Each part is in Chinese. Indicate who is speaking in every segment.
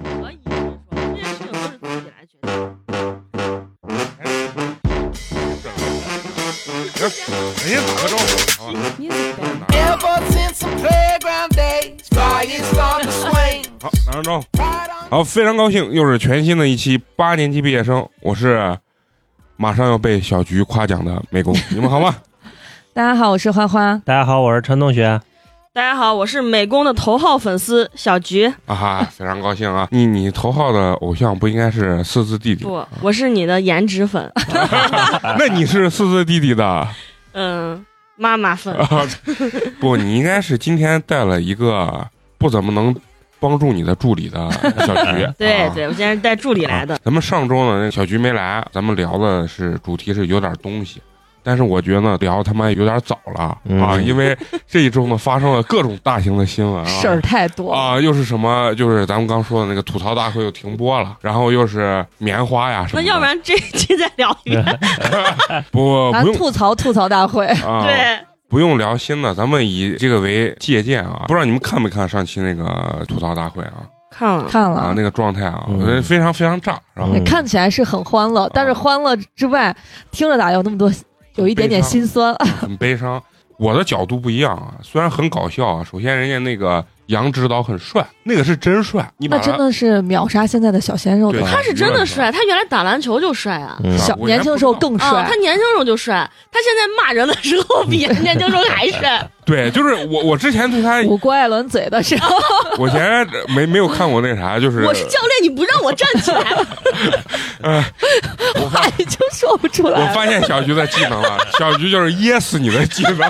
Speaker 1: 我以后说这事情都是自己来决定。
Speaker 2: 人家打个招呼，好吧
Speaker 3: Ever since the playground days, fires start to swing.
Speaker 2: 好，打声招呼。
Speaker 3: Right on
Speaker 2: 好，非常高兴，又是全新的一期八年级毕业生，我是马上要被小菊夸奖的美 工，你们好吗？
Speaker 4: 大家好，我是花花。
Speaker 2: 啊
Speaker 5: 大家好，我是陈同学。
Speaker 1: 大家好，我是美工的头号粉丝小 菊，
Speaker 2: 啊哈，非常高兴啊！你你头号的偶像不应该是四字弟弟？
Speaker 1: 不，我是你的颜值粉，
Speaker 2: 那你是四字弟弟的？
Speaker 1: 嗯，妈妈粉，。
Speaker 2: 啊， 不，你应该是今天带了一个不怎么能帮助你的助理的小菊
Speaker 1: 对
Speaker 2: 啊
Speaker 1: 对，我今天是带助理来的
Speaker 2: 啊。咱们上周呢，那小菊没来，咱们聊的是主题是有点东西，但是我觉得呢聊他妈有点早了、
Speaker 5: 嗯
Speaker 2: 啊，因为这一周呢发生了各种大型的新闻啊。
Speaker 4: 事儿太多了，
Speaker 2: 啊，又是什么？就是咱们刚说的那个吐槽大会又停播了，然后又是棉花呀什
Speaker 1: 那
Speaker 2: 么的。
Speaker 1: 要不然这一期再聊 一遍，
Speaker 2: 不
Speaker 4: 咱
Speaker 2: 不用
Speaker 4: 吐槽吐槽大会。
Speaker 2: 啊，
Speaker 1: 对，
Speaker 2: 不用聊新的，咱们以这个为借鉴啊。不知道你们看没看上期那个吐槽大会啊？
Speaker 1: 看了，
Speaker 4: 看
Speaker 2: 啊，
Speaker 4: 了哎
Speaker 2: 那，个状态啊，
Speaker 5: 嗯
Speaker 2: 我觉得非常非常炸，然后
Speaker 5: 嗯
Speaker 4: 看起来是很欢
Speaker 2: 啊
Speaker 4: 乐，但是欢乐之外，听着咋有那么多，有一点点心酸？啊
Speaker 2: 很悲伤。我的角度不一样啊，虽然很搞笑啊，首先人家那个杨指导很帅，那个是真帅，你
Speaker 1: 啊
Speaker 2: 把
Speaker 4: 那真
Speaker 2: 他
Speaker 4: 的是秒杀现在的小鲜肉
Speaker 2: 对
Speaker 4: 的。
Speaker 1: 他是真的帅，他原来打篮球就帅啊。
Speaker 5: 嗯
Speaker 4: 小
Speaker 2: 我原来
Speaker 4: 年轻时候更
Speaker 1: 啊，
Speaker 4: 帅
Speaker 1: 他，年轻时候就帅，他现在骂人的时候比
Speaker 2: 嗯
Speaker 1: 年轻时候还帅。
Speaker 2: 对，就是我我之前对他，
Speaker 4: 五郭艾伦嘴的时候，
Speaker 2: 我以前没没有看过那啥， 就是
Speaker 1: 我是教练，你不让我站起来，
Speaker 2: 我
Speaker 4: 话
Speaker 2: 发
Speaker 4: 已经说不 出
Speaker 2: 我
Speaker 4: 来了。
Speaker 2: 发现小菊的技能了，小菊就是噎死你的技能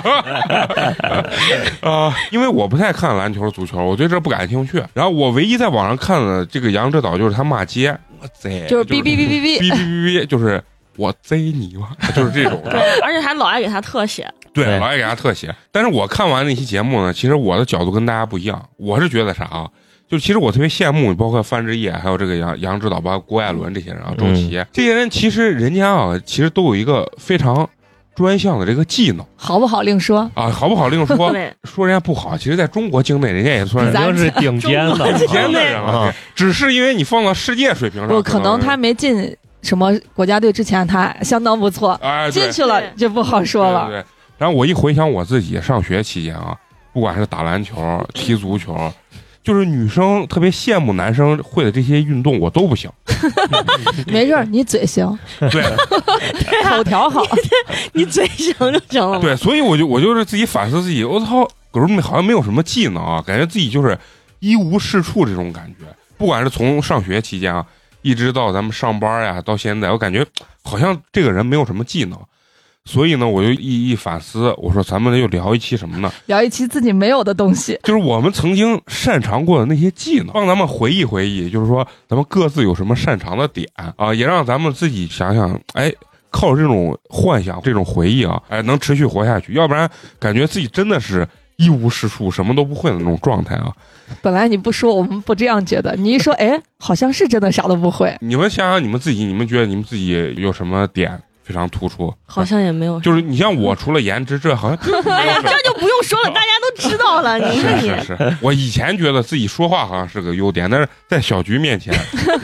Speaker 2: 啊！因为我不太看篮球、足球，我对这不感兴趣。然后我唯一在网上看的这个杨指导就是他骂街，我贼
Speaker 4: 就是哔哔哔哔哔
Speaker 2: 哔哔哔哔，就是我贼你妈，就是这种。
Speaker 1: 对，而且还老爱给他特写。
Speaker 2: 对，
Speaker 5: 对
Speaker 2: 老爱给他特写。但是我看完那期节目呢，其实我的角度跟大家不一样，我是觉得啥啊？就其实我特别羡慕，包括范志毅，啊还有这个杨杨指导，包括郭艾伦这些人啊，
Speaker 4: 嗯
Speaker 2: 周琦、这些人，其实人家啊，其实都有一个非常专项的这个技能
Speaker 4: 好不好另说。
Speaker 2: 啊，好不好另说，
Speaker 1: 对，
Speaker 2: 说人家不好，其实在中国境内，人家也算
Speaker 5: 已
Speaker 2: 是
Speaker 4: 咱
Speaker 5: 经是顶尖的了，
Speaker 2: 顶尖的人了
Speaker 5: 啊，
Speaker 2: 只是因为你放到世界水平
Speaker 4: 不，
Speaker 2: 上，
Speaker 4: 可能他没进什么国家队之前，他相当不错，
Speaker 2: 哎，对
Speaker 4: 进去了
Speaker 1: 对
Speaker 4: 就不好说了。
Speaker 2: 对对对。然后我一回想我自己上学期间啊，不管是打篮
Speaker 4: 嗯
Speaker 2: 球、踢足球，就是女生特别羡慕男生会的这些运动，我都不行。
Speaker 4: 没事儿，你嘴行，
Speaker 2: 对
Speaker 4: 口条好，
Speaker 1: 你嘴行就行了嘛。
Speaker 2: 对，所以我就我就是自己反思自己，我操，哥们儿好像没有什么技能啊，感觉自己就是一无是处这种感觉。不管是从上学期间啊，一直到咱们上班呀，到现在，我感觉好像这个人没有什么技能。所以呢，我就一一反思，我说咱们又聊一期什么呢？
Speaker 4: 聊一期自己没有的东西。
Speaker 2: 就是我们曾经擅长过的那些技能，帮咱们回忆回忆，就是说咱们各自有什么擅长的点啊，也让咱们自己想想，哎，靠这种幻想、这种回忆啊，哎，能持续活下去，要不然感觉自己真的是一无是处，什么都不会的那种状态啊。
Speaker 4: 本来你不说，我们不这样觉得，你一说，哎，好像是真的啥都不会。
Speaker 2: 你们想想你们自己，你们觉得你们自己有什么点非常突出？
Speaker 1: 好像也没有。
Speaker 2: 就是你像我，除了颜值，这好像就是没
Speaker 1: 哎
Speaker 2: 有
Speaker 1: 呀，
Speaker 2: 什么
Speaker 1: 这就不用说了，大家都知道了。你 看
Speaker 2: 是
Speaker 1: 你，
Speaker 2: 是是，我以前觉得自己说话好像是个优点，但是在小菊面前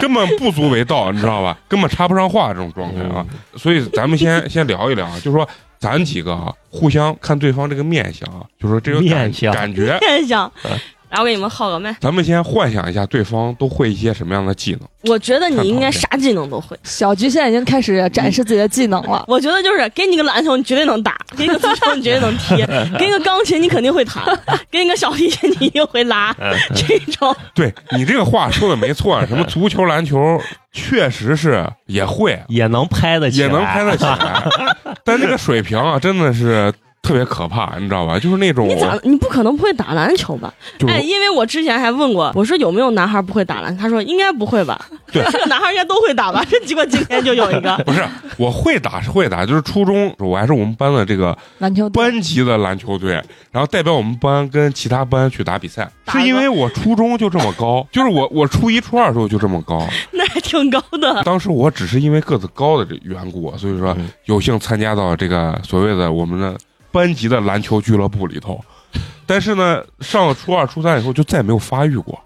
Speaker 2: 根本不足为道，你知道吧？根本插不上话这种状态啊。所以咱们先 先聊一聊啊，就是说咱几个啊，互相看对方这个面相啊，就说这个感
Speaker 5: 面相
Speaker 2: 感觉，
Speaker 1: 现象。
Speaker 2: 嗯
Speaker 1: 然后给你们号个麦，
Speaker 2: 咱们先幻想一下对方都会一些什么样的技能。
Speaker 1: 我觉得你应该啥技能都会。
Speaker 2: 嗯
Speaker 4: 小菊现在已经开始展示自己的技能了，
Speaker 1: 我觉得就是给你个篮球，你绝对能打；给你个足球，你绝对能 踢；给你个钢琴，你肯定会弹；给你个小提琴，你一定会拉。
Speaker 5: 嗯
Speaker 2: 嗯
Speaker 1: 这种
Speaker 2: 对你这个话说的没错啊，什么足球、篮球，确实是也会，
Speaker 5: 也能拍得起
Speaker 2: 也
Speaker 5: 来，
Speaker 2: 能拍得起来，但这个水平啊，真的是特别可怕，你知道吧？就是那种
Speaker 1: 你咋？你不可能不会打篮球吧？
Speaker 2: 就是
Speaker 1: 哎，因为我之前还问过，我说有没有男孩不会打篮球？他说应该不会吧？
Speaker 2: 对，
Speaker 1: 这个 男孩应该都会打吧？这结果今天就有一个
Speaker 2: 不是我会打是会打，就是初中我还是我们班的这个
Speaker 4: 篮球队
Speaker 2: 班级的篮球队，然后代表我们班跟其他班去打比赛，
Speaker 1: 打
Speaker 2: 是
Speaker 1: 得
Speaker 2: 因为我初中就这么高，就是我我初一初二的时候就这么高，
Speaker 1: 那还挺高 的。
Speaker 2: 当时我只是因为个子高的这缘故，啊所以说
Speaker 5: 嗯
Speaker 2: 有幸参加到这个所谓的我们的班级的篮球俱乐部里头，但是呢，上了初二、初三以后就再也没有发育过，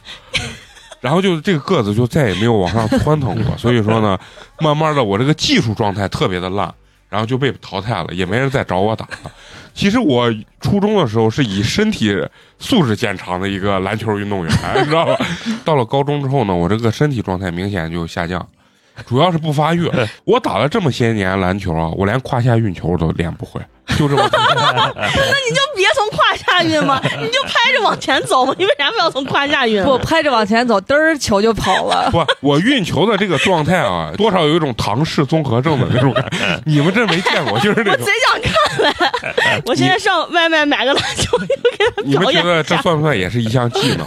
Speaker 2: 然后就这个个子就再也没有往上窜腾过，所以说呢，慢慢的我这个技术状态特别的烂，然后就被淘汰了，也没人再找我打了。其实我初中的时候是以身体素质见长的一个篮球运动员，你知道吧？到了高中之后呢，我这个身体状态明显就下降，主要是不发育。我打了这么些年篮球啊，我连胯下运球都练不会，就这么
Speaker 1: 你就别从胯下运嘛，你就拍着往前走嘛。你为啥非要从胯下运？
Speaker 4: 不拍着往前走，嘚儿球就跑了。
Speaker 2: 不，我运球的这个状态啊，多少有一种唐氏综合症的那种感觉。你们这没见过，就是那
Speaker 1: 我
Speaker 2: 种
Speaker 1: 贼。想看嘞！ 我现在上外卖买个篮球，
Speaker 2: 你们
Speaker 1: 表
Speaker 2: 觉
Speaker 1: 演
Speaker 2: 得这算不算也是一项技能？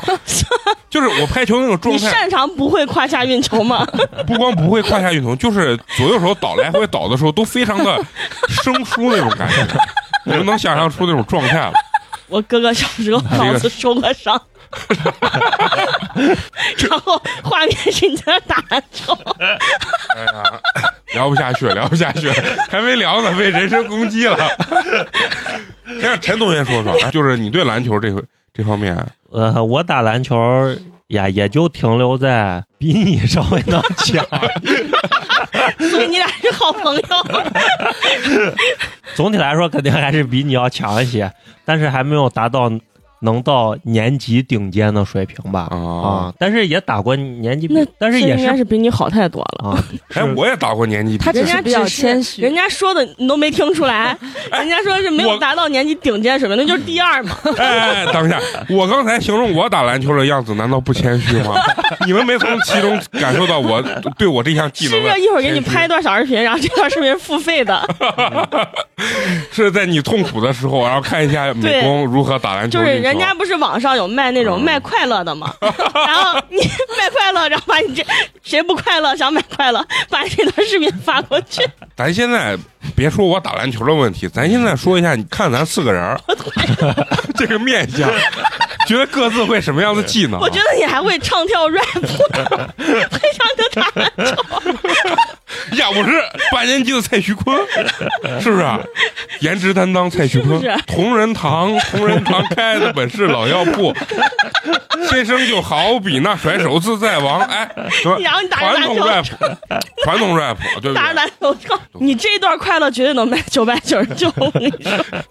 Speaker 2: 就是我拍球那种状
Speaker 1: 你
Speaker 2: 态，
Speaker 1: 擅长不会胯下运球吗？
Speaker 2: 不光不会胯下运球，就是左右手倒来回倒的时候都非常的生疏那种感觉。你们能想象出那种状态了？
Speaker 1: 我哥哥小时候脑子受 过伤，然后画面是你在那打篮球，
Speaker 2: 哎呀， 聊不下去，聊不下去， 还没聊呢，被人身攻 击了。先让陈同学说 说，就是你对篮球这个这方面，啊
Speaker 5: 呃，我打篮球呀，也就停留在比你稍微能强。
Speaker 1: 所以你俩是好朋友。
Speaker 5: 总体来说，肯定还是比你要强一些，但是还没有达到能到年级顶尖的水平吧？
Speaker 2: 哦
Speaker 5: 啊，但是也打过年级比
Speaker 1: 那，
Speaker 5: 但是也
Speaker 1: 应该
Speaker 5: 是
Speaker 1: 是比你好太多了。
Speaker 5: 啊，
Speaker 2: 哎，
Speaker 5: 是
Speaker 2: 我也打过年级比
Speaker 4: 他
Speaker 2: 赛
Speaker 4: 只
Speaker 1: 人
Speaker 4: 是
Speaker 1: 家
Speaker 4: 比较
Speaker 1: 只是
Speaker 4: 谦虚，
Speaker 1: 人家说的你都没听 出来，人家说是没有达到年级顶尖水平，那就是第二 嘛。
Speaker 2: 哎，等一下，我刚才形容我打篮球的样子，难道不谦虚吗？ 你们没从其中感受到我对我这项技
Speaker 1: 是
Speaker 2: 能
Speaker 1: 不
Speaker 2: 的
Speaker 1: 是？一会儿给你
Speaker 2: 谦虚
Speaker 1: 拍一段小视频，然后这段视频是付费的，
Speaker 2: 是在你痛苦的时候，然后看一下美
Speaker 1: 对
Speaker 2: 工如何打篮球
Speaker 1: 就
Speaker 2: 运球。
Speaker 1: 是人家不是网上有卖那种
Speaker 2: 嗯
Speaker 1: 卖快乐的嘛，然后你 卖快乐，然后把你这谁不快乐想买快乐，把这段视频发过 去。
Speaker 2: 咱现在别说我打篮球的问题，咱现在说一下，你看咱四个人 儿 这个面相，觉得各自会什么样的技能？啊
Speaker 1: 我觉得你还会唱跳 rap，非常的打篮球。
Speaker 2: 得呀，我是八年级的蔡徐 坤，是不是啊？颜值担当蔡徐坤
Speaker 1: 是不啊是，
Speaker 2: 同仁堂，同仁堂开的本是老药 铺，先生就好比那甩手自在王，哎，什么
Speaker 1: 然后你打着
Speaker 2: 传
Speaker 1: 篮
Speaker 2: 统
Speaker 1: 球
Speaker 2: rap，传统 rap，对不
Speaker 1: 打
Speaker 2: 对
Speaker 1: 着？篮球唱，你这一段快乐绝对能卖九百九十 九，我跟你说，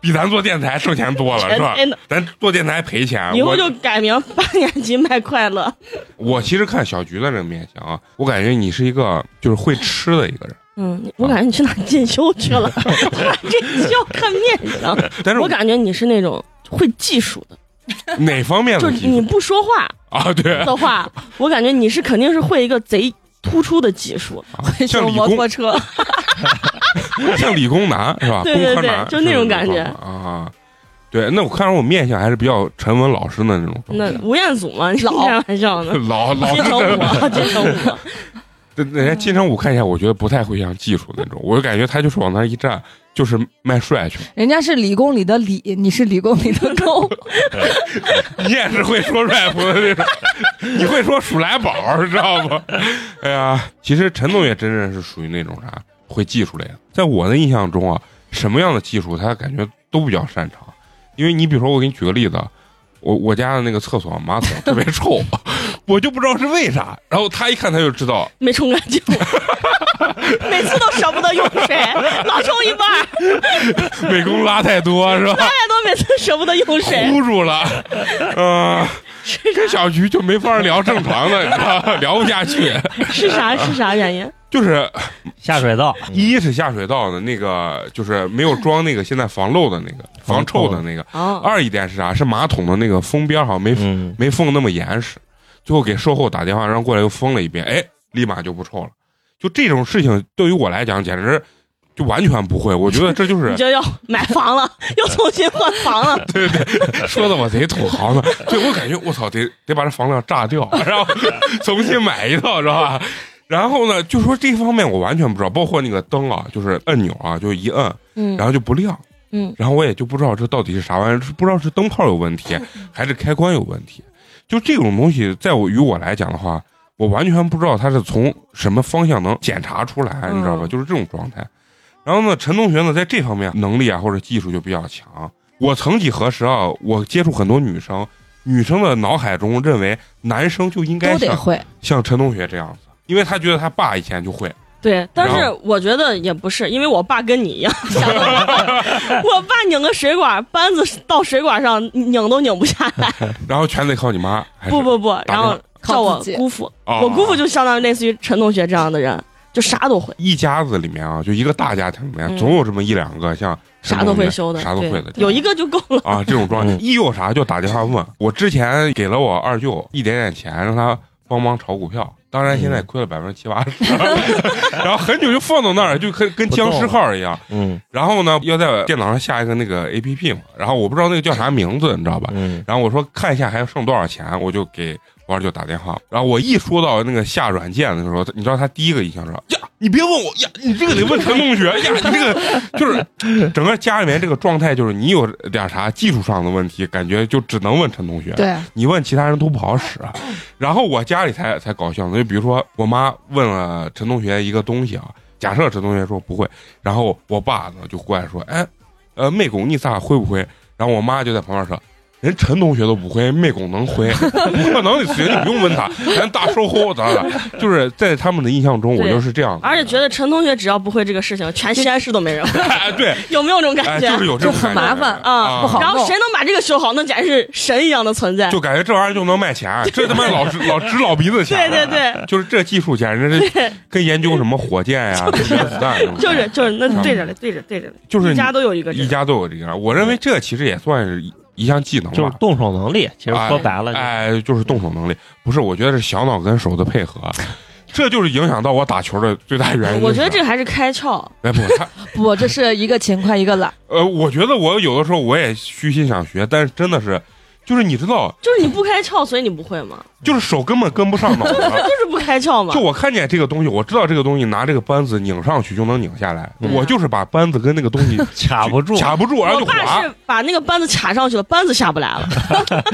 Speaker 2: 比咱做电台挣钱多了，是吧
Speaker 1: 真的？
Speaker 2: 咱做电台赔钱，
Speaker 1: 以后
Speaker 2: 哎我
Speaker 1: 就改名八年级卖快乐。
Speaker 2: 我其实看小菊的这个面相啊，我感觉你是一个就是会吃的一个人，
Speaker 1: 嗯，我感觉你去哪儿进修去了？把这需要看面相。
Speaker 2: 但是
Speaker 1: 我感觉你是那种会技术的，
Speaker 2: 哪方面
Speaker 1: 就
Speaker 2: 的
Speaker 1: 是
Speaker 2: 技
Speaker 1: 你
Speaker 2: 术
Speaker 1: 不说话
Speaker 2: 啊？对，
Speaker 1: 的话，我感觉你是肯定是会一个贼突出的技术，
Speaker 4: 会
Speaker 2: 啊像
Speaker 4: 修
Speaker 2: 理
Speaker 4: 摩
Speaker 2: 工
Speaker 4: 托车，
Speaker 2: 像理工男是吧？
Speaker 1: 对对
Speaker 2: 工科
Speaker 1: 对
Speaker 2: 男
Speaker 1: 就那种感觉
Speaker 2: 是吧啊。对，那我看着我面相还是比较沉稳老实的那种。
Speaker 1: 那吴彦祖嘛，你开玩笑呢？
Speaker 2: 老 老实
Speaker 1: 金 城
Speaker 2: 的，
Speaker 1: 武，金城武，
Speaker 2: 对人家金城武看一下，我觉得不太会像技术那种，我就感觉他就是往那儿一站，就是卖帅去。
Speaker 4: 人家是理工里的理，你是理工里的工，
Speaker 2: 你也是会说 rap 的 那种，你会说数来宝，知道吗？ 哎呀，其实陈同学真正是属于那种啥会技术类的，在我的印象中啊，什么样的技术他感觉都比较擅长。因为你比如说，我给你举个例子啊，我我家的那个厕所马桶特别 臭，我就不知道是为啥，然后他一看他就知道，
Speaker 1: 没冲干净，每次都舍不得用水，老冲一半儿，
Speaker 2: 美工 拉太多是吧
Speaker 1: 大？家都每次舍不得用水。
Speaker 2: 呼住了， 嗯、跟小菊就没法聊正常的，你知道吧聊不下去。
Speaker 1: 是啥是啥原因？
Speaker 2: 就是
Speaker 5: 下水道，
Speaker 2: 一是下水道的那个，就是没有装那个现在防漏的那个、嗯防臭的那个；
Speaker 1: 哦，
Speaker 2: 二一点是啥？是马桶的那个封边好像没、
Speaker 5: 嗯，
Speaker 2: 没封那么严实，最后给售后打电话让过来又封了一遍，哎，立马就不臭了。就这种事情对于我来讲，简直就完全不会。我觉得这就 是
Speaker 1: 你就要买房了，又重新换房 了。
Speaker 2: 对对对，说的我贼土豪呢。对我感觉我操，得得把这房子炸掉，然后重新买一套，知道吧？然后呢，就说这方面我完全不知道，包括那个灯啊，就是按钮啊，就一摁，
Speaker 1: 嗯
Speaker 2: 然后就不亮，
Speaker 1: 嗯，
Speaker 2: 然后我也就不知道这到底是啥玩意儿，是不知道是灯泡有问题
Speaker 1: 嗯
Speaker 2: 还是开关有问题。就这种东西，在我于我来讲的话，我完全不知道它是从什么方向能检查出来，你知道吧？
Speaker 1: 嗯
Speaker 2: 就是这种状态。然后呢，陈同学呢，在这方面能力啊或者技术就比较强。我曾几何时啊，我接触很多女生，女生的脑海中认为男生就应 该
Speaker 4: 都得
Speaker 2: 像
Speaker 4: 会。
Speaker 2: 像陈同学这样子，因为他觉得他爸以前就会。
Speaker 1: 对，但
Speaker 2: 然
Speaker 1: 是
Speaker 2: 后
Speaker 1: 我觉得也不是，因为我爸跟你 一样，想得 我我爸拧个水管，扳子到水管上拧都拧不下来。
Speaker 2: 然后全得靠你妈，还是
Speaker 1: 不不不，
Speaker 2: 打
Speaker 1: 然后
Speaker 4: 靠
Speaker 1: 叫我
Speaker 4: 自己
Speaker 1: 姑父，
Speaker 2: 哦
Speaker 1: 我姑父就相当于类似于陈同学这样的人，就啥都会，
Speaker 2: 一家子里面啊，就一个大家庭里面，
Speaker 1: 嗯
Speaker 2: 总有这么一两个像陈
Speaker 1: 啥都
Speaker 2: 同学
Speaker 1: 会修的，
Speaker 2: 啥都
Speaker 1: 对
Speaker 2: 会的，
Speaker 1: 有一个就够 了。
Speaker 2: 啊这种状态，
Speaker 5: 嗯
Speaker 2: 一有啥就打电话问。我之前给了我二舅一点点钱，让他帮忙炒股票，当然现在亏了百分之七八 十，然后很久就放到那儿，就跟跟
Speaker 5: 不动
Speaker 2: 僵
Speaker 5: 了
Speaker 2: 尸号一样。
Speaker 5: 嗯
Speaker 2: 然后呢，要在电脑上下一个那个 A P P 嘛，然后我不知道那个叫啥名字，你知道吧？
Speaker 5: 嗯
Speaker 2: 然后我说看一下还剩多少钱，我就给我二舅打电话。然后我一说到那个下软件的时候，你知道他第一个印象是呀，你别问我呀，你这个得问陈同学 呀，你这个就是整个家里面这个状态，就是你有点啥技术上的问题，感觉就只能问陈同学，
Speaker 6: 对，
Speaker 2: 你问其他人都不好使。啊然后我家里才才搞笑呢，就比如说我妈问了陈同学一个东西啊，假设陈同学说不会，然后我爸呢就过来说，哎，呃，妹拱你咋会不会？然后我妈就在旁边说。人陈同学都不会，妹拱能 会，不可能的事情你不用问他，咱大收获咋咋，就是在他们的印象中，我
Speaker 1: 对
Speaker 2: 就是这样的人，
Speaker 1: 而且觉得陈同学只要不会这个事情，全西安市都没人会，
Speaker 2: 哎对，
Speaker 1: 有没有这种
Speaker 2: 哎
Speaker 1: 感觉？
Speaker 2: 就是有这种
Speaker 4: 就很
Speaker 2: 感觉
Speaker 4: 麻烦
Speaker 2: 啊，
Speaker 4: 不好
Speaker 1: 然后
Speaker 4: 弄
Speaker 1: 谁能把这个修好，那简直是神一样的存在。
Speaker 2: 就感觉这玩意儿就能卖钱，啊这他妈老值老值老鼻子
Speaker 1: 对
Speaker 2: 钱，啊
Speaker 1: 对对，
Speaker 2: 就是这技术简直是跟研究什么火箭呀、 原子弹什么的，
Speaker 1: 就是就是那
Speaker 2: 嗯
Speaker 1: 对着嘞，对着对着嘞，
Speaker 2: 就是
Speaker 1: 一家都有一个这
Speaker 2: 一
Speaker 1: 个。
Speaker 2: 家都有这个。我认为这其实也算是一一项技能
Speaker 5: 就是
Speaker 2: 吧。
Speaker 5: 动手能力，其实说白了，
Speaker 2: 哎，就是动手能力，不是？我觉得是小脑跟手的配 合，这就是影响到我打球的最大原因。
Speaker 1: 我觉得这，还是开窍，
Speaker 2: 哎不， 他
Speaker 4: 不，这是一个勤快一个懒，
Speaker 2: 呃，我觉得我有的时候我也虚心想学，但是真的是，就是你知道，
Speaker 1: 就是你不开窍，所以你不会嘛，
Speaker 2: 就是手根本跟不上脑 子。
Speaker 1: 就是不开窍嘛
Speaker 2: 就。我看见这个东西，我知道这个东西拿这个扳子拧上去就能拧下来，
Speaker 1: 嗯
Speaker 2: 我就是把扳子跟那个东西
Speaker 5: 卡不住，
Speaker 2: 卡不住，然后
Speaker 1: 我
Speaker 2: 就
Speaker 1: 爸
Speaker 2: 滑。
Speaker 1: 是把那个扳子卡上去了，扳子下不来了。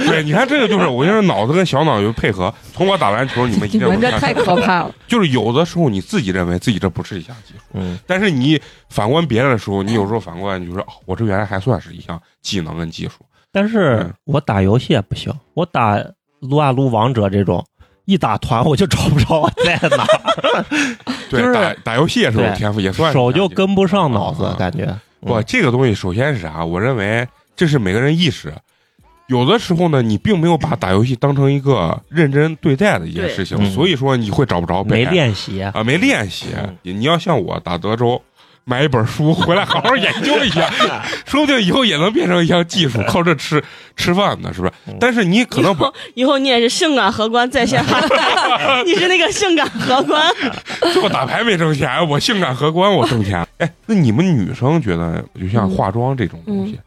Speaker 2: 对，你看这个就是我跟你说，脑子跟小脑有配合。从我打篮球，哎你们一
Speaker 4: 你
Speaker 2: 定能
Speaker 4: 们这
Speaker 2: 看
Speaker 4: 太
Speaker 2: 出来
Speaker 4: 可怕了。
Speaker 2: 就是有的时候你自己认为自己这不是一项技术，
Speaker 5: 嗯
Speaker 2: 但是你反观别人的时候，你有时候反过来你就说，哦，我这原来还算是一项技能跟技术。
Speaker 5: 但
Speaker 2: 嗯
Speaker 5: 是我打游戏也不行，我打撸啊撸、王者这种，一打团我就找不着我在 哪儿，
Speaker 2: 对，
Speaker 5: 就是
Speaker 2: 打打游戏也是种
Speaker 5: 对
Speaker 2: 天赋，也算是
Speaker 5: 手
Speaker 2: 一项
Speaker 5: 就
Speaker 2: 技术
Speaker 5: 跟不上脑
Speaker 2: 啊
Speaker 5: 子，感觉。
Speaker 2: 不，这个东西首先是啥？我认为这是每个人意识。有的时候呢，你并没有把打游戏当成一个认真对待的一件
Speaker 1: 对
Speaker 2: 事情，
Speaker 5: 嗯
Speaker 2: 所以说你会找不着北
Speaker 5: 没练习，
Speaker 2: 啊，没练习。
Speaker 5: 嗯
Speaker 2: 你要像我打德州，买一本书回来好好研究一下，说不定以后也能变成一项技术，靠这吃吃饭呢，是不是
Speaker 5: 嗯？
Speaker 2: 但是你可
Speaker 1: 以
Speaker 2: 能不
Speaker 1: 后以后你也是性感荷官在线发财，你是那个性感荷官。
Speaker 2: 最后打牌没挣钱，我性感荷官我挣钱。哎，那你们女生觉得，就像化妆这种东西，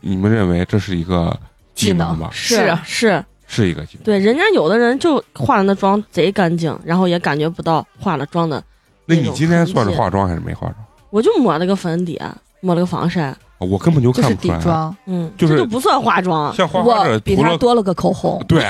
Speaker 2: 你们认为这是一个技能啊吧？
Speaker 4: 啊
Speaker 1: 是是，
Speaker 2: 是一个技能。
Speaker 1: 对，人家有的人就化了那妆贼干净，然后也感觉不到化了妆的。
Speaker 2: 那
Speaker 1: 那
Speaker 2: 你
Speaker 1: 种
Speaker 2: 今天
Speaker 1: 痕迹
Speaker 2: 算是化妆还是没化妆？啊
Speaker 1: 我就抹了个粉底，抹了个防晒，
Speaker 2: 我根本就
Speaker 6: 就
Speaker 2: 看
Speaker 6: 是
Speaker 2: 不
Speaker 6: 底
Speaker 2: 出来，
Speaker 6: 妆，
Speaker 1: 嗯，
Speaker 2: 就是
Speaker 1: 这就不算化妆。
Speaker 2: 像花花
Speaker 4: 我
Speaker 2: 这
Speaker 4: 比
Speaker 2: 涂
Speaker 4: 他
Speaker 2: 了。
Speaker 4: 多了个口红，
Speaker 2: 对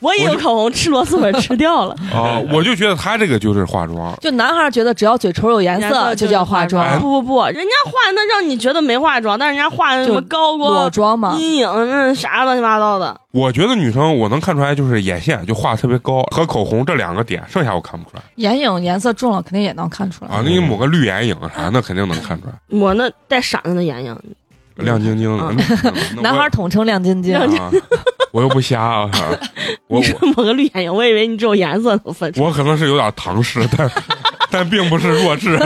Speaker 1: 我也
Speaker 2: 我
Speaker 1: 有
Speaker 2: 就
Speaker 1: 口红，吃螺蛳粉吃掉了。
Speaker 2: 啊、我就觉得他这个就是化妆，
Speaker 4: 就男孩觉得只要嘴唇有颜
Speaker 1: 颜色
Speaker 4: 色就叫化
Speaker 2: 哎
Speaker 4: 妆，
Speaker 1: 不不不，人家化那让你觉得没化妆，但人家化的什么
Speaker 4: 就
Speaker 1: 高
Speaker 4: 裸
Speaker 1: 光、
Speaker 4: 妆嘛。
Speaker 1: 阴影，那啥乱七八糟的。
Speaker 2: 我觉得女生我能看出来，就是眼线就画特别高和口红这两个点，剩下我看不出来
Speaker 6: 眼影颜色重了肯定也能看出来。
Speaker 1: 嗯
Speaker 2: 啊。那你抹个绿眼影啥，那肯定能看出来，
Speaker 1: 我那带闪的那眼影，
Speaker 2: 亮晶晶的。
Speaker 1: 嗯
Speaker 2: 那那我
Speaker 4: 男孩统称亮晶晶，
Speaker 2: 啊，我又不瞎啊， 我
Speaker 1: 你说抹个绿眼影，我以为你只有颜色能分出。
Speaker 2: 我可能是有点唐氏， 但但并不是弱智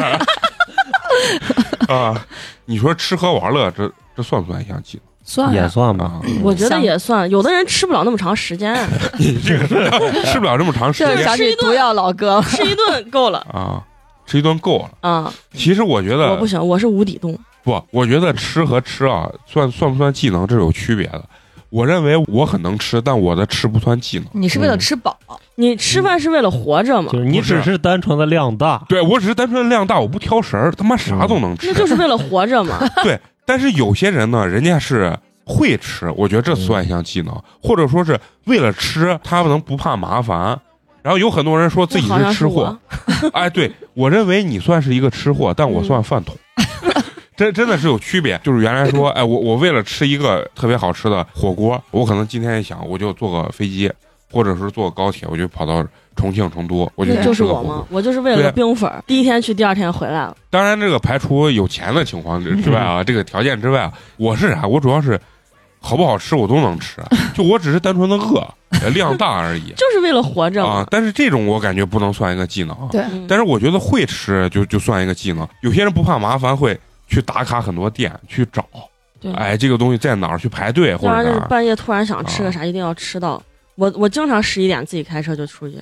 Speaker 2: 啊。你说吃喝玩乐，这这算不算一项技
Speaker 1: 哦
Speaker 6: 算
Speaker 5: 也
Speaker 6: 了，
Speaker 5: 算
Speaker 2: 能
Speaker 5: 吧。
Speaker 2: 啊？
Speaker 1: 我觉得
Speaker 4: 像
Speaker 1: 也算，有的人吃不了那么长时 间，啊
Speaker 2: 你这个是 吃不了这么长时
Speaker 4: 这
Speaker 2: 间
Speaker 4: 想
Speaker 1: 吃
Speaker 4: 起
Speaker 1: 一顿
Speaker 4: 毒药老哥，
Speaker 1: 吃一顿够了。
Speaker 2: 啊，吃一顿够了。
Speaker 1: 啊，
Speaker 2: 其实我觉
Speaker 1: 我
Speaker 2: 得
Speaker 1: 不行，我是无底洞。
Speaker 2: 不，我觉得吃和吃啊，算算不算技能，这是有区别的。我认为我很能吃，但我的吃不算技能。
Speaker 6: 你是为了吃饱，
Speaker 2: 嗯
Speaker 1: 你吃饭是为了活 着嘛
Speaker 5: 就？是你
Speaker 2: 不是
Speaker 5: 只是单纯的量大，
Speaker 2: 对我只是单纯量大，我不挑食儿，他妈啥都能吃
Speaker 1: 嗯那。就是为了活着嘛。
Speaker 2: 但是有些人呢，人家是会吃，我觉得这算一项技
Speaker 1: 嗯
Speaker 2: 能，或者说是为了吃，他们能不怕麻烦。然后有很多人说 自己
Speaker 1: 那好像
Speaker 2: 吃货，
Speaker 1: 我，
Speaker 2: 哎，对我认为你算是一个吃货，但我
Speaker 1: 嗯
Speaker 2: 算饭桶。 真真的是有区别，就是原来说，哎，我我为了吃一个特别好吃的火锅，我可能今天一想，我就坐个飞机，或者是坐个高铁，我就跑到重庆、成都，我就
Speaker 1: 那
Speaker 2: 去
Speaker 1: 就是
Speaker 2: 吃个
Speaker 1: 我
Speaker 2: 火锅
Speaker 1: 嘛。。我就是为了个
Speaker 2: 对
Speaker 1: 冰粉儿，第一天去，第二天回来了。
Speaker 2: 当然，这个排除有钱的情况之之外啊，这个条件之外啊，我是啥？我主要是好不好吃我都能吃，啊就我只是单纯的饿，呃量大而已
Speaker 1: 就是为了活着
Speaker 2: 啊
Speaker 1: 嘛。。
Speaker 2: 但是这种我感觉不能算一个技能啊。
Speaker 6: 对
Speaker 1: 嗯
Speaker 2: 但是我觉得会吃就就算一个技能。有些人不怕麻烦，会去打卡很多店去找，
Speaker 6: 嗯
Speaker 1: 对
Speaker 2: 哎，这个东西在哪儿去排队或
Speaker 1: 要
Speaker 2: 者啊
Speaker 1: 然就
Speaker 2: 哪
Speaker 1: 是
Speaker 2: 儿。
Speaker 1: 半夜突然想吃个啥，一定要吃到。我我经常十一点自己开车就出去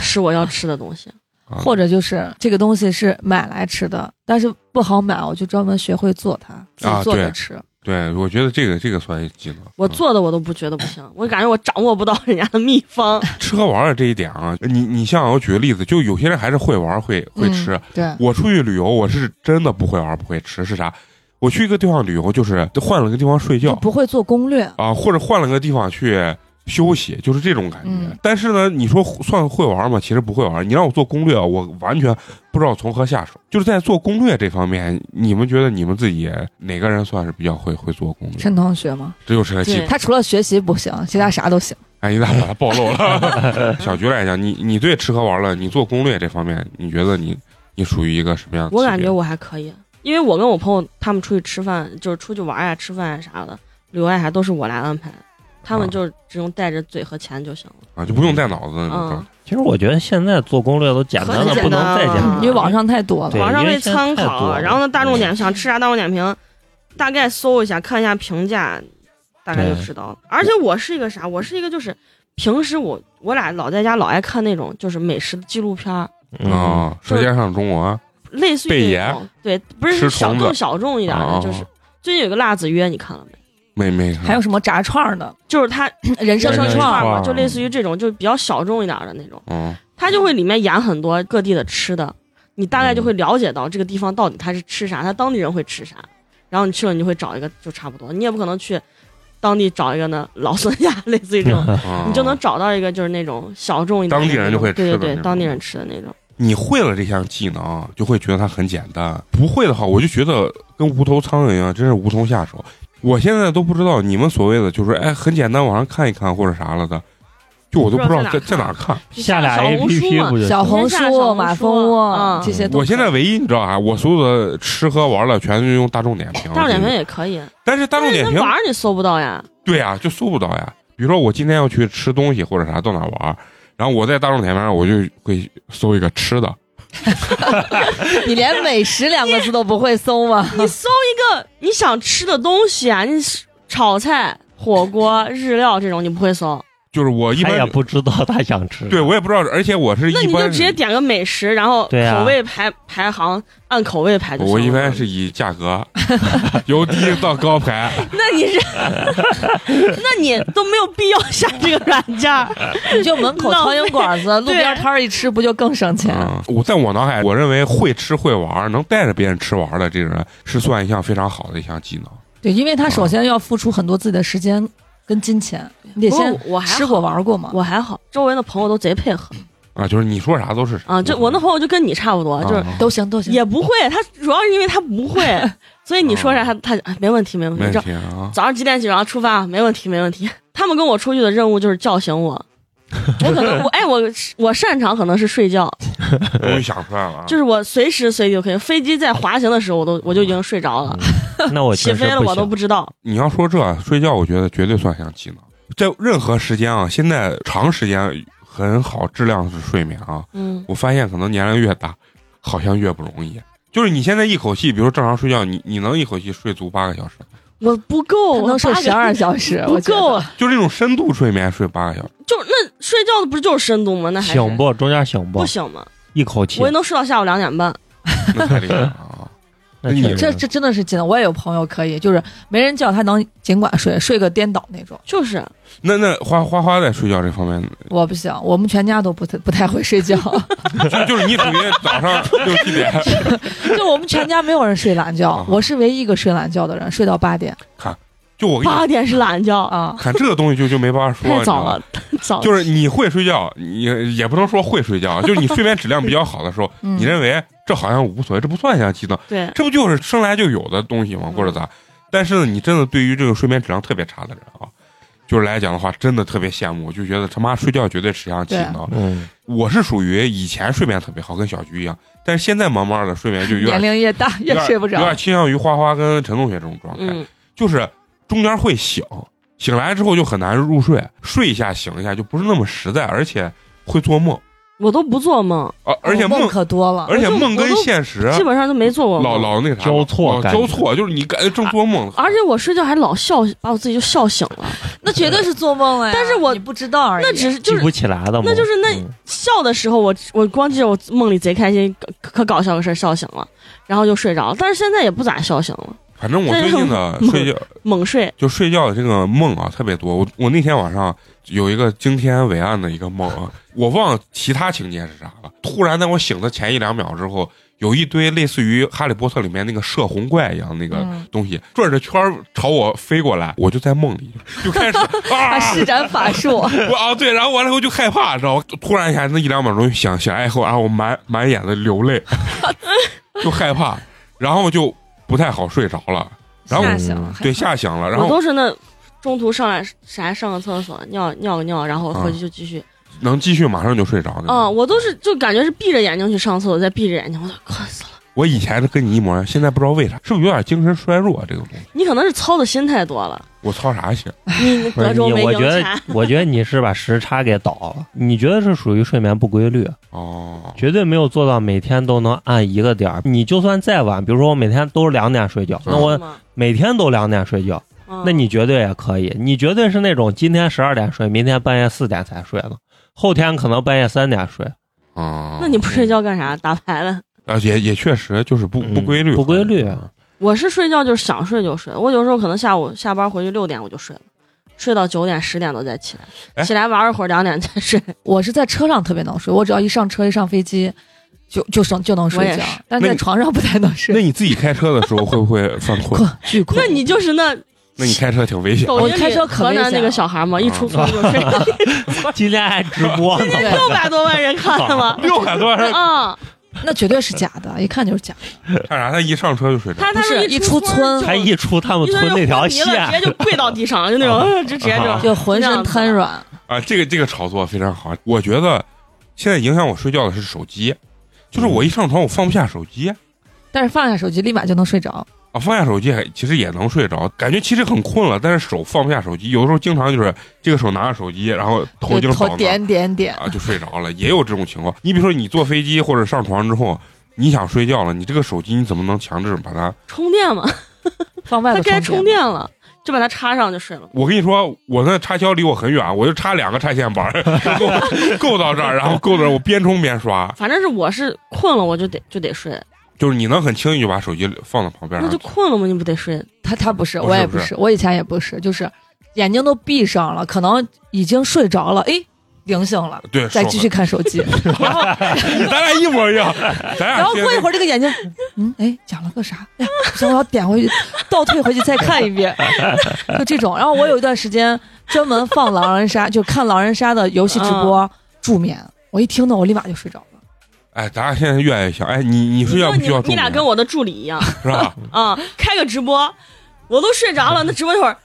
Speaker 1: 吃我要吃的东西。
Speaker 2: 啊
Speaker 6: 或者就是这个东西是买来吃的，但是不好买，我就专门学会做它，自
Speaker 2: 啊
Speaker 6: 己做
Speaker 2: 对
Speaker 6: 着吃。
Speaker 2: 对，我觉得这个这个算一技能。
Speaker 1: 我
Speaker 2: 嗯
Speaker 1: 做的我都不觉得不行， 我感觉我掌握不到人家的秘方。
Speaker 2: 吃喝玩儿这一点啊，你你像我举个例子，就有些人还是会玩儿会会
Speaker 6: 嗯
Speaker 2: 吃，
Speaker 6: 对，
Speaker 2: 我出去旅游，我是真的不会玩，不会吃，是啥？我去一个地方旅游，就是换了个地方睡
Speaker 6: 就
Speaker 2: 觉
Speaker 6: 不会做攻略，
Speaker 2: 啊，或者换了个地方去休息，就是这种感觉。
Speaker 6: 嗯
Speaker 2: 但是呢，你说算会玩吗？其实不会玩。你让我做攻略，啊我完全不知道从何下手。就是在做攻略这方面，你们觉得你们自己哪个人算是比较会会做攻略？
Speaker 6: 陈同学嘛，
Speaker 2: 这就是个基本
Speaker 1: 对。
Speaker 6: 他除了学习不行，其他啥都行。
Speaker 2: 哎，一大把它暴露了。 小菊来讲，你你对吃喝玩乐，你做攻略这方面，你觉得你你属于一个什么样的级
Speaker 1: 我
Speaker 2: 别？
Speaker 1: 感觉我还可以，因为我跟我朋友他们出去吃饭，就是出去玩呀、吃饭呀、啥的，旅游呀啥都是我来安排，他
Speaker 5: 嗯
Speaker 1: 们
Speaker 2: 啊
Speaker 1: 就只用带着嘴和钱就行了。
Speaker 2: 啊，就不用带脑子那种
Speaker 1: 嗯
Speaker 2: 状态。
Speaker 5: 其实我觉得现在做攻略都简单
Speaker 1: 很
Speaker 5: 的
Speaker 1: 简
Speaker 5: 不
Speaker 1: 单
Speaker 5: 能再简
Speaker 1: 啊
Speaker 5: 单
Speaker 2: 嗯
Speaker 5: 了。
Speaker 6: 因为网上太多
Speaker 5: 对
Speaker 6: 了，
Speaker 1: 网上
Speaker 5: 因为
Speaker 1: 为
Speaker 5: 现在
Speaker 1: 参
Speaker 5: 太多
Speaker 1: 考，
Speaker 5: 了嗯
Speaker 1: 然后呢大众点想吃啥大众点评，大概搜一下看一下评价，大概就
Speaker 5: 对
Speaker 1: 知道了。而且我是一个啥？我是一个就是平时我我俩老在家老爱看那种就是美食纪录片儿，
Speaker 5: 嗯，
Speaker 2: 啊，《舌尖上的中国》
Speaker 1: 类似
Speaker 2: 贝
Speaker 1: 于
Speaker 2: 爷
Speaker 1: 那种对，不是
Speaker 2: 吃
Speaker 1: 小
Speaker 2: 虫子
Speaker 1: 更小众一点
Speaker 2: 啊
Speaker 1: 的，就是最近有个辣子约，你看了没？
Speaker 2: 妹妹
Speaker 6: 还有什么炸串儿的、
Speaker 1: 就是他
Speaker 6: 人
Speaker 1: 人
Speaker 6: 参
Speaker 1: 生
Speaker 2: 人参
Speaker 1: 串
Speaker 2: 串
Speaker 1: 嘛，
Speaker 2: 儿啊
Speaker 1: 就类似于这种，就是比较小众一点的那种，
Speaker 2: 嗯，
Speaker 1: 它就会里面演很多各地的吃的，你大
Speaker 2: 嗯
Speaker 1: 概就会了解到这个地方到底它是吃啥，它当地人会吃啥，然后你去了你就会找一个就差不多，你也不可能去当地找一个呢老孙家， 类
Speaker 5: 嗯
Speaker 1: 似于这 种，
Speaker 2: 啊
Speaker 1: 你就能找到一个就是那种小众一点的
Speaker 2: 当地人
Speaker 1: 那种
Speaker 2: 就会吃的
Speaker 1: 对对
Speaker 2: 那种
Speaker 1: 对，当地人吃的那种，
Speaker 2: 你会了这项技能，就会觉得它很简单；不会的话，我就觉得跟无头苍蝇一啊样，真是无从下手。我现在都不知道你们所谓的就是哎很简单，网上看一看或者啥了的，就我都不知道在
Speaker 1: 不知
Speaker 2: 在
Speaker 1: 道在
Speaker 2: 哪
Speaker 1: 哪
Speaker 2: 儿
Speaker 1: 儿
Speaker 2: 看。
Speaker 1: 就
Speaker 5: 下俩
Speaker 1: 小
Speaker 5: A
Speaker 1: 红
Speaker 5: P
Speaker 1: 书
Speaker 5: P
Speaker 1: 嘛
Speaker 5: 不就行
Speaker 6: 小红
Speaker 1: 先下小红
Speaker 6: 书、啊
Speaker 1: 书
Speaker 6: 马蜂窝啊
Speaker 1: 嗯
Speaker 6: 这些都看。
Speaker 2: 我现在唯一你知道啊，我所有的吃喝玩乐全是用大众点评。
Speaker 1: 大众点评，也可以，
Speaker 2: 但是大众点
Speaker 1: 但是
Speaker 2: 评
Speaker 1: 那玩意儿你搜不到呀，
Speaker 2: 对呀、就搜不到呀。比如说我今天要去吃东西或者啥，到哪儿玩儿，然后我在大众点评上我就会搜一个吃的，
Speaker 4: 你连美食两个字都不会搜吗？
Speaker 1: 你搜一个你想吃的东西啊，你炒菜、火 锅、日料这种你不会搜。
Speaker 2: 就是我一
Speaker 5: 他也
Speaker 2: 般
Speaker 5: 不知道他想吃。
Speaker 2: 对我也不知道，而且我是
Speaker 1: 那
Speaker 2: 一
Speaker 1: 你就
Speaker 2: 般
Speaker 1: 直接点个美食，然后
Speaker 5: 对啊
Speaker 1: 口味排、排行，按口味排就行
Speaker 2: 我
Speaker 1: 了。
Speaker 2: 一般是以价 格由低到高排，
Speaker 1: 那你 是，那你都没有必要下这个软件儿。
Speaker 4: 你就门口
Speaker 1: 浪
Speaker 4: 苍
Speaker 1: 费
Speaker 4: 蝇馆子、路
Speaker 1: 对
Speaker 4: 边摊儿一吃，不就更省钱？
Speaker 1: 啊
Speaker 2: 嗯，我在我脑海，我认为会吃会玩，能带着别人吃玩的这个人，是算一项非常好的一项技能。
Speaker 6: 对，因为
Speaker 4: 啊
Speaker 6: 他首先要付出很多自己的时间跟金钱，你得
Speaker 1: 不过
Speaker 6: 先
Speaker 1: 我还好
Speaker 6: 吃过玩过嘛。
Speaker 1: 我还好，周围的朋友都贼配合
Speaker 2: 啊，就是你说啥都是啥
Speaker 1: 啊。就我那朋友就跟你差不多，就是
Speaker 2: 啊
Speaker 6: 都行都行，
Speaker 1: 也不会。他主要是因为他不 会，所以你说啥他他哎没问题没问
Speaker 2: 哦没问
Speaker 1: 题。这
Speaker 2: 题啊，
Speaker 1: 早上几点起床出发？没问题，没问题。他们跟我出去的任务就是叫醒我，我可能我哎我我擅长可能是睡觉，
Speaker 2: 终于想出来了啊，
Speaker 1: 就是我随时随地都可以。飞机在滑行的时候，我都我就已经睡着了，
Speaker 5: 那我
Speaker 1: 起
Speaker 5: 确实
Speaker 1: 飞了
Speaker 5: 不
Speaker 1: 我都
Speaker 5: 行。
Speaker 1: 不知道。
Speaker 2: 你要说这睡觉，我觉得绝对算项技能。在任何时间啊，现在长时间很好质量是睡眠啊，
Speaker 1: 嗯，
Speaker 2: 我发现可能年龄越大，好像越不容易。就是你现在一口气，比如正常睡觉，你你能一口气睡足八个小时，
Speaker 1: 我不够，
Speaker 6: 他能睡
Speaker 1: 八个
Speaker 6: 十二小时，
Speaker 1: 不
Speaker 6: 我觉得
Speaker 1: 够，啊
Speaker 2: 就这种深 度睡眠睡八个小时，
Speaker 1: 就那睡觉的不是就是深度吗？那还是
Speaker 5: 醒不？中间醒不
Speaker 1: 不？醒吗？
Speaker 5: 一口气
Speaker 1: 我也，能睡到下午两点半。
Speaker 2: 那太厉害了啊！
Speaker 5: 那确实
Speaker 6: 这这真的是真的，我也有朋友可以，就是没人叫他能尽管睡，睡个颠倒那种。
Speaker 1: 就是
Speaker 2: 那那花花花在睡觉这方面，
Speaker 6: 我不行，我们全家都不太不太会睡 觉，
Speaker 2: 就就是你属于早上六七点，
Speaker 6: 就我们全家没有人睡懒觉
Speaker 2: 啊，
Speaker 6: 我是唯一一个睡懒觉的人，睡到八点
Speaker 2: 就我跟你
Speaker 1: 八点是懒觉，
Speaker 6: 啊。
Speaker 2: 看这个东西就就没法说，你
Speaker 1: 太早
Speaker 2: 知道吗
Speaker 1: 了，太 早了。
Speaker 2: 就是你会睡觉，你也不能说会睡 觉，啊就是你睡眠质量比较好的时候，
Speaker 6: 嗯
Speaker 2: 你认为这好像无所谓，这不算像激动，
Speaker 1: 对，
Speaker 2: 这不就是生来就有的东西吗？
Speaker 1: 嗯
Speaker 2: 或者咋？但是呢，你真的对于这个睡眠质量特别差的人啊，就是来讲的话，真的特别羡慕，就觉得他妈睡觉绝对是项技能。
Speaker 5: 嗯，
Speaker 2: 我是属于以前睡眠特别好，跟小菊一样，但是现在慢慢的睡眠就有
Speaker 6: 年
Speaker 2: 点
Speaker 6: 龄越大
Speaker 2: 有
Speaker 6: 越
Speaker 2: 点
Speaker 6: 睡不
Speaker 2: 有
Speaker 6: 着
Speaker 2: 点，倾向于花花跟陈同学这种状态，
Speaker 1: 嗯，
Speaker 2: 就是中间会醒，醒来之后就很难入睡，睡一下醒一下就不是那么实在，而且会做梦
Speaker 1: 我都不做梦，
Speaker 2: 啊，而且
Speaker 6: 我
Speaker 2: 梦，
Speaker 6: 可多了。
Speaker 2: 而且
Speaker 1: 我就
Speaker 2: 梦跟
Speaker 1: 我都
Speaker 2: 现实
Speaker 1: 基本上都没做过梦。
Speaker 2: 老老那个啥
Speaker 5: 交错
Speaker 2: 老
Speaker 5: 感觉
Speaker 2: 交错，就是你感觉正做梦，
Speaker 1: 而且我睡觉还老笑，把我自己就笑醒了。
Speaker 6: 那绝对是做梦了呀，
Speaker 1: 但是我
Speaker 6: 你不知道而已。
Speaker 1: 那只是就
Speaker 5: 记
Speaker 1: 是
Speaker 5: 不起来的嘛，
Speaker 1: 那就是那
Speaker 5: 嗯
Speaker 1: 笑的时候，我我光记着我梦里贼开心，可可搞笑的事儿笑醒了，然后就睡着了。但是现在也不咋笑醒了，
Speaker 2: 反正我
Speaker 1: 但
Speaker 2: 最
Speaker 1: 是
Speaker 2: 近的
Speaker 1: 梦
Speaker 2: 睡觉
Speaker 1: 猛睡。
Speaker 2: 就睡觉的这个梦啊特别多。我我那天晚上有一个惊天伟岸的一个梦啊，我忘了其他情节是啥了。突然在我醒的前一两秒之后，有一堆类似于《哈利波特》里面那个摄魂怪一样那个
Speaker 6: 嗯
Speaker 2: 东西转着圈儿朝我飞过来，我就在梦里就开始啊
Speaker 6: 啊，施展法术，
Speaker 2: 我啊，对，然后完了以后就害怕，知道吗？突然一下，那一两秒钟想醒来以后，然后啊我满满眼的流泪，就害怕，然后就不太好睡着了，然后
Speaker 6: 吓醒
Speaker 1: 嗯
Speaker 6: 了。
Speaker 2: 对，吓醒了，然
Speaker 1: 我
Speaker 2: 后
Speaker 1: 都是那中途上来啥上个厕所尿尿个尿，然后回去就继续。
Speaker 2: 能继续马上就睡着那种。
Speaker 1: 嗯，我都是就感觉是闭着眼睛去上厕所，再闭着眼睛，我都困死了。
Speaker 2: 我以前跟你一模一样，现在不知道为啥，是不是有点精神衰弱啊？这个东西，
Speaker 1: 你可能是操的心太多了，
Speaker 2: 我操啥心？
Speaker 1: 你
Speaker 5: 不是
Speaker 1: 德州
Speaker 5: 你，
Speaker 1: 没
Speaker 5: 我
Speaker 1: 赢
Speaker 5: 觉得
Speaker 1: 钱。，
Speaker 5: 我觉得你是把时差给倒了。你觉得是属于睡眠不规律，
Speaker 2: 哦，
Speaker 5: 绝对没有做到每天都能按一个点儿。你就算再晚，比如说我每天都两点睡觉，那我
Speaker 1: 嗯
Speaker 5: 每天都两点睡觉，
Speaker 1: 嗯
Speaker 5: 那你绝对也可以。你绝对是那种今天十二点睡，明天半夜四点才睡的，后天可能半夜三点睡，
Speaker 2: 啊、
Speaker 1: 那你不睡觉干啥？打牌了。
Speaker 2: 啊？也也确实就是不
Speaker 5: 嗯
Speaker 2: 不规律，
Speaker 5: 不规律啊
Speaker 1: 我是睡觉就是想睡就睡，我有时候可能下午下班回去六点我就睡了，睡到九点十点都再起
Speaker 2: 哎
Speaker 1: 来，起来玩一会儿两点再睡。
Speaker 6: 我是在车上特别能睡，我只要一上车一上飞机，就就生就能睡
Speaker 1: 我
Speaker 6: 觉
Speaker 1: 也是，
Speaker 6: 但
Speaker 2: 那
Speaker 6: 在
Speaker 2: 你
Speaker 6: 床上不太能
Speaker 2: 那
Speaker 6: 睡，
Speaker 2: 你自己开车的时候会不会犯困？
Speaker 6: 困巨困。
Speaker 1: 那你就是那
Speaker 2: 那你开车挺危险。？
Speaker 1: 抖音
Speaker 6: 我开
Speaker 1: 里
Speaker 6: 车可
Speaker 1: 河
Speaker 6: 危
Speaker 1: 南
Speaker 6: 险
Speaker 1: 那
Speaker 6: 了
Speaker 1: 个小孩嘛，一出村就睡，
Speaker 5: 今天还直播呢，
Speaker 6: 对，
Speaker 1: 六百多万人看了吗
Speaker 2: 六百多人
Speaker 1: 啊，
Speaker 6: 那绝对是假 的，一看就是假的。
Speaker 2: 看啥？他一上车就睡着。
Speaker 1: 他他
Speaker 6: 不
Speaker 1: 说
Speaker 6: 是
Speaker 1: 出
Speaker 6: 一出村
Speaker 1: 就
Speaker 5: 还一出他们
Speaker 1: 一出
Speaker 5: 村
Speaker 1: 村
Speaker 5: 那条
Speaker 1: 就昏迷了直
Speaker 5: 线，啊
Speaker 1: 接就跪到地上，就那种呃就直接就
Speaker 6: 就浑身瘫。软。
Speaker 2: 啊，这个这个炒作非常好。我觉得现在影响我睡觉的是手机，就是我一上床我放不下手机啊，
Speaker 6: 但是放下手机，立马就能睡着。
Speaker 2: 放下手机还其实也能睡着，感觉其实很困了，但是手放不下手机，有的时候经常就是这个手拿着手机，然后头
Speaker 6: 对
Speaker 2: 就
Speaker 6: 头
Speaker 2: 倒那儿
Speaker 6: 点点点，
Speaker 2: 啊就睡着了，也有这种情况。你比如说你坐飞机或者上床之后。你想睡觉了，你这个手机你怎么能强制把它？
Speaker 1: 充电嘛，
Speaker 6: 放外
Speaker 1: 他
Speaker 6: 头
Speaker 1: 该充
Speaker 6: 充。
Speaker 1: 电了，就把它插上就睡了。
Speaker 2: 我跟你说，我那插销离我很远，啊我就插两个插线板儿，够够到这儿，然后够到这儿我边充边刷，
Speaker 1: 反正是我是困了，我就得就得睡，
Speaker 5: 啊
Speaker 2: 就是你能很轻易就把手机放到旁边上
Speaker 1: 那就困了嘛，你不 得睡？
Speaker 6: 他他不是，
Speaker 2: 不是
Speaker 6: 我也
Speaker 2: 不
Speaker 6: 不
Speaker 2: 是
Speaker 6: 是，我以前也不是，就是眼睛都闭上了，可能已经睡着了，哎，灵醒了，
Speaker 2: 对，
Speaker 6: 再
Speaker 2: 手
Speaker 6: 继续看手机，然后
Speaker 2: 咱俩一模一样，咱俩
Speaker 6: 然后
Speaker 2: 现
Speaker 6: 过一
Speaker 2: 在
Speaker 6: 会儿这个眼睛， 嗯，哎，讲了个啥？哎呀，不行，我要点回去，倒退回去再看一遍， 就这种。然后我有一段时间专门放狼人杀，就看狼人杀的游戏直播助眠，我一听到我立马就睡着了。
Speaker 2: 哎，咱俩现在越来越像。哎，你你睡
Speaker 1: 你
Speaker 2: 觉
Speaker 1: 说
Speaker 2: 不需要啊助
Speaker 1: 你你
Speaker 2: 眠
Speaker 1: 俩跟我的助理一样
Speaker 2: 是吧？
Speaker 1: 啊，开个直播，我都睡着了，那直播一会儿。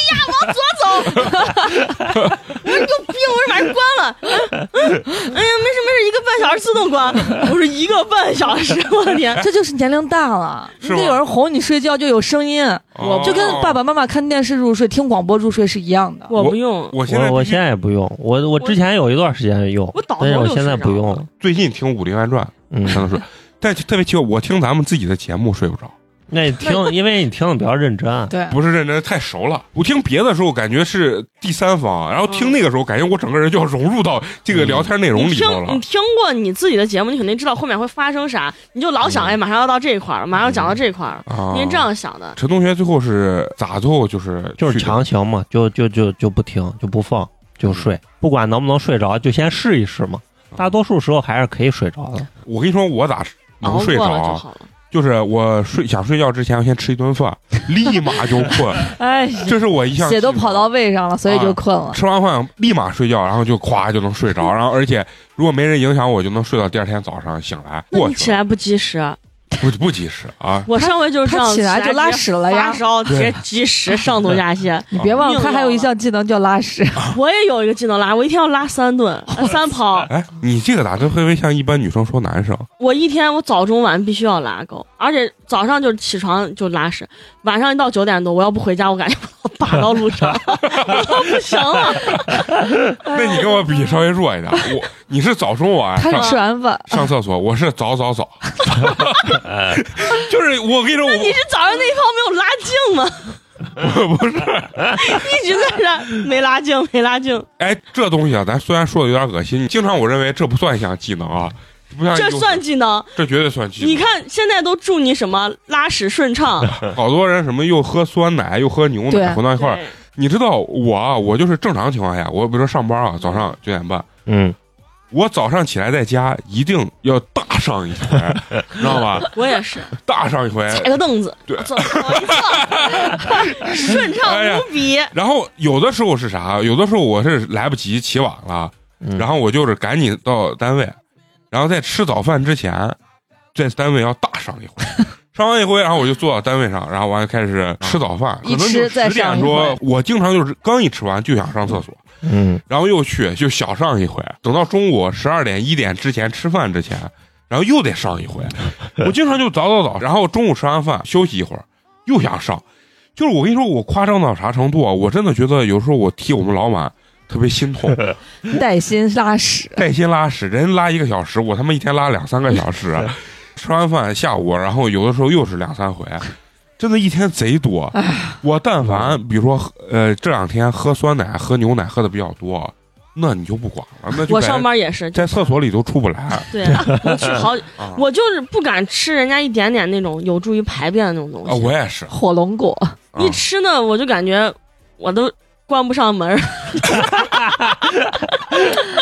Speaker 1: 哎呀，往左走！ 我说你有病，我说把人关了。嗯嗯哎呀，没事没事，一个半小时自动关。我说一个半小时，我的天！
Speaker 6: 这就是年龄大了，
Speaker 2: 是
Speaker 6: 你
Speaker 2: 吗
Speaker 6: 得有人哄你睡觉就有声音，
Speaker 2: 我
Speaker 6: 就跟爸。爸妈妈看电视入睡、听广播入睡是一样的。
Speaker 1: 我
Speaker 2: 我
Speaker 1: 不用，
Speaker 2: 我现在
Speaker 5: 我我
Speaker 2: 必须
Speaker 5: 现在也不用，我我之前有一段时间用
Speaker 1: 我倒，头
Speaker 5: 但是我
Speaker 1: 就
Speaker 5: 现在
Speaker 1: 睡着
Speaker 5: 不用
Speaker 1: 了
Speaker 5: 了。
Speaker 2: 最近听《武林外传
Speaker 5: 嗯》
Speaker 2: 才能睡，但特别奇怪，我听咱们自己的节目睡不着，
Speaker 5: 那你听，因为你听的比较认真，啊
Speaker 6: 对，
Speaker 2: 不是认真，太熟了。我听别的时候感觉是第三方，然后
Speaker 1: 嗯
Speaker 2: 听那个时候感觉我整个人就要融入到这
Speaker 5: 嗯
Speaker 2: 个聊天内容
Speaker 1: 你
Speaker 2: 里
Speaker 1: 听
Speaker 2: 头了。
Speaker 1: 你听过你自己的节目，你肯定知道后面会发生啥，你就老想
Speaker 2: 嗯
Speaker 1: 哎，马上要到这一块儿了，马上要讲到这一块儿了，
Speaker 2: 啊，
Speaker 1: 你是这样想的。
Speaker 2: 陈同学最后是咋最后就是
Speaker 5: 就是
Speaker 2: 去的
Speaker 5: 强行嘛，就就就就不听，就不放，就睡，不管能不能睡着，就先试一试嘛。大多数时候还是可以睡着的。
Speaker 2: 我跟你说，我咋能
Speaker 1: 熬
Speaker 2: 睡
Speaker 1: 过
Speaker 2: 着
Speaker 1: 了就
Speaker 2: 啊？
Speaker 1: 好了。
Speaker 2: 就是我睡想睡觉之前，我先吃一顿饭， 立马就困。
Speaker 6: 哎，
Speaker 2: 这是我一项
Speaker 6: 血都
Speaker 2: 技能
Speaker 6: 跑到胃上了，所以就困了。
Speaker 2: 吃完饭立马睡觉，然后就咵就能睡着，
Speaker 1: 嗯
Speaker 2: 然后而且如果没人影响我，就能睡到第二天早上醒来。
Speaker 1: 那
Speaker 2: 过
Speaker 1: 你
Speaker 2: 去
Speaker 1: 起
Speaker 2: 了
Speaker 1: 来不及时，
Speaker 2: 不不及时啊！
Speaker 1: 我上回就是这样，
Speaker 6: 他起来就拉
Speaker 1: 直接
Speaker 6: 屎了呀
Speaker 1: 发烧直接及时上吐下泻。
Speaker 6: 你别忘了，
Speaker 1: 硬
Speaker 6: 他还有一
Speaker 1: 要
Speaker 6: 项技能叫拉屎。
Speaker 1: 我也有一个技能拉，我一天要拉三顿， 呃三泡。
Speaker 2: 哎，你这个咋跟会不会像一般女生说男生？
Speaker 1: 我一天我早中晚必须要拉够，而且早上就是起床就拉屎，晚上一到九点多，我要不回家，我感觉我要拔到 路上，我都不行了。哎
Speaker 2: 那你跟我比稍微弱一 点。我你是早中晚
Speaker 6: 他
Speaker 2: 上
Speaker 6: 是吃完饭，
Speaker 2: 上厕所，我是早早 早，就是我跟你说，
Speaker 1: 那你是早上那一泡没有拉净吗？
Speaker 2: 我我不是
Speaker 1: 一直在那没拉净，没拉净，
Speaker 2: 哎，这东西啊，咱虽然说的有点恶心，经常我认为这不算一项技能啊，不像
Speaker 1: 这
Speaker 2: 一种
Speaker 1: 算技能？
Speaker 2: 这绝对算技能。
Speaker 1: 你看现在都祝你什么拉屎顺畅，
Speaker 2: 好多人什么又喝酸奶又喝牛
Speaker 6: 对
Speaker 2: 奶混到一块儿，
Speaker 1: 对
Speaker 2: 你知道我啊，我就是正常情况下，我比如说上班啊，早上九点半，
Speaker 5: 嗯，
Speaker 2: 我早上起来在家一定要大上一回， 知道吧？
Speaker 1: 我也是
Speaker 2: 大上一回。
Speaker 1: 踩个凳子，啊
Speaker 2: 对哎
Speaker 1: 坐我一 坐，顺畅无比。
Speaker 2: 然后有的时候是啥？有的时候我是来不及起晚了，
Speaker 5: 嗯
Speaker 2: 然后我就是赶紧到单位，然后在吃早饭之前，在单位要大上一回。上完一回，然后我就坐到单位上，然后完了开始吃早饭，可
Speaker 6: 一
Speaker 2: 能就
Speaker 6: 吃
Speaker 2: 十
Speaker 6: 再上
Speaker 2: 点
Speaker 6: 一回
Speaker 2: 多。我经常就是刚一吃完就想上厕所，
Speaker 5: 嗯，
Speaker 2: 然后又去就小上一回，等到中午十二点一点之前吃饭之前，然后又得上一回。我经常就早早早，然后中午吃完饭休息一会儿，又想上。就是我跟你说，我夸张到啥程度啊？我真的觉得有时候我替我们老板特别心痛，
Speaker 6: 带薪拉屎，
Speaker 2: 带薪拉屎，人拉一个小时，我他妈一天拉两三个小时。啊吃完饭下午，然后有的时候又是两三回，真的一天贼多。我但凡比如说呃这两天喝酸奶、喝牛奶喝的比较多，那你就不管了，那就
Speaker 1: 我
Speaker 2: 在
Speaker 1: 上班也是，
Speaker 2: 在厕所里都出不来。
Speaker 1: 对，我去好，
Speaker 2: 啊
Speaker 1: 我就是不敢吃人家一点点那种有助于排便的那种东
Speaker 2: 啊，
Speaker 1: 西。
Speaker 2: 我也是，
Speaker 6: 火龙果，
Speaker 2: 啊
Speaker 1: 一吃呢，我就感觉我都关不上门儿。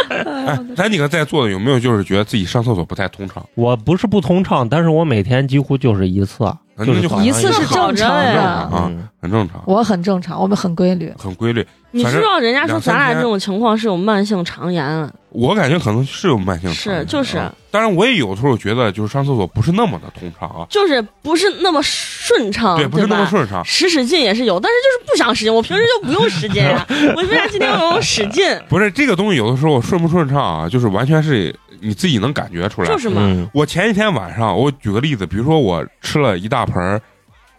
Speaker 2: 哎，咱几个在座的有没有就是觉得自己上厕所不太通畅？
Speaker 5: 我不是不通畅，但是我每天几乎就是一次，啊
Speaker 2: 那
Speaker 5: 就是
Speaker 2: 就
Speaker 5: 早
Speaker 2: 好
Speaker 5: 上
Speaker 6: 一
Speaker 5: 次
Speaker 6: 次是
Speaker 1: 好
Speaker 6: 正
Speaker 1: 着
Speaker 6: 常
Speaker 1: 哎
Speaker 6: 的
Speaker 2: 呀。啊
Speaker 5: 嗯
Speaker 2: 很正常，
Speaker 6: 我很正常，我们很规律。
Speaker 2: 很规律。
Speaker 1: 你
Speaker 2: 反
Speaker 1: 知
Speaker 2: 正
Speaker 1: 道人家说
Speaker 2: 两三
Speaker 1: 咱俩
Speaker 2: 天
Speaker 1: 这种情况是有慢性肠炎啊，
Speaker 2: 我感觉可能是有慢性肠
Speaker 1: 是
Speaker 2: 炎
Speaker 1: 就是
Speaker 2: 啊当然我也有时候觉得就是上厕所不是那么的通畅啊，
Speaker 1: 就是不是那么顺畅，
Speaker 2: 对，不是那么
Speaker 1: 嗯吧
Speaker 2: 顺畅。啊
Speaker 1: 使使劲也是有，但是就是不想使劲。我平时就不用使 劲呀、我为啥今天我要使劲？
Speaker 2: 不是这个东西，有的时候顺不顺畅啊，就是完全是你自己能感觉出来。
Speaker 1: 就是嘛，
Speaker 5: 嗯
Speaker 2: 我前一天晚上，我举个例子，比如说我吃了一大盆儿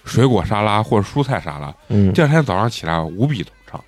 Speaker 2: 水果沙拉或者蔬菜沙拉，
Speaker 5: 嗯，
Speaker 2: 第二天早上起来无比通畅。
Speaker 1: 嗯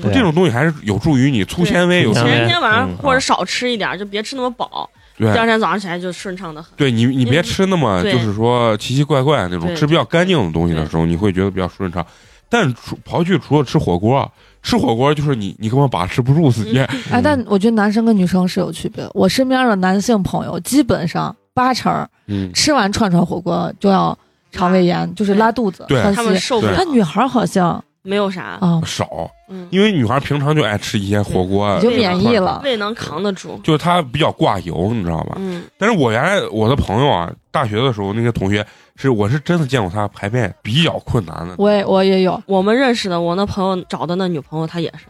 Speaker 5: 对
Speaker 2: 这种东西还是有助于你粗
Speaker 1: 对
Speaker 2: 纤维，有
Speaker 5: 粗纤维
Speaker 1: 前一天晚上
Speaker 5: 嗯
Speaker 1: 或者少吃一点，就别吃那么饱，第二
Speaker 2: 对，
Speaker 1: 天早上起来就顺畅的很。
Speaker 2: 对你你别吃那么
Speaker 1: 对
Speaker 2: 就是说奇奇怪怪的那种，
Speaker 1: 对
Speaker 2: 吃比较干净的东西的时候，你会觉得比较顺畅。但除刨去除了吃火锅，吃火锅就是你你根本把持不住自己，
Speaker 6: 哎，但我觉得男生跟女生是有区别的。我身边的男性朋友基本上八成儿
Speaker 2: 嗯，
Speaker 6: 吃完串串火锅就要肠胃炎，就是拉肚子、
Speaker 2: 对
Speaker 6: 窜
Speaker 1: 他们
Speaker 6: 稀。
Speaker 1: 受不
Speaker 2: 对
Speaker 1: 了
Speaker 6: 但，女孩儿好像
Speaker 1: 没有啥，
Speaker 6: 啊，
Speaker 2: 少，
Speaker 1: 嗯，
Speaker 2: 因为女孩平常就爱吃一些火锅，
Speaker 6: 你就
Speaker 2: 这
Speaker 6: 免
Speaker 2: 块
Speaker 6: 疫
Speaker 2: 儿
Speaker 6: 了。
Speaker 1: 胃能扛得住。
Speaker 2: 就是她比较挂油，你知道吧？
Speaker 1: 嗯，
Speaker 2: 但是我原来我的朋友啊，大学的时候那些同学，是我是真的见过他排便比较困难的，
Speaker 6: 我也我也有，
Speaker 1: 我们认识的，我那朋友找的那女朋友，她也是，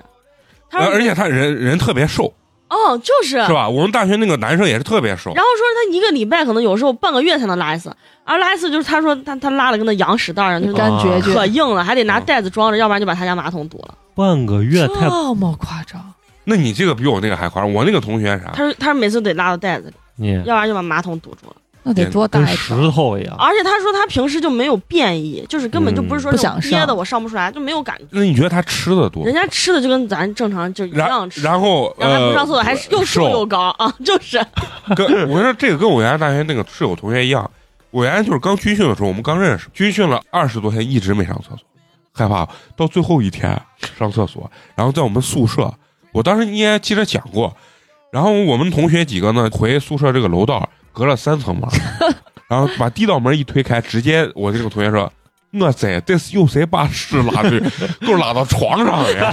Speaker 1: 她
Speaker 2: 呃
Speaker 1: 说
Speaker 2: 而且他人人特别瘦，
Speaker 1: 哦，就是，
Speaker 2: 是吧？我们大学那个男生也是特别瘦，
Speaker 1: 然后说她一个礼拜可能有时候半个月才能拉一次，而拉一次就是她说她她拉了跟那羊屎蛋儿一样，就是
Speaker 6: 干绝绝，
Speaker 1: 可硬了，还得拿
Speaker 2: 哦
Speaker 1: 袋子装着，要不然就把她家马桶堵了。
Speaker 5: 半个月太
Speaker 6: 这么夸张？
Speaker 2: 那你这个比我那个还夸张，我那个同学啥
Speaker 1: 她，说她说每次都得拉到袋子里，
Speaker 5: 你
Speaker 1: 要不啊然就把马桶堵住了。
Speaker 6: 那得多大
Speaker 5: 跟
Speaker 6: 一
Speaker 5: 石
Speaker 6: 条？
Speaker 5: 头一样，
Speaker 2: 啊
Speaker 1: 而且她说她平时就没有便意，就是根本就不是说
Speaker 6: 嗯
Speaker 1: 那
Speaker 6: 不想
Speaker 1: 种
Speaker 6: 上
Speaker 1: 憋的我上不出来，就没有感觉。
Speaker 2: 那你觉得他吃的多
Speaker 1: 人？家吃的就跟咱正常就一
Speaker 2: 然
Speaker 1: 样吃，
Speaker 2: 然后
Speaker 1: 然后还不上厕
Speaker 2: 呃，
Speaker 1: 所，还是又瘦
Speaker 2: 瘦
Speaker 1: 又高啊，就是
Speaker 2: 跟我跟你说这个跟我原来大学那个室友同学一样，我原来就是刚军训的时候，我们刚认识，军训了二十多天一直没上厕所，害怕到最后一天上厕所，然后在我们宿舍，我当时你也记得讲过，然后我们同学几个呢回宿舍这个楼道隔了三层门，然后把地道门一推开，直接我这个同学说。我在，这是有谁把屎拉去，给我拉到床上了呀？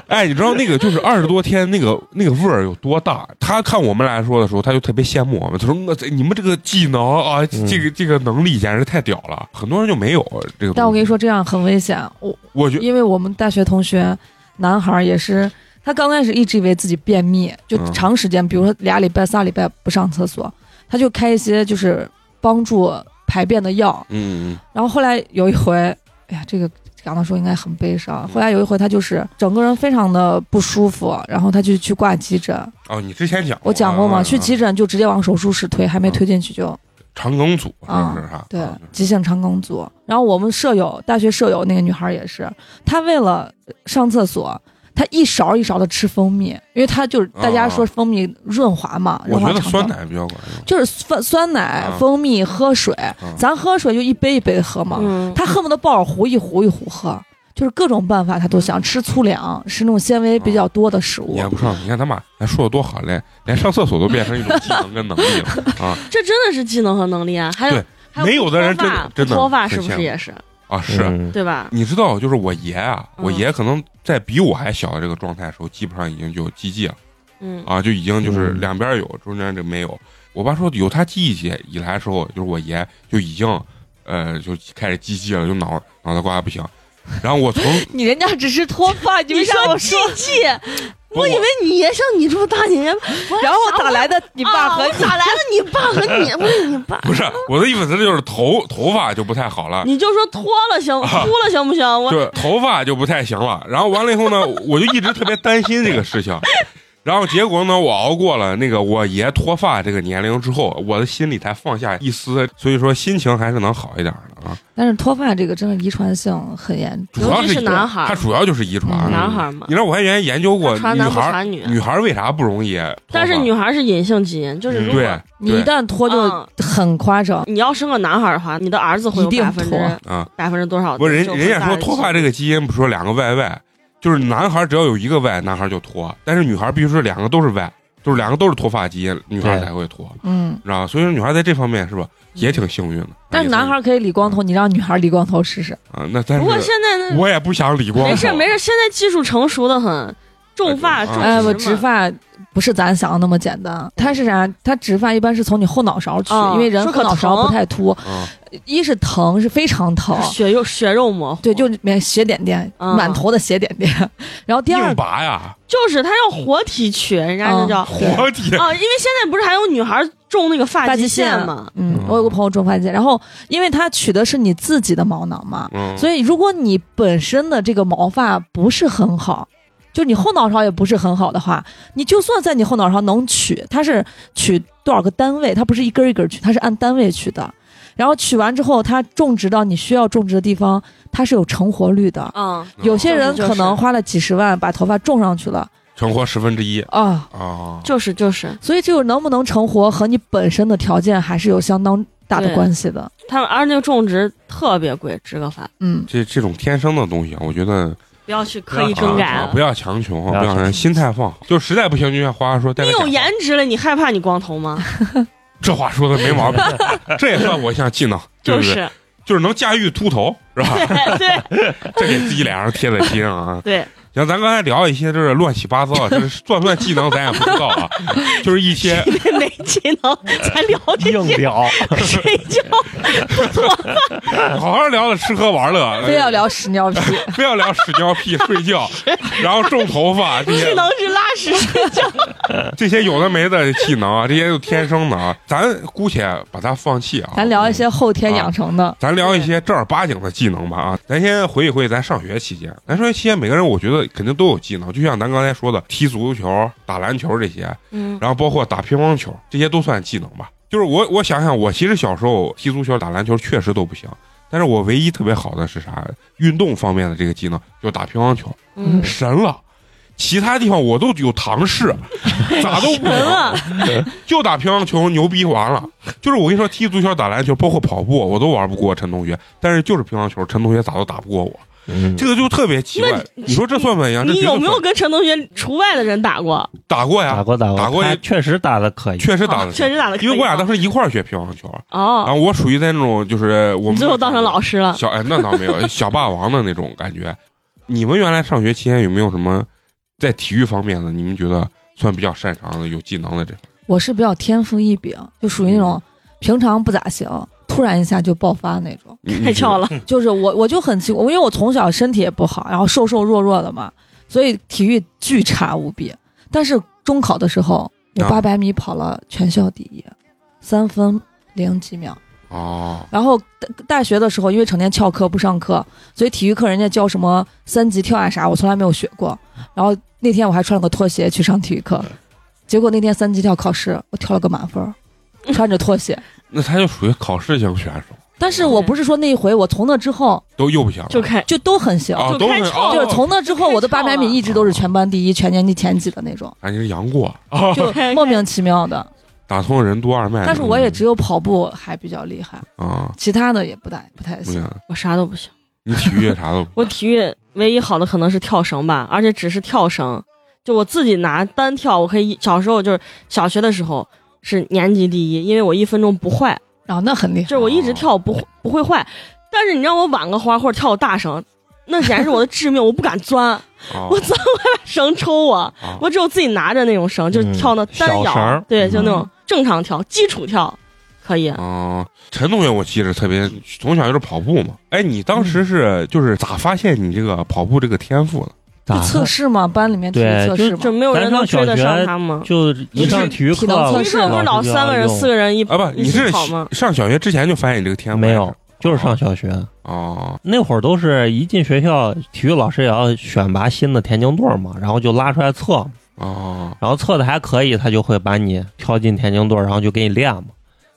Speaker 2: 哎，你知道那个就是二十多天那个那个味儿有多大？他看我们来说的时候，他就特别羡慕我们，他说：“我这你们这个技能啊，
Speaker 5: 嗯
Speaker 2: 这个这个能力简直太屌了，很多人就没有这个。”
Speaker 6: 但我跟你，说，这样很危险。我
Speaker 2: 我觉
Speaker 6: 因为我们大学同学，男孩儿也是，他刚开始一直以为自己便秘，就
Speaker 2: 嗯
Speaker 6: 长时间，比如说俩礼拜、仨礼拜不上厕所，他就开一些就是帮助排便的药。
Speaker 2: 嗯，
Speaker 6: 然后后来有一回，哎呀，这个刚刚说应该很悲伤。后来有一回，他就是整个人非常的不舒服，然后他就去挂急诊。
Speaker 2: 哦，你之前讲啊
Speaker 6: 我讲过嘛，去急
Speaker 2: 诊
Speaker 6: 诊就直接往手术室推，还没推进去就
Speaker 2: 肠梗阻是
Speaker 6: 啊
Speaker 2: 不是哈？
Speaker 6: 对，急性肠梗阻。然后我们舍友，大学舍友那个女孩也是，她为了上厕所，她一勺一勺的吃蜂蜜，因为她就是大家说蜂蜜润滑嘛，
Speaker 2: 哦我
Speaker 6: 润
Speaker 2: 觉
Speaker 6: 滑
Speaker 2: 得
Speaker 6: 肠
Speaker 2: 酸
Speaker 6: 道。
Speaker 2: 奶比较管用。
Speaker 6: 就是酸酸奶
Speaker 2: 啊、
Speaker 6: 蜂蜜、喝水，
Speaker 2: 嗯
Speaker 6: 咱喝水就一杯一杯的喝嘛。
Speaker 1: 嗯，
Speaker 6: 她恨不得抱着壶一壶一壶喝，就是各种办法她都想吃粗粮，吃那种纤维比较多的食物。
Speaker 2: 你也不上，你看他妈，咱说的多好嘞，连上厕所都变成一种技能跟能力了 啊
Speaker 1: 这真的是技能和能力啊。还有
Speaker 2: 对
Speaker 1: 还
Speaker 2: 没有的人
Speaker 1: 脱发
Speaker 2: 真的真的
Speaker 1: 脱发
Speaker 2: 很
Speaker 1: 是不
Speaker 2: 羡
Speaker 1: 是
Speaker 2: 慕
Speaker 1: 也是？
Speaker 2: 啊！是
Speaker 5: 嗯
Speaker 1: 对吧？
Speaker 2: 你知道，就是我爷啊，
Speaker 1: 嗯
Speaker 2: 我爷可能在比我还小的这个状态的时候，基本上已经就有记忆了
Speaker 1: 嗯
Speaker 2: 啊，就已经就是
Speaker 5: 嗯
Speaker 2: 两边有，中间这没有。我爸说，有他记忆以以来的时候，就是我爷就已经呃就开始记忆了，就脑脑袋瓜不行。然后我从
Speaker 4: 你人家只是脱发，你
Speaker 1: 你
Speaker 4: 为啥
Speaker 1: 说
Speaker 4: 我
Speaker 1: 记
Speaker 4: 说？
Speaker 1: 记，我以为你爷像你这么大年，
Speaker 4: 然后咋来的？你爸和
Speaker 1: 啊我
Speaker 4: 你
Speaker 1: 咋来了？你爸和你，我以为你爸，
Speaker 2: 不是我的意思是就是头头发就不太好了。
Speaker 1: 你就说脱了行，
Speaker 2: 啊
Speaker 1: 秃了行不行？我
Speaker 2: 就是头发就不太行了。然后完了以后呢， 我就一直特别担心这个事情。然后结果呢，我熬过了那个我爷脱发这个年龄之后，我的心里才放下一丝，所以说心情还是能好一点的啊。
Speaker 6: 但是脱发这个真的遗传性很严重。
Speaker 2: 主要
Speaker 1: 尤其是
Speaker 2: 遗传
Speaker 1: 男孩儿
Speaker 2: 它主要就是遗传。
Speaker 5: 嗯
Speaker 1: 男孩嘛
Speaker 2: 你，知道我还原来研究过
Speaker 1: 他
Speaker 2: 女
Speaker 1: 传男不
Speaker 2: 孩儿，
Speaker 1: 传女，啊
Speaker 2: 女孩儿为啥不容易脱发？嗯
Speaker 1: 但是女孩是隐性基因，就是如
Speaker 2: 对
Speaker 1: 果
Speaker 6: 你一
Speaker 2: 对
Speaker 6: 旦脱就
Speaker 1: 嗯
Speaker 6: 很夸张，
Speaker 1: 你要生个男孩的话，你的儿子会有
Speaker 6: 一定
Speaker 1: 百分之
Speaker 6: 脱
Speaker 2: 啊，
Speaker 1: 百分之多少的
Speaker 2: 不是
Speaker 1: 这
Speaker 2: 人
Speaker 1: 种很大的基因？
Speaker 2: 人家说脱发这个基因不是说两个 YY，就是男孩只要有一个 Y，男孩就脱，但是女孩必须是两个都是 Y，就是两个都是脱发基因，女孩
Speaker 5: 对
Speaker 2: 才会脱。
Speaker 6: 嗯。
Speaker 2: 知道吧？所以说女孩在这方面是吧，也挺幸运的。
Speaker 6: 但是男孩可以理光头，你让女孩理光头试试。
Speaker 2: 啊，那但
Speaker 1: 不过
Speaker 2: 是
Speaker 1: 现在那
Speaker 2: 我也不想理光头。
Speaker 1: 没事没事，现在技术成熟的很，种发
Speaker 2: 哎
Speaker 1: 种
Speaker 2: 啊
Speaker 6: 哎，我
Speaker 1: 植
Speaker 6: 植
Speaker 1: 嘛
Speaker 6: 发不是咱想的那么简单，它是啥？它植发一般是从你后脑勺去，
Speaker 1: 啊
Speaker 6: 因为人
Speaker 1: 说
Speaker 6: 后
Speaker 1: 可
Speaker 6: 脑勺
Speaker 1: 疼
Speaker 6: 不太凸，
Speaker 2: 啊，
Speaker 6: 一是疼，是非常疼，
Speaker 1: 血肉血肉模糊，
Speaker 6: 对，就里面血点点，
Speaker 1: 啊
Speaker 6: 满头的血点点。然后第二
Speaker 2: 硬
Speaker 6: 个，
Speaker 2: 拔呀，
Speaker 1: 就是他要活体取，人家那
Speaker 6: 嗯
Speaker 1: 叫
Speaker 2: 活体
Speaker 1: 啊，因为现在不是还有女孩种那个发
Speaker 6: 发
Speaker 1: 际
Speaker 6: 际线
Speaker 1: 嘛？
Speaker 6: 嗯
Speaker 2: 嗯，
Speaker 6: 我有个朋友种发际线，然后因为它取的是你自己的毛囊嘛，
Speaker 2: 嗯，
Speaker 6: 所以如果你本身的这个毛发不是很好，就你后脑勺也不是很好的话，你就算在你后脑勺能取，它是取多少个单位，它不是一根儿一根儿取，它是按单位取的。然后取完之后，它种植到你需要种植的地方，它是有成活率的。
Speaker 1: 嗯，
Speaker 6: 有些人
Speaker 1: 就是
Speaker 6: 可能花了几十万把头发种上去了
Speaker 2: 成活十分之一
Speaker 6: 啊，
Speaker 2: 啊，
Speaker 1: 就是就是，
Speaker 6: 所以这个能不能成活和你本身的条件还是有相当大的
Speaker 1: 对
Speaker 6: 关系的。
Speaker 1: 他们而那个种植特别贵，植个发
Speaker 6: 嗯，
Speaker 2: 这这种天生的东西啊，我觉得
Speaker 1: 不要去刻意
Speaker 2: 啊
Speaker 1: 更改
Speaker 2: 啊
Speaker 1: 了
Speaker 2: 不。要强求啊，
Speaker 5: 不要
Speaker 2: 不要
Speaker 5: 强求
Speaker 2: 心态放好，就实在不行就像花花说戴
Speaker 1: 你
Speaker 2: 个假发，
Speaker 1: 有颜值了，你害怕你光头吗？
Speaker 2: 这话说的没毛 病，这也算我一项技能，对不
Speaker 1: 就
Speaker 2: 对
Speaker 1: 是，
Speaker 2: 就是能驾驭秃头，是吧？
Speaker 1: 对对
Speaker 2: 这给自己脸上贴的金啊。
Speaker 1: 对，
Speaker 2: 行，咱刚才聊一些就是乱七八糟， 就是算不算技能咱也不知道啊，就是一些
Speaker 1: 因为没技能才聊这
Speaker 5: 硬
Speaker 1: 些，
Speaker 5: 聊，
Speaker 1: 谁叫
Speaker 2: 好好聊聊吃喝玩乐，
Speaker 6: 非要聊屎尿屁，
Speaker 2: 非要聊屎尿屁、睡觉， 然后种头发这
Speaker 1: 技
Speaker 2: 些
Speaker 1: 能是拉屎睡觉？
Speaker 2: 这些有的没的技能啊，这些都天生的啊，咱姑且把它放弃啊。
Speaker 6: 咱聊一些后天
Speaker 2: 啊
Speaker 6: 养成的。
Speaker 2: 咱聊一些正儿八经的技能吧啊！咱先回一回咱上学期间，咱上学期间每个人我觉得肯定都有技能，就像咱刚才说的，踢足球、打篮球这些，
Speaker 1: 嗯
Speaker 2: 然后包括打乒乓球，这些都算技能吧。就是我我想想，我其实小时候踢足球、打篮球确实都不行，但是我唯一特别好的是啥？运动方面的这个技能，就打乒乓球，
Speaker 1: 嗯
Speaker 2: 神了。其他地方我都有尝 试，咋都不
Speaker 1: 沉
Speaker 2: 行。
Speaker 1: 了，
Speaker 2: 就打乒乓球牛逼完了。就是我跟你说，踢足球、打篮球，包括跑步，我都玩不过陈同学。但是就是乒乓球，陈同学咋都打不过我，
Speaker 5: 嗯
Speaker 2: 这个就特别奇怪。你说这算不算阳？这
Speaker 1: 你
Speaker 2: 绝对
Speaker 1: 有没
Speaker 2: 算
Speaker 1: 有跟陈同学除外的人打过？
Speaker 2: 打过
Speaker 5: 打
Speaker 2: 呀？
Speaker 5: 过打过
Speaker 2: 打过
Speaker 5: 他
Speaker 2: 也
Speaker 5: 确实打的可以。
Speaker 2: 确实打的，
Speaker 1: 啊确实打的，
Speaker 2: 因为我俩当时一块儿学乒乓球，然
Speaker 1: 哦，
Speaker 2: 后我属于在那种就是我
Speaker 1: 你
Speaker 2: 们
Speaker 1: 最后当成老师了，
Speaker 2: 小哎，那倒没有 小霸王的那种感觉。你们原来上学期间有没有什么在体育方面的，你们觉得算比较擅长的、有技能的这？
Speaker 6: 我是比较天赋异禀，就属于那种平常不咋行，突然一下就爆发那种。
Speaker 2: 你
Speaker 1: 太翘，了，
Speaker 6: 就是我我就很奇怪，因为我从小身体也不好，然后瘦瘦弱弱的嘛，所以体育巨差无比。但是中考的时候，我
Speaker 2: 啊
Speaker 6: 八百米跑了全校第一，三分零几秒。
Speaker 2: 你哦，
Speaker 6: 然后大大学的时候，因为成天翘课不上课，所以体育课人家教什么三级跳啊啥，我从来没有学过。然后那天我还穿了个拖鞋去上体育课，结果那天三级跳考试我跳了个满分儿，穿着拖鞋。
Speaker 2: 那他就属于考试型选手，
Speaker 6: 但是我不是说那一回，我从那之后
Speaker 2: 都又不行了，
Speaker 1: 就开
Speaker 6: 就都很行，
Speaker 2: 啊，
Speaker 1: 就
Speaker 2: 都
Speaker 1: 开
Speaker 2: 很
Speaker 1: 窍
Speaker 2: 哦，
Speaker 6: 就是 从那之后，我的
Speaker 1: 就
Speaker 6: 八
Speaker 1: 开
Speaker 6: 百
Speaker 1: 窍
Speaker 6: 米
Speaker 1: 了
Speaker 6: 一直都是全班第一、全年级前几的那种，
Speaker 2: 啊，你是杨过，
Speaker 6: 就
Speaker 1: 开
Speaker 6: 莫名其妙的。
Speaker 2: 打通任督二脉。
Speaker 6: 但是我也只有跑步还比较厉害，
Speaker 2: 啊，
Speaker 6: 其他的也不太不太
Speaker 2: 不
Speaker 6: 行。
Speaker 2: 行，
Speaker 1: 我啥都不行。
Speaker 2: 你体育也啥都不
Speaker 1: 我体育唯一好的可能是跳绳吧，而且只是跳绳，就我自己拿单跳，我可以小时候就是小学的时候是年级第一，因为我一分钟不坏，
Speaker 6: 然后那很厉害
Speaker 1: 就是我
Speaker 2: 哦
Speaker 1: 一直跳不会不会坏。但是你让我挽个花或者跳个大绳，那简直是我的致命，我不敢钻，
Speaker 2: 哦
Speaker 1: 我钻坏绳抽我，
Speaker 2: 啊
Speaker 1: 我只有自己拿着那种绳，就是跳那单
Speaker 5: 嗯小绳
Speaker 1: 摇
Speaker 5: 儿，
Speaker 1: 对，就
Speaker 6: 嗯
Speaker 1: 那种正常跳，基础跳可以。
Speaker 2: 哦，陈同学，我记着特别，从小就是跑步嘛。哎，你当时是就是咋发现你这个跑步这个天赋的？
Speaker 5: 打
Speaker 6: 就测试嘛，班里面体育
Speaker 5: 对
Speaker 6: 测
Speaker 5: 就
Speaker 6: 试嘛
Speaker 1: 就。没有人能追得上他们。
Speaker 5: 就一上体育
Speaker 6: 体能
Speaker 5: 课
Speaker 6: 测
Speaker 1: 你
Speaker 6: 试
Speaker 1: 是不是老三个人、四个人一
Speaker 2: 啊，不，
Speaker 1: 一
Speaker 2: 你
Speaker 1: 起
Speaker 2: 是
Speaker 1: 跑吗？
Speaker 2: 上小学之前就发现你这个天赋？
Speaker 5: 没有，就是上小学
Speaker 2: 哦，
Speaker 5: 那会儿都是一进学校，体育老师也要选拔新的田径队儿嘛，然后就拉出来测，
Speaker 2: 哦，
Speaker 5: 然后测的还可以，他就会把你挑进田径队儿，然后就给你练嘛，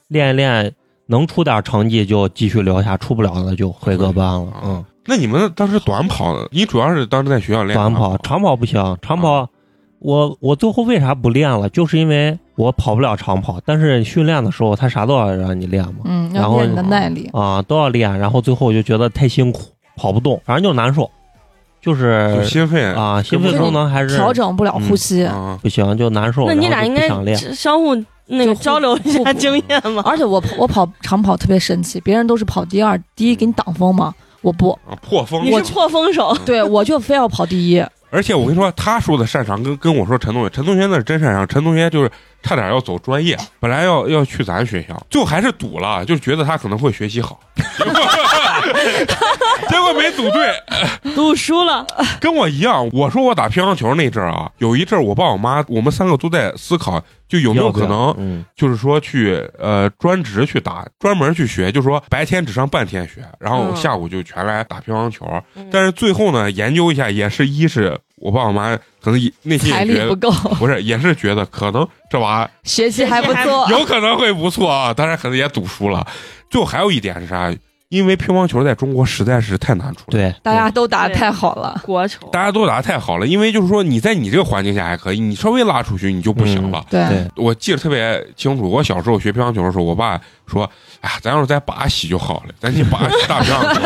Speaker 5: 练一练能出点成绩就继续留下，出不了的就回各班了。嗯，
Speaker 2: 那你们当时短跑，你主要是当时在学校练
Speaker 5: 短跑、长跑不行，长跑我我最后为啥不练了？就是因为我跑不了长跑，但是训练的时候他啥都要让你练嘛。
Speaker 6: 嗯，
Speaker 5: 然
Speaker 6: 要
Speaker 5: 后
Speaker 6: 练你的耐力。
Speaker 5: 啊，都要练，然后最后我就觉得太辛苦，跑不动，反正就难受，就是
Speaker 2: 就心肺
Speaker 5: 啊，心肺功能还是
Speaker 6: 调整不了呼吸，
Speaker 2: 啊，
Speaker 5: 不行，就难受。
Speaker 1: 那你
Speaker 5: 然
Speaker 1: 俩
Speaker 5: 后就
Speaker 1: 应
Speaker 5: 不
Speaker 1: 该
Speaker 5: 想练，
Speaker 1: 相互那
Speaker 6: 就
Speaker 1: 个
Speaker 6: 互
Speaker 1: 交流一
Speaker 6: 互
Speaker 1: 下
Speaker 6: 补
Speaker 1: 经验嘛。
Speaker 6: 而且我跑我跑长跑特别神奇，别人都是跑第二，第一给你挡风嘛，我不，
Speaker 2: 啊破风
Speaker 1: 你。是破风手，
Speaker 2: 嗯
Speaker 6: 对我就非要跑 第一。
Speaker 2: 而且我跟你说，他说的擅长跟跟我说陈同学，陈同学那是真擅长。陈同学就是差点要走专业，本来要要去咱学校，最后还是赌了，就觉得他可能会学习好，结果 结果没赌对，
Speaker 1: 赌输了，
Speaker 2: 跟我一样。我说我打乒乓球那阵儿啊，有一阵儿我爸我妈我们三个都在思考，就有没有
Speaker 5: 要不
Speaker 2: 可
Speaker 5: 要
Speaker 2: 能
Speaker 5: 嗯，
Speaker 2: 就是说去呃专职去打，专门去学，就是说白天只上半天学，然后
Speaker 1: 嗯
Speaker 2: 下午就全来打乒乓球。
Speaker 1: 嗯
Speaker 2: 但是最后呢，研究一下也是一是我爸我妈可能也内心
Speaker 6: 财
Speaker 2: 也
Speaker 6: 力
Speaker 2: 觉
Speaker 6: 不
Speaker 2: 得。
Speaker 6: 够，
Speaker 2: 不是，也是觉得可能这娃
Speaker 6: 学习
Speaker 1: 习
Speaker 6: 还不
Speaker 1: 还
Speaker 6: 错。
Speaker 2: 有可能会不错啊，当然可能也赌输了。最后还有一点是啥？因为乒乓球在中国实在是太难出来了，
Speaker 5: 对，
Speaker 6: 大家都打
Speaker 1: 对
Speaker 6: 得太好了，
Speaker 1: 国球
Speaker 2: 大家都打得太好了，因为就是说你在你这个环境下还可以，你稍微拉出去你就不行了。
Speaker 6: 对
Speaker 5: 对
Speaker 2: 我记得特别清楚，我小时候学乒乓球的时候，我爸说：“哎，咱要是在巴西就好了，咱去巴西打乒乓球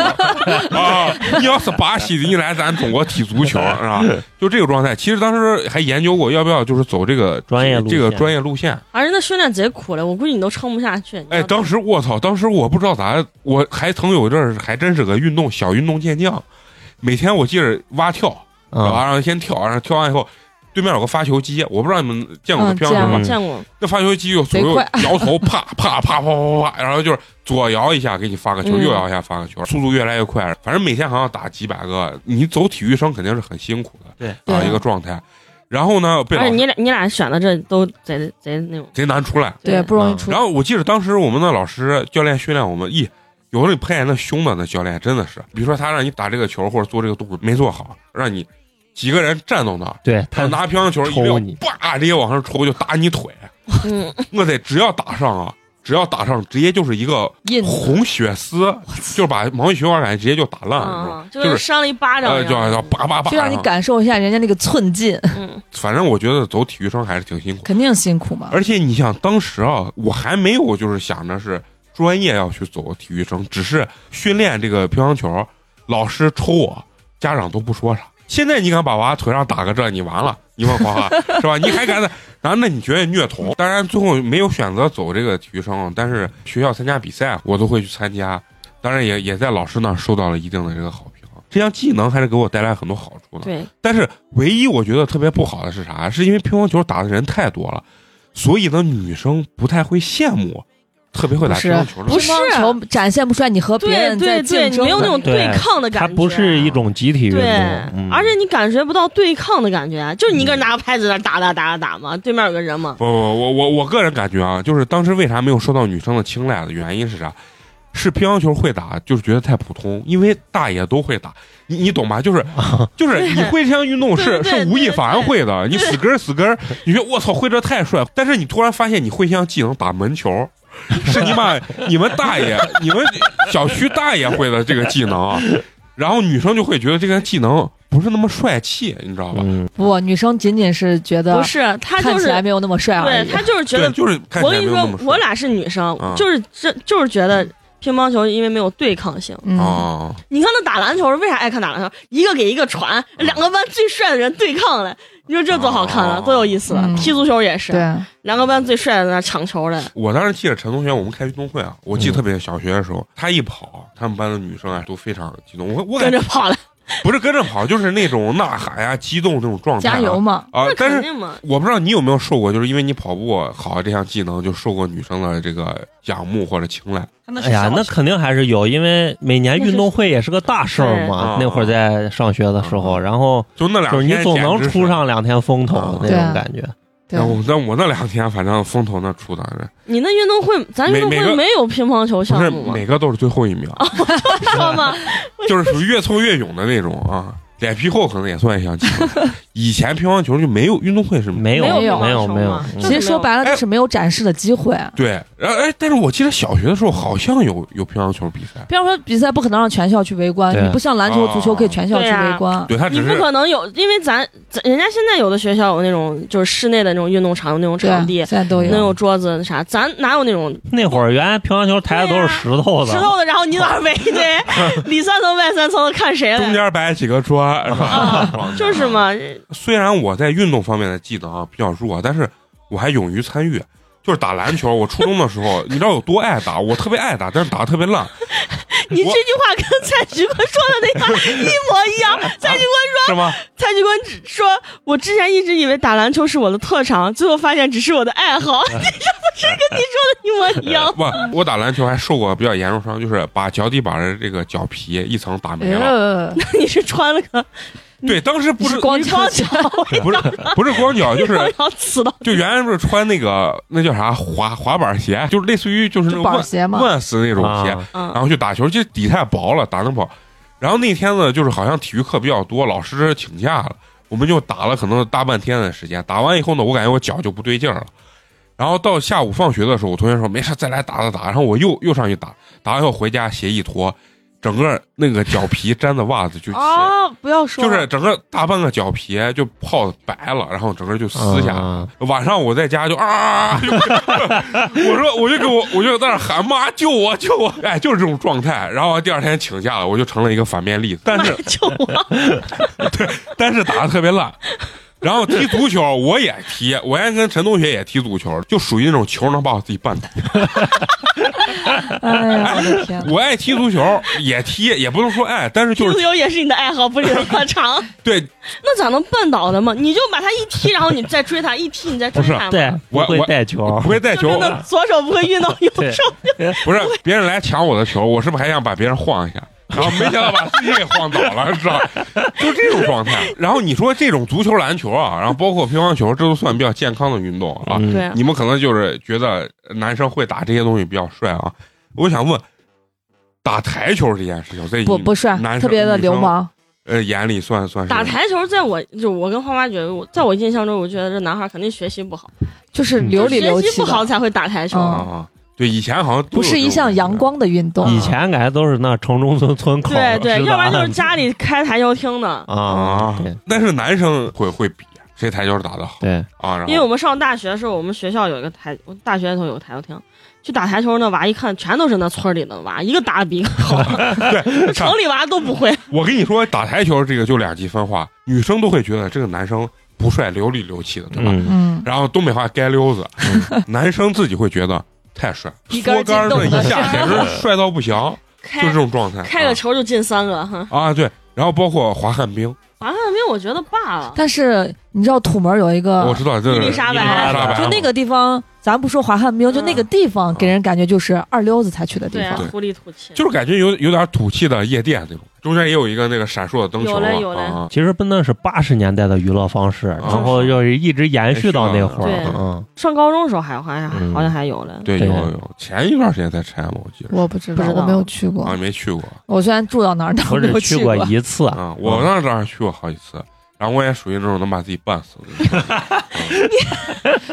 Speaker 2: 啊！你要是巴西的，你来咱中国踢足球是 吧？”就这个状态。其实当时还研究过要不要就是走这个
Speaker 5: 专业路
Speaker 2: 这个
Speaker 5: 线
Speaker 2: 专业路线。
Speaker 1: 而且那啊训练贼苦了，我估计你都撑不下去。
Speaker 2: 哎，当时我操，当时我不知道咋，我还曾有一阵儿还真是个运动小运动健将，每天我记着蛙跳。
Speaker 5: 啊，
Speaker 2: 然后先跳，然后跳完以后，对面有个发球机，我不知道你们见过那
Speaker 6: 嗯
Speaker 2: 乒乓球
Speaker 5: 见
Speaker 2: 吗
Speaker 5: 过？
Speaker 1: 见过，
Speaker 2: 那发球机有左右
Speaker 6: 贼快
Speaker 2: 摇头，啪啪啪啪啪啪，然后就是左摇一下给你发个球，
Speaker 1: 嗯
Speaker 2: 右摇一下发个球，速度越来越快。反正每天好像打几百个，你走体育生肯定是很辛苦的
Speaker 5: 对，
Speaker 6: 对
Speaker 2: 啊一个状态。然后呢，被老
Speaker 1: 而且
Speaker 2: 师
Speaker 1: 你俩你俩选的这都贼贼那种，
Speaker 2: 贼难出来。
Speaker 6: 对，不容易出
Speaker 2: 嗯然。后我记得当时我们的老师教练训练我们，咦，有的拍那凶的那教练真的是，比如说他让你打这个球或者做这个动作没做好，让你几个人站到那儿。
Speaker 5: 对
Speaker 2: 他
Speaker 5: 他
Speaker 2: 拿乒乓球一
Speaker 5: 抽
Speaker 2: 撂
Speaker 5: 你，
Speaker 2: 叭直接往上抽就打你腿，
Speaker 1: 嗯，
Speaker 2: 我得只要打上啊，只要打上，直接就是一个
Speaker 6: 印子
Speaker 2: 红血丝，就是把毛细血管感直接啊就打烂了那种
Speaker 1: 嗯，，就是
Speaker 2: 是
Speaker 1: 扇了一巴掌
Speaker 2: 呃，
Speaker 1: 一
Speaker 2: 就
Speaker 1: 样，
Speaker 2: 要叭叭叭，
Speaker 6: 嗯就让你感受一下人家那个寸劲，
Speaker 1: 嗯，
Speaker 2: 啊反正我觉得走体育生还是挺辛苦。
Speaker 6: 肯定辛苦嘛。
Speaker 2: 而且你想，当时啊，我还没有就是想着是专业要去走体育生，只是训练这个乒乓球，老师抽我，家长都不说啥。现在你敢把娃腿上打个这，你完了，你问黄华是吧？你还敢的？然后那你觉得虐童？当然最后没有选择走这个体育生，但是学校参加比赛我都会去参加，当然也也在老师那儿受到了一定的这个好评。这项技能还是给我带来很多好处的。
Speaker 1: 对，
Speaker 2: 但是唯一我觉得特别不好的是啥？是因为乒乓球打的人太多了，所以呢，女生不太会羡慕特别会打乒乓球的
Speaker 1: 不。是
Speaker 6: 乒乓球展现不出来你和别
Speaker 1: 对
Speaker 6: 人在
Speaker 1: 对对，
Speaker 6: 竞
Speaker 1: 你
Speaker 6: 争
Speaker 1: 没有那种
Speaker 5: 对
Speaker 1: 对抗的感
Speaker 5: 它
Speaker 1: 觉，啊
Speaker 5: 不是
Speaker 2: 啊
Speaker 5: 一种集体运动
Speaker 1: 对，，
Speaker 5: 嗯
Speaker 1: 而且你感觉不到对抗的感觉，啊就是你一个人拿个拍子在那打打打打打嘛，对面有个人嘛，
Speaker 2: 不不，我我我个人感觉啊，就是当时为啥没有受到女生的青睐的原因是啥？是乒乓球会打，就是觉得太普通，因为大爷都会打，你你懂吧？就是就是
Speaker 1: 对
Speaker 2: 你会这项运动是
Speaker 1: 对对
Speaker 2: 是吴亦凡会的，你死根儿死根儿，你觉得我操会这太帅，但是你突然发现你会一项技能打门球，是你妈你们大爷你们小区大爷会的这个技能啊，然后女生就会觉得这个技能不是那么帅气，你知道吧？
Speaker 5: 嗯，
Speaker 6: 不，女生仅仅是觉得
Speaker 1: 不是他
Speaker 6: 啊看
Speaker 1: 就
Speaker 6: 起
Speaker 1: 是
Speaker 6: 来没有那么帅而
Speaker 1: 对
Speaker 6: 已。
Speaker 1: 他就是觉
Speaker 2: 对，
Speaker 1: 得，
Speaker 2: 就是看起
Speaker 1: 我
Speaker 2: 来
Speaker 1: 跟
Speaker 2: 没
Speaker 1: 你
Speaker 2: 有那么
Speaker 1: 说，我
Speaker 2: 帅。
Speaker 1: 俩是女生
Speaker 2: 啊，嗯
Speaker 1: 就是这就是觉得乒乓球因为没有对抗性，
Speaker 6: 嗯，
Speaker 2: 哦，
Speaker 1: 你看那打篮球，为啥爱看打篮球？一个给一个传，两个班最帅的人对抗嘞，你说这多好看啊，
Speaker 2: 嗯哦
Speaker 1: 多有意思啊！
Speaker 6: 嗯
Speaker 1: 踢足球也是，
Speaker 6: 对，
Speaker 1: 两个班最帅的在那抢球嘞，
Speaker 2: 我当时记得陈同学，我们开运动会啊，我记得
Speaker 5: 嗯
Speaker 2: 特别小学的时候，他一跑，他们班的女生啊都非常激动，我我感
Speaker 1: 跟
Speaker 2: 觉
Speaker 1: 着跑嘞，
Speaker 2: 不是跟着跑，就是那种呐喊呀、激动那种状态啊、
Speaker 6: 加油嘛！
Speaker 2: 啊！
Speaker 1: 那
Speaker 2: 但
Speaker 1: 肯
Speaker 2: 是
Speaker 1: 定嘛。
Speaker 2: 我不知道你有没有受过，就是因为你跑步好这项技能，就受过女生的这个仰慕或者青睐。
Speaker 5: 哎呀，那肯定还是有，因为每年运动会也是个大事儿嘛。
Speaker 2: 那是
Speaker 5: 那会儿在上学的时候，然后
Speaker 2: 就那啊两
Speaker 5: 就是
Speaker 2: 天
Speaker 5: 你总能
Speaker 2: 简直是啊
Speaker 5: 出。上两天风头那
Speaker 6: 对
Speaker 5: 种感觉。
Speaker 6: 对
Speaker 2: 但，我但我那两天反正风头那出的，
Speaker 1: 你那运动会，咱运动
Speaker 2: 每每个
Speaker 1: 会没有乒乓球项
Speaker 2: 不是
Speaker 1: 目 吗？
Speaker 2: 每个都是最后一名，
Speaker 1: 哦知道吗？
Speaker 2: 就是属于越挫越勇的那种啊。脸皮厚可能也算一项技 能。以前乒乓球就没有运动会是
Speaker 5: 没有
Speaker 6: 没有
Speaker 5: 没有
Speaker 1: 乒乓球
Speaker 5: 没有
Speaker 1: 嘛，
Speaker 5: 嗯
Speaker 1: 就
Speaker 6: 其实说白了
Speaker 2: 哎
Speaker 6: 就是没有展示的机会。啊
Speaker 2: 对，然后哎，但是我记得小学的时候好像有有乒乓球比赛，
Speaker 6: 比方说比赛不可能让全校去围观，
Speaker 5: 对
Speaker 6: 你不像篮球、
Speaker 2: 啊
Speaker 6: 足球可以全
Speaker 1: 哦
Speaker 6: 校去围观。
Speaker 2: 对 他
Speaker 1: 你
Speaker 2: 只
Speaker 1: 不
Speaker 2: 是
Speaker 1: 可能有，因为咱咱人家现在有的学校有那种就是室内的那种运动场，有那种
Speaker 6: 对，
Speaker 1: 啊
Speaker 6: 啊
Speaker 1: 场地，
Speaker 6: 现在都
Speaker 1: 能
Speaker 6: 有。
Speaker 1: 有桌子那啥，咱哪有那种
Speaker 5: 那会儿原来乒乓球台子都是石头
Speaker 2: 啊
Speaker 5: 的，
Speaker 1: 啊石头的，然后你哪围一堆， 里三层外三层的看谁
Speaker 2: 中
Speaker 1: 嘞？
Speaker 2: 间啊摆几个桌，是吧
Speaker 1: 就是。嘛，
Speaker 2: 虽然我在运动方面的技能啊比较弱，但是我还勇于参与。就是打篮球，我初中的时候，你知道有多爱打，我特别爱打，但是打的特别烂，
Speaker 1: 你这句话跟蔡徐坤说的那个一模一 样。蔡徐坤，
Speaker 2: 是吗？
Speaker 1: 蔡徐坤只说，我之前一直以为打篮球是我的特长，最后发现只是我的 爱好。这不是跟你说的一模一样？
Speaker 2: 不，我打篮球还受过比较严重伤，就是把脚底板的这个脚皮一层打没了。
Speaker 6: 呃，
Speaker 1: 你是穿了个
Speaker 2: 对，当时不是
Speaker 6: 光
Speaker 1: 光脚，
Speaker 2: 不是不是光脚，就是
Speaker 1: 光脚刺到
Speaker 2: 就原来不是穿那个那叫啥滑滑板鞋，就是类似于就是那种
Speaker 6: 就板
Speaker 2: 万
Speaker 6: 鞋嘛，
Speaker 2: 万斯那种鞋，
Speaker 5: 啊，
Speaker 2: 然
Speaker 1: 嗯，
Speaker 2: 后去打球，就底太薄了，打那不好。然后那天呢，就是好像体育课比较多，老师请假了，我们就打了可能大半天的时间。打完以后呢，我感觉我脚就不对劲儿了。然后到下午放学的时候，我同学说没事，再来打打打。然后我又又上去打，打完以后回家鞋一脱，整个那个脚皮粘的袜子就起来，
Speaker 1: 哦，不要说，
Speaker 2: 就是整个大半个脚皮就泡白了，然后整个就撕下来。
Speaker 5: 啊
Speaker 2: 晚上我在家就啊，就 我说我就给我我就在那儿喊妈救我救我，哎，就是这种状态。然后第二天请假了，我就成了一个反面例子，但是
Speaker 1: 就我，
Speaker 2: 但是打的特别烂。然后踢足球我也踢，我原来跟陈同学也踢足球，就属于那种球能把我自己绊倒。
Speaker 6: 哎呀，我的天！
Speaker 2: 我爱踢足球也踢，也不能说爱，但是
Speaker 1: 踢
Speaker 2: 就
Speaker 1: 足
Speaker 2: 是
Speaker 1: 球也是你的爱好，不是你的特长。
Speaker 2: 对
Speaker 1: 那咋能绊倒的嘛？你就把他一踢，然后你再追他，一踢你再追
Speaker 2: 不是
Speaker 1: 他嘛。
Speaker 5: 对，不
Speaker 2: 我
Speaker 5: 会
Speaker 2: 我
Speaker 5: 带球
Speaker 2: 不，会带
Speaker 1: 就
Speaker 2: 球
Speaker 1: 真，的左手不会运动，右
Speaker 5: 对
Speaker 1: 手
Speaker 2: 不是别人来抢我的球，我是不是还想把别人晃一下？然后没想到把自己给晃倒了，知道吧？就这种状态。然后你说这种足球、篮球啊，然后包括乒乓球，这都算比较健康的运动啊。
Speaker 5: 嗯
Speaker 1: 对，
Speaker 2: 你们可能就是觉得男生会打这些东西比较帅啊。我想问，打台球这件事情，在
Speaker 6: 不
Speaker 2: 你
Speaker 6: 不帅
Speaker 2: 男，生
Speaker 6: 特别的流氓。
Speaker 2: 呃眼里算算是
Speaker 1: 打台球，在我就我跟花花觉得，我在我印象中，我觉得这男孩肯定学习不好，
Speaker 6: 就是流里流
Speaker 1: 学
Speaker 6: 气
Speaker 1: 习不
Speaker 6: 的
Speaker 1: 好才会打台球，
Speaker 6: 嗯
Speaker 2: 啊，对，以前好像都有
Speaker 6: 不是一项
Speaker 2: 这种
Speaker 6: 阳光的运动。啊
Speaker 5: 以前感觉都是那城中村村口，
Speaker 1: 哦对对，
Speaker 5: 食
Speaker 1: 要不然就是
Speaker 5: 堂
Speaker 1: 家里开台球厅的。
Speaker 5: 啊
Speaker 2: 啊
Speaker 5: 对，
Speaker 2: 但是男生会会比谁台球打得好
Speaker 5: 对，
Speaker 2: 啊，然后
Speaker 1: 因为我们上大学的时候，我们学校有一个台，我大学的时候有个台球厅，去打台球那娃一看，全都是那村里的娃，一个打的比一个好，
Speaker 2: 对
Speaker 1: 城里娃都不会。
Speaker 2: 我跟你说，打台球这个就两极分化，女生都会觉得这个男生不帅，流里流气的，对吧？
Speaker 5: 嗯，
Speaker 6: 嗯，
Speaker 2: 然后东北话街溜子，男生自己会觉得太帅，
Speaker 6: 一根
Speaker 2: 缩杆儿
Speaker 6: 儿进
Speaker 2: 那
Speaker 6: 洞的
Speaker 2: 一下简直帅到不行，就啊这
Speaker 1: 开
Speaker 2: 种状态。
Speaker 1: 开个球就进三个，哼，
Speaker 2: 啊啊对，然后包括滑旱冰，
Speaker 1: 王汉斌我觉得罢了。
Speaker 6: 但是你知道土门有一
Speaker 2: 我
Speaker 6: 个，
Speaker 1: 嗯
Speaker 2: 知道这
Speaker 1: 伊
Speaker 2: 个
Speaker 1: 丽莎
Speaker 5: 伊丽莎白
Speaker 2: 啊
Speaker 1: 白，
Speaker 6: 就那个地方，咱不说滑旱冰，就那个地方给人感觉就是二流子才去的地
Speaker 1: 嗯对啊
Speaker 6: 方。，
Speaker 1: 狐狸吐气。
Speaker 2: 就是感觉有有点土气的夜店那种，中间也有一个那个闪烁的灯球
Speaker 1: 有
Speaker 2: 啊
Speaker 1: 嘞有嘞
Speaker 2: 啊，
Speaker 5: 其实不那是八十年代的娱乐方式，然后就是一直延续到那会
Speaker 1: 嗯对
Speaker 5: 儿， 嗯，
Speaker 1: 上高中的时候还好像
Speaker 5: 嗯
Speaker 1: 好像还有嘞。
Speaker 2: 对有
Speaker 5: 对
Speaker 2: 有，前一段时间才拆嘛，我记得
Speaker 6: 我不知
Speaker 1: 不知道
Speaker 6: 我没有去过
Speaker 2: 啊，。没去过
Speaker 6: 我虽然住到那儿，但我
Speaker 5: 我只
Speaker 6: 没有
Speaker 5: 去
Speaker 6: 过
Speaker 5: 过。一次，
Speaker 2: 啊，我那当然去过好几次，然后我也属于那种能把自己绊死的那种。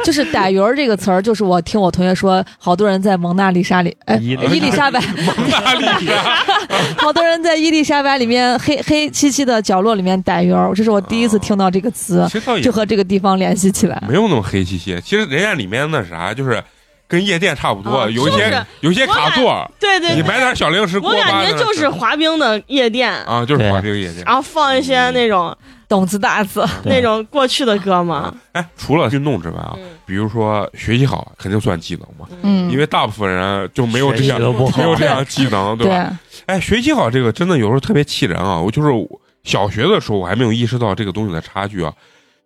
Speaker 6: 就是“逮鱼儿”这个词儿，就是我听我同学说，好多人在蒙娜丽莎里，哎，
Speaker 5: 伊
Speaker 6: 伊丽莎白，
Speaker 2: 蒙娜 丽
Speaker 1: 啊
Speaker 2: 莎，
Speaker 6: 好多人在伊丽莎白里面黑黑漆漆的角落里面逮鱼儿。这是我第一次听到这个词，
Speaker 2: 其实倒也
Speaker 6: 就和这个地方联系起来。
Speaker 2: 没有那么黑漆漆。其实人家里面那啥，就是跟夜店差不多，
Speaker 1: 啊
Speaker 2: 有一些、
Speaker 1: 就是
Speaker 2: 有一些卡座，
Speaker 1: 对对
Speaker 2: 你
Speaker 1: 对，
Speaker 2: 买点小零食锅
Speaker 1: 我
Speaker 2: 巴
Speaker 1: 感
Speaker 2: 在
Speaker 1: 觉
Speaker 2: 那吃。
Speaker 1: 就是滑冰的夜店，
Speaker 2: 啊，就是玩这个夜店。
Speaker 1: 然后放一些那种
Speaker 6: 懂词大词，
Speaker 1: 那种过去的歌嘛。
Speaker 2: 哎，除了运动之外啊，
Speaker 1: 嗯
Speaker 2: 比如说学习好，肯定算技能嘛，
Speaker 6: 嗯，
Speaker 2: 因为大部分人就没有这样
Speaker 5: 学习都不好
Speaker 2: 没有这样技 能，对吧？
Speaker 6: 对，
Speaker 2: 哎，学习好这个真的有时候特别气人啊！我就是我小学的时候我还没有意识到这个东西的差距啊，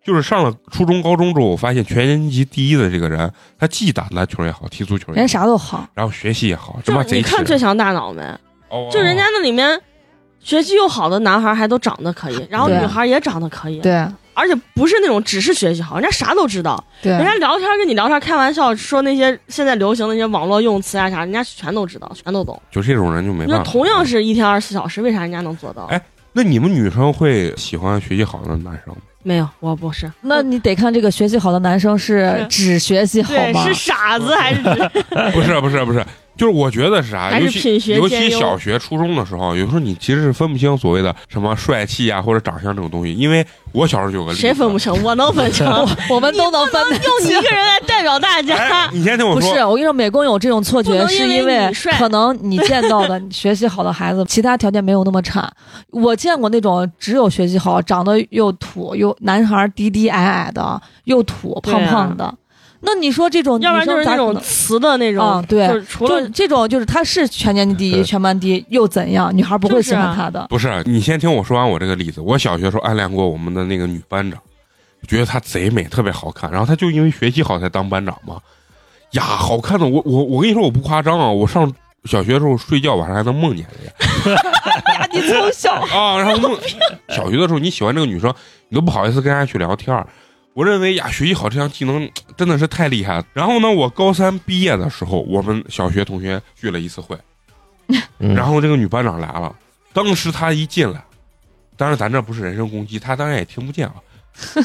Speaker 2: 就是上了初中、高中之后，我发现全年级第一的这个人，他既打篮球也好，踢足球也
Speaker 6: 人家
Speaker 2: 好，
Speaker 6: 啥都好。
Speaker 2: 然后学习也好，他
Speaker 1: 就
Speaker 2: 妈
Speaker 1: 是你
Speaker 2: 贼气
Speaker 1: 看《最
Speaker 2: 人。
Speaker 1: 强大脑》没？
Speaker 2: 哦
Speaker 1: 就人家那里面学习又好的男孩还都长得可以，然后
Speaker 6: 对
Speaker 1: 女孩也长得可以，
Speaker 6: 对
Speaker 1: 而且不是那种只是学习好，人家啥都知道，
Speaker 6: 对
Speaker 1: 人，家聊天跟你聊天开玩笑说那些现在流行的那些网络用词啊啥，人家全都知道，全都懂。
Speaker 2: 就这种人就没
Speaker 1: 你
Speaker 2: 办
Speaker 1: 说
Speaker 2: 法。
Speaker 1: 同样，是一天二十四小时，为啥人家能做到？
Speaker 2: 哎那你们女生会喜欢学习好的男生吗？
Speaker 1: 没有，我不是，
Speaker 6: 那你得看这个学习好的男生是
Speaker 1: 嗯是
Speaker 6: 只学习好
Speaker 1: 对
Speaker 6: 吗
Speaker 1: 是？傻子还是
Speaker 2: 不是，不是，不是，就是我觉得是啥？
Speaker 1: 哎还
Speaker 2: 尤
Speaker 1: 是
Speaker 2: 其
Speaker 1: 品学
Speaker 2: 尤
Speaker 1: 兼
Speaker 2: 其
Speaker 1: 优
Speaker 2: 小学、初中的时候，有时候你其实是分不清所谓的什么帅气啊或者长相这种东西，因为我小时候有个例子
Speaker 1: 谁分不清？我能分清，
Speaker 6: 我们都能分得
Speaker 1: 用你
Speaker 6: 清
Speaker 1: 一个人来代表大
Speaker 2: 哎
Speaker 1: 家，。
Speaker 2: 你先听我
Speaker 6: 不
Speaker 2: 说，
Speaker 6: 是，我跟你说，美工有这种错
Speaker 1: 不
Speaker 6: 觉，
Speaker 1: 能
Speaker 6: 是
Speaker 1: 因为
Speaker 6: 因为
Speaker 1: 你帅
Speaker 6: 可能你见到的 学习好的孩子，其他条件没有那么差。我见过那种只有学习好，长得又土又男孩低低矮矮的，又土
Speaker 1: 对啊
Speaker 6: 胖胖的。那你说这种女
Speaker 1: 要不然就
Speaker 6: 生
Speaker 1: 是
Speaker 6: 咋
Speaker 1: 那
Speaker 6: 可
Speaker 1: 种
Speaker 6: 能？
Speaker 1: 词的那
Speaker 6: 啊
Speaker 1: 种，
Speaker 6: 对
Speaker 1: 就是除了
Speaker 6: 就这种就是他是全年级第一、
Speaker 5: 对
Speaker 6: 全班第一又怎样？女孩不会喜欢他
Speaker 1: 啊
Speaker 6: 的。
Speaker 2: 不是，你先听我说完我这个例子。我小学时候暗恋过我们的那个女班长，觉得她贼美，特别好看。然后她就因为学习好才当班长嘛。呀，好看的我我我跟你说我不夸张啊，我上小学的时候睡觉晚上还能梦见人
Speaker 6: 呀， 你从小
Speaker 2: 家啊，然后梦小学的时候你喜欢这个女生，你都不好意思跟人家去聊天儿。我认为呀，学习好这项技能真的是太厉害了。然后呢，我高三毕业的时候，我们小学同学聚了一次 会，
Speaker 5: 嗯
Speaker 2: 然后这个女班长来了，当时她一进来，当然咱这不是人身攻击，她当然也听不见啊。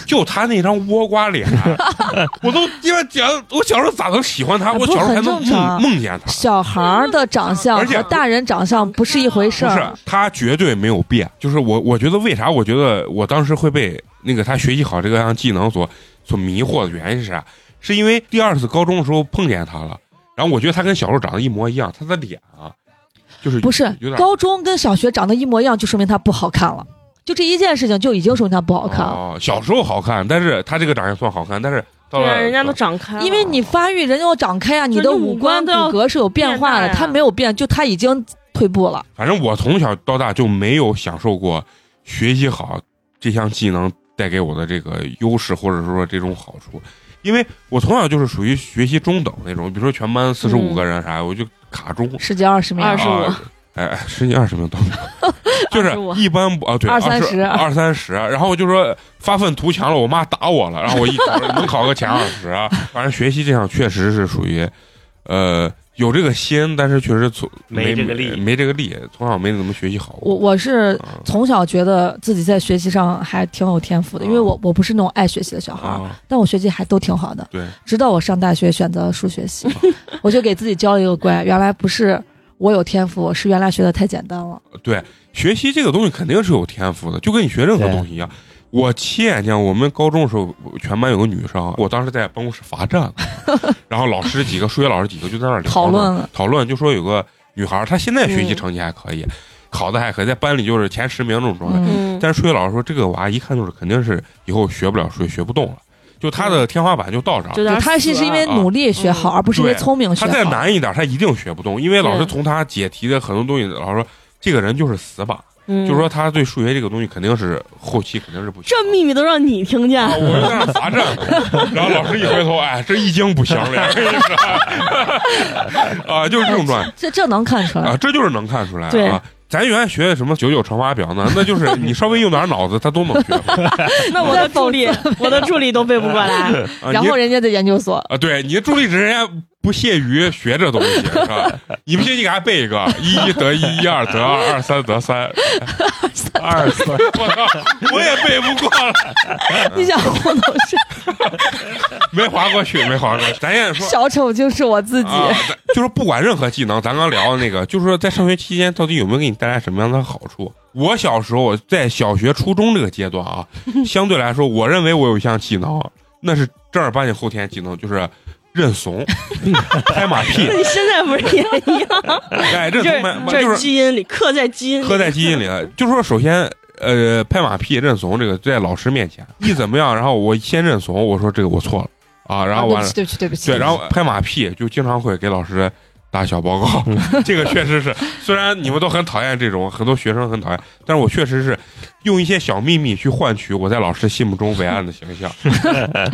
Speaker 2: 就她那张倭瓜脸，啊 我都因为讲，我小时候咋能喜欢她？
Speaker 6: 不
Speaker 2: 我小时候还能
Speaker 6: 很正常
Speaker 2: 梦梦见她，
Speaker 6: 小孩儿的长相
Speaker 2: 而且
Speaker 6: 和大人长相不是一回事
Speaker 2: 不是
Speaker 6: 儿。
Speaker 2: 她绝对没有变。就是我，我觉得为啥？我觉得我当时会被那个她学习好这个样技能所所迷惑的原因是啥？是因为第二次高中的时候碰见她了，然后我觉得她跟小时候长得一模一样，她的脸啊，就是
Speaker 6: 不是
Speaker 2: 有点
Speaker 6: 高中跟小学长得一模一样，就说明他不好看了。就这一件事情就已经说明他不好看了，
Speaker 2: 哦，小时候好看，但是他这个长相算好看，但是到
Speaker 1: 对
Speaker 2: 了
Speaker 1: 啊，人家都长开了，
Speaker 6: 因为你发育，人要长开啊，
Speaker 1: 就
Speaker 6: 你
Speaker 1: 是你
Speaker 6: 的
Speaker 1: 五
Speaker 6: 五官
Speaker 1: 官
Speaker 6: 骨
Speaker 1: 都要
Speaker 6: 骼是有变化的，
Speaker 1: 变大呀
Speaker 6: 他没有变，就他已经退步了。
Speaker 2: 反正我从小到大就没有享受过学习好这项技能带给我的这个优势，或者说这种好处，因为我从小就是属于学习中等那种，比如说全班四十五
Speaker 1: 嗯
Speaker 2: 个人啥，我就卡中
Speaker 6: 十几二十秒，
Speaker 1: 二十五
Speaker 2: 啊哎，哎十几二十名都没有，
Speaker 1: 25
Speaker 2: 就是一般不啊，对，
Speaker 6: 二三十
Speaker 2: 二三十，啊然后就说发愤图强了，我妈打我啊 了，然后我一考能考个前二十，反正学习这项确实是属于，呃，有这个心，但是确实从
Speaker 5: 没这个力
Speaker 2: 没这个力，从小没怎么学习好过。
Speaker 6: 我我是
Speaker 2: 啊
Speaker 6: 从小觉得自己在学习上还挺有天赋的，因为我我不是那种爱学习的小孩儿，
Speaker 2: 啊，
Speaker 6: 但我学习还都挺好的。
Speaker 2: 对，
Speaker 6: 直到我上大学选择数学 系，我就给自己交了一个乖，原来不是我有天赋，是原来学的太简单了。
Speaker 2: 学习这个东西肯定是有天赋的，就跟你学任何东西一样。我亲眼见我们高中的时候，全班有个女生，我当时在办公室罚 站，然后老师几个数学老师几个就在那儿聊
Speaker 6: 讨论
Speaker 2: 呢讨论，就说有个女孩儿，她现在学习成绩还可以，考的还可以，在班里就是前十名这种状态。
Speaker 6: 嗯，
Speaker 1: 嗯，
Speaker 2: 但是数学老师说，这个娃一看就是肯定是以后学不了数学，学不动了，就她的天花板就到这儿。
Speaker 1: 就有点
Speaker 6: 就他是
Speaker 1: 死
Speaker 6: 是因为
Speaker 1: 了
Speaker 6: 努力学好，而不是因为
Speaker 2: 对
Speaker 6: 聪明学
Speaker 2: 他
Speaker 6: 好。
Speaker 2: 再难一点，他一定学不动，因为老师
Speaker 1: 对
Speaker 2: 从他解题的很多东西，老师说这个人就是死板，
Speaker 1: 嗯
Speaker 2: 就是说他对数学这个东西肯定是后期肯定是不行。
Speaker 1: 这秘密都让你听见
Speaker 2: 啊，，我就在那罚站， 然后老师一回头，哎，这一经不行了呀，真是 啊，就是这种状态
Speaker 6: 这这能看出来。
Speaker 2: 啊，这就是能看出来
Speaker 1: 对
Speaker 2: 啊。咱原来学的什么九九乘法表呢？那就是你稍微用点脑子，他都能学会
Speaker 1: 那我的助理，我的助理都背不过 来。
Speaker 2: 啊。
Speaker 6: 然
Speaker 2: 你
Speaker 6: 后人家在研究 所，
Speaker 2: 啊，对，你的助力值人家不屑于学这东西，是吧？你不信你给他背一个，一一得一，一二得二，二三得 三。
Speaker 5: 二次
Speaker 2: 我操，我也背不过了，
Speaker 6: 你想糊弄是
Speaker 2: 没划过去，没划过去。咱也说。
Speaker 6: 小丑就是我自己。
Speaker 2: 啊，咱就是不管任何技能，咱刚聊的那个，就是说在上学期间到底有没有给你带来什么样的好处？我小时候，我在小学、初中这个阶段啊，相对来说，我认为我有一项技能，那是正儿八经后天技能，就是认怂、拍马屁。
Speaker 1: 那你现在不是也一样？
Speaker 2: 哎，认怂拍，
Speaker 1: 这
Speaker 2: 就是
Speaker 1: 是基因里刻在基因里。
Speaker 2: 刻在基因里了。就说首先，呃，拍马屁认怂，这个在老师面前一怎么样，然后我先认怂，我说这个我错了啊，然后
Speaker 6: 啊
Speaker 2: 完了，
Speaker 6: 对不起，对不起，
Speaker 2: 对，
Speaker 6: 对不起。
Speaker 2: 然后拍马屁就经常会给老师打小报告，这个确实是，虽然你们都很讨厌这种，很多学生很讨厌，但是我确实是用一些小秘密去换取我在老师心目中伟岸的形象，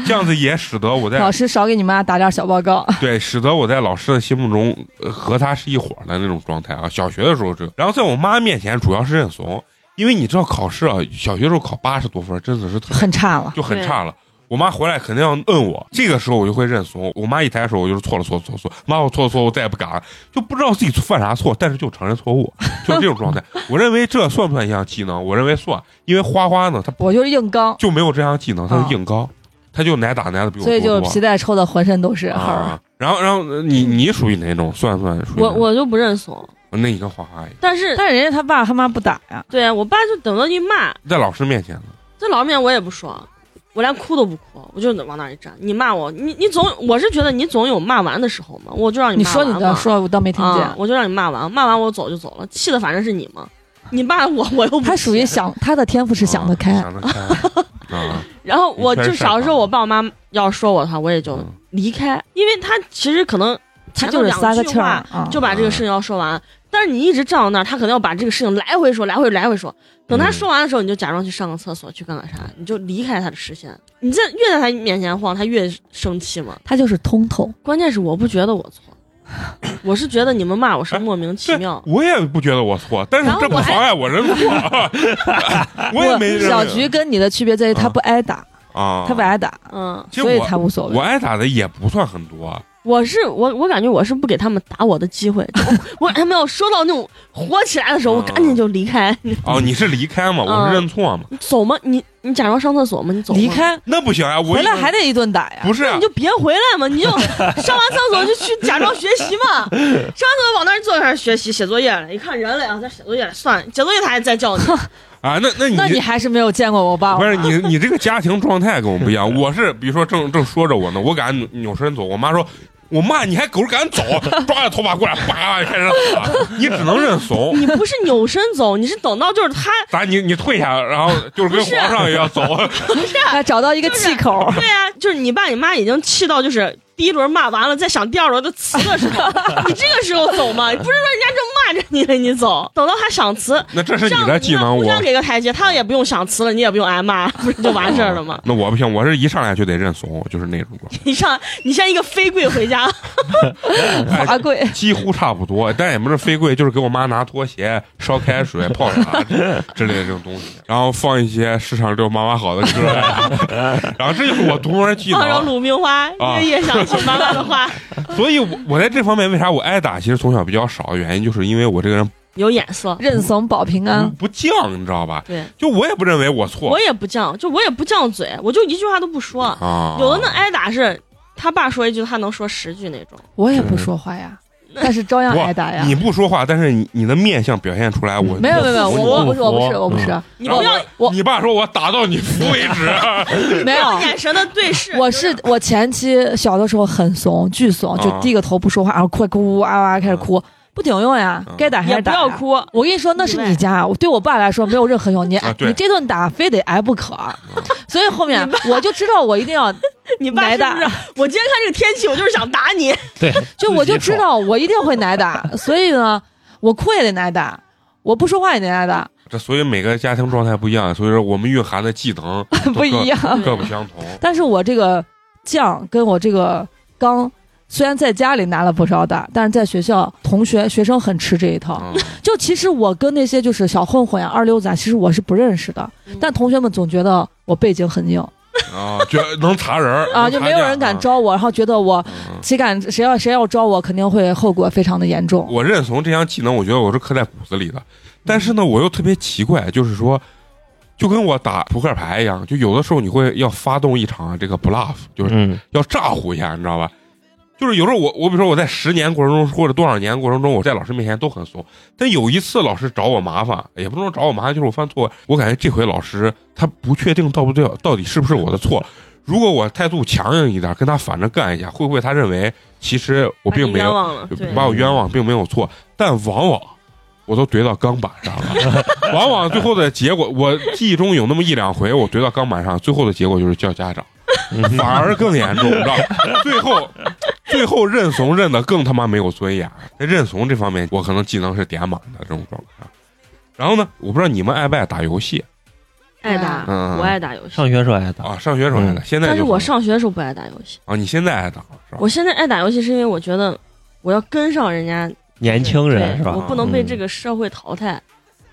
Speaker 2: 这样子也使得我在
Speaker 6: 老师少给你妈打点小报告。
Speaker 2: 对，使得我在老师的心目中呃和他是一伙儿的那种状态啊。小学的时候这个，然后在我妈面前主要是认怂，因为你知道考试啊，小学时候考八十多分儿真的是特
Speaker 6: 很差了，
Speaker 2: 就很差了。我妈回来肯定要摁我，这个时候我就会认怂。我妈一抬手，我就是错了，错了错了错了，妈我错了错了，我再也不敢了，就不知道自己犯啥错，但是就承认错误，就是这种状态。我认为这算不算一项技能？我认为算，因为花花呢，她
Speaker 6: 我就是硬刚，
Speaker 2: 就没有这项技能，她
Speaker 6: 啊
Speaker 2: 就硬刚，她就挨打挨的比我
Speaker 6: 所
Speaker 2: 多
Speaker 6: 以就
Speaker 2: 多。
Speaker 6: 皮带抽的浑身都是汗儿。
Speaker 2: 啊。然后，然后呃你你属于哪种？算算属于哪
Speaker 1: 我
Speaker 2: 种
Speaker 1: 我就不认怂，
Speaker 2: 那你跟花花一样，
Speaker 1: 但是
Speaker 6: 但是人家他爸他妈不打呀，
Speaker 1: 对我爸就等着一骂，
Speaker 2: 在老师面前呢，
Speaker 1: 在老师面前我也不说，我连哭都不哭，我就往那一站。你骂我，你你总我是觉得你总有骂完的时候嘛，我就让
Speaker 6: 你
Speaker 1: 骂
Speaker 6: 说
Speaker 1: 完
Speaker 6: 你
Speaker 1: 嘛
Speaker 6: 的，说我倒没听
Speaker 1: 啊
Speaker 6: 见。
Speaker 1: 我就让你骂完，骂完我走就走了，气的反正是你嘛。你骂我，我又不
Speaker 6: 他属于
Speaker 1: 气
Speaker 6: 想他的天赋是想得
Speaker 2: 啊
Speaker 6: 开，
Speaker 2: 想得开啊，
Speaker 1: 然后我
Speaker 2: 你确
Speaker 1: 就
Speaker 2: 实擅
Speaker 1: 小时候，
Speaker 2: 长
Speaker 1: 我爸我妈要说我的话，我也就
Speaker 2: 嗯
Speaker 1: 离开，因为他其实可能
Speaker 6: 他
Speaker 1: 前
Speaker 6: 就是
Speaker 1: 头
Speaker 6: 撒
Speaker 1: 两
Speaker 6: 个
Speaker 1: 句
Speaker 6: 气儿
Speaker 1: 话
Speaker 6: 啊。
Speaker 1: 就把这个事情要说完。但是你一直站到那儿，他可能要把这个事情来回说，来回来回说。
Speaker 6: 嗯
Speaker 1: 等他说完的时候，你就假装去上个厕所，去干个啥，你就离开他的视线。你这越在他面前晃，他越生气嘛。
Speaker 6: 他就是通透，
Speaker 1: 关键是我不觉得我错，我是觉得你们骂我是莫名其
Speaker 2: 对
Speaker 1: 妙，。
Speaker 2: 我也不觉得我错，但是
Speaker 1: 然后
Speaker 2: 这不
Speaker 1: 我还
Speaker 2: 妨碍我认错啊，我也没认为
Speaker 6: 小菊跟你的区别在于他不挨打，
Speaker 2: 啊，
Speaker 6: 他不挨打，
Speaker 1: 嗯，
Speaker 2: 其实
Speaker 6: 所以
Speaker 2: 我
Speaker 6: 他无所
Speaker 2: 我
Speaker 6: 谓。
Speaker 2: 挨打的也不算很多，啊
Speaker 1: 我是我，我感觉我是不给他们打我的机会， 就我我感觉他们要说到那种火起来的时
Speaker 6: 啊
Speaker 1: 候，我赶紧就离开。你
Speaker 2: 哦，你是离开嘛，我是认错嘛，
Speaker 1: 走嘛，你你假装上厕所嘛，你走嘛
Speaker 6: 离，开
Speaker 2: 那不行啊，我
Speaker 6: 回来
Speaker 2: 一
Speaker 6: 还得一顿打呀，
Speaker 2: 不是啊
Speaker 1: 你就别回来嘛，你就上完厕所就去假装学习嘛，上完厕所往那儿坐那儿学习写作业了，一看人了啊，在写作业了，算了，写作业他还在叫 你，
Speaker 2: 啊，那那你
Speaker 6: 那你还是没有见过我爸
Speaker 2: 不。是你，你这个家庭状态跟我不一样。我是比如说正正说着我呢，我敢扭身走，我妈说。我骂你还狗敢走，抓着头发过来，叭就开始打，你只能认怂。
Speaker 1: 你不是扭身走，你是等到就 是他，
Speaker 2: 咱你你退下，然后就是跟皇上一样走。
Speaker 6: 那找到一个气口，
Speaker 1: 对呀、就是你爸你妈已经气到 就是。第一轮骂完了，再想第二轮的词的时候，你这个时候走嘛？不是说人家正骂着你了，你走，等到他赏词，
Speaker 2: 那这是
Speaker 1: 这
Speaker 2: 你
Speaker 1: 样
Speaker 2: 的技能，
Speaker 1: 互
Speaker 2: 我
Speaker 1: 相给个台阶，他也不用赏词了，你也不用挨骂，不是就完事儿了吗？
Speaker 2: 那我不行，我是一上来就得认怂，就是那种状
Speaker 1: 你上，你先一个飞跪回家，
Speaker 2: 态，哎
Speaker 6: 阿贵，
Speaker 2: 几乎差不多，但也不是飞柜，就是给我妈拿拖鞋、烧开水、泡茶之之类的这种东西，然后放一些市场对我妈妈好的歌，啊然后这就是我独门技
Speaker 1: 放上
Speaker 2: 能，
Speaker 1: 鲁冰花，
Speaker 2: 啊
Speaker 1: 夜夜想起妈妈的 话，
Speaker 2: 所以我我在这方面为啥我挨打，其实从小比较少，原因就是因为我这个人
Speaker 1: 有眼色。
Speaker 6: 认怂保平安。
Speaker 2: 不犟，你知道吧？
Speaker 1: 对，
Speaker 2: 就我也不认为我
Speaker 1: 我
Speaker 2: 错
Speaker 1: 也不犟，就我也不犟嘴，我就一句话都不说。
Speaker 2: 啊，
Speaker 1: 有的那挨打是他爸说一句，他能说十句那种。
Speaker 6: 我也不说话呀，但是照样
Speaker 2: 不
Speaker 6: 挨打哎呀。
Speaker 2: 你不说话，但是你你的面相表现出来，我嗯
Speaker 6: 没有没有没有，
Speaker 5: 服
Speaker 6: 我我不是
Speaker 5: 我
Speaker 6: 我
Speaker 5: 服
Speaker 6: 不是我不是，
Speaker 1: 你不要
Speaker 6: 我
Speaker 2: 你爸说我打到你服为 止， 嗯
Speaker 6: 没 有。
Speaker 1: 眼神的对 视。
Speaker 6: 我
Speaker 1: 就是
Speaker 6: 我前期小的时候很怂，巨怂，就
Speaker 2: 啊
Speaker 6: 低个头不说话，然后快哭哇哇开始哭，不顶用呀
Speaker 2: 嗯，
Speaker 6: 该打还
Speaker 1: 也
Speaker 6: 是
Speaker 1: 不
Speaker 6: 打。
Speaker 1: 要。哭，
Speaker 6: 我跟你说，那是你家，我对我爸来说没有任何用。你、
Speaker 2: 啊对嗯
Speaker 6: 你这顿打非得挨不可， 所以后面我就知道我一定要，
Speaker 1: 你爸是
Speaker 6: 挨打
Speaker 1: 不是？我今天看这个天气，我就是想打你。
Speaker 5: 对，
Speaker 6: 就我就知
Speaker 5: 自己爽，
Speaker 6: 道我一定会挨打，所以呢，我哭也得挨打，我不说话也得挨打，
Speaker 2: 这所以每个家庭状态不一样，所以说我们蕴含的技能都
Speaker 6: 不一样。
Speaker 2: 各，各不相 同。
Speaker 6: 但是我这个犟跟我这个刚，虽然在家里拿了不少打，但是在学校同学学生很吃这一套。
Speaker 2: 嗯
Speaker 6: 就其实我跟那些就是小混混呀、二流子啊，其实我是不认识的，但同学们总觉得我背景很硬
Speaker 2: 啊，觉得能查嗯人儿
Speaker 6: 啊，就没有人敢。招我，然后觉得我
Speaker 2: 能查见啊嗯
Speaker 6: 谁敢谁要谁要招我，肯定会后果非常的严重。
Speaker 2: 我认怂这项技能，我觉得我是刻在骨子里的。但是呢，我又特别奇怪，就是说，就跟我打扑克牌一样，就有的时候你会要发动一场这个 bluff，就是
Speaker 5: 嗯，
Speaker 2: 要诈唬一下，你知道吧？就是有时候我我比如说我在十年过程中或者多少年过程中，我在老师面前都很怂，但有一次老师找我麻烦，也不能说找我麻烦，就是我犯错，我感觉这回老师他不确定到不对，到底是不是我的错。如果我态度强硬一点，跟他反着干一下，会不会他认为其实我
Speaker 1: 把你
Speaker 2: 并没
Speaker 1: 冤
Speaker 2: 有
Speaker 1: 枉了，对，
Speaker 2: 把我冤枉，并没有错，但往往。我都怼到钢板上了，往往最后的结果，我记忆中有那么一两回，我怼到钢板上，最后的结果就是叫家长。
Speaker 5: 嗯
Speaker 2: 反而更严重，你知道吗？最后，最后认怂认的更他妈没有尊严。在认怂这方面，我可能技能是点满的这种状态。然后呢，我不知道你们爱不爱打游戏
Speaker 1: 爱打，
Speaker 2: 嗯
Speaker 1: 我爱打游 戏。
Speaker 5: 上学时候挨打，
Speaker 2: 啊？上学时候爱打，现在
Speaker 1: 但是
Speaker 2: 就
Speaker 1: 我上学的时候不爱打游戏，
Speaker 2: 啊，你现在爱打了是吧？
Speaker 1: 我现在爱打游戏是因为我觉得我要跟上人家，
Speaker 5: 年轻人是吧
Speaker 1: 对？我不能被
Speaker 5: 嗯
Speaker 1: 这个社会淘汰。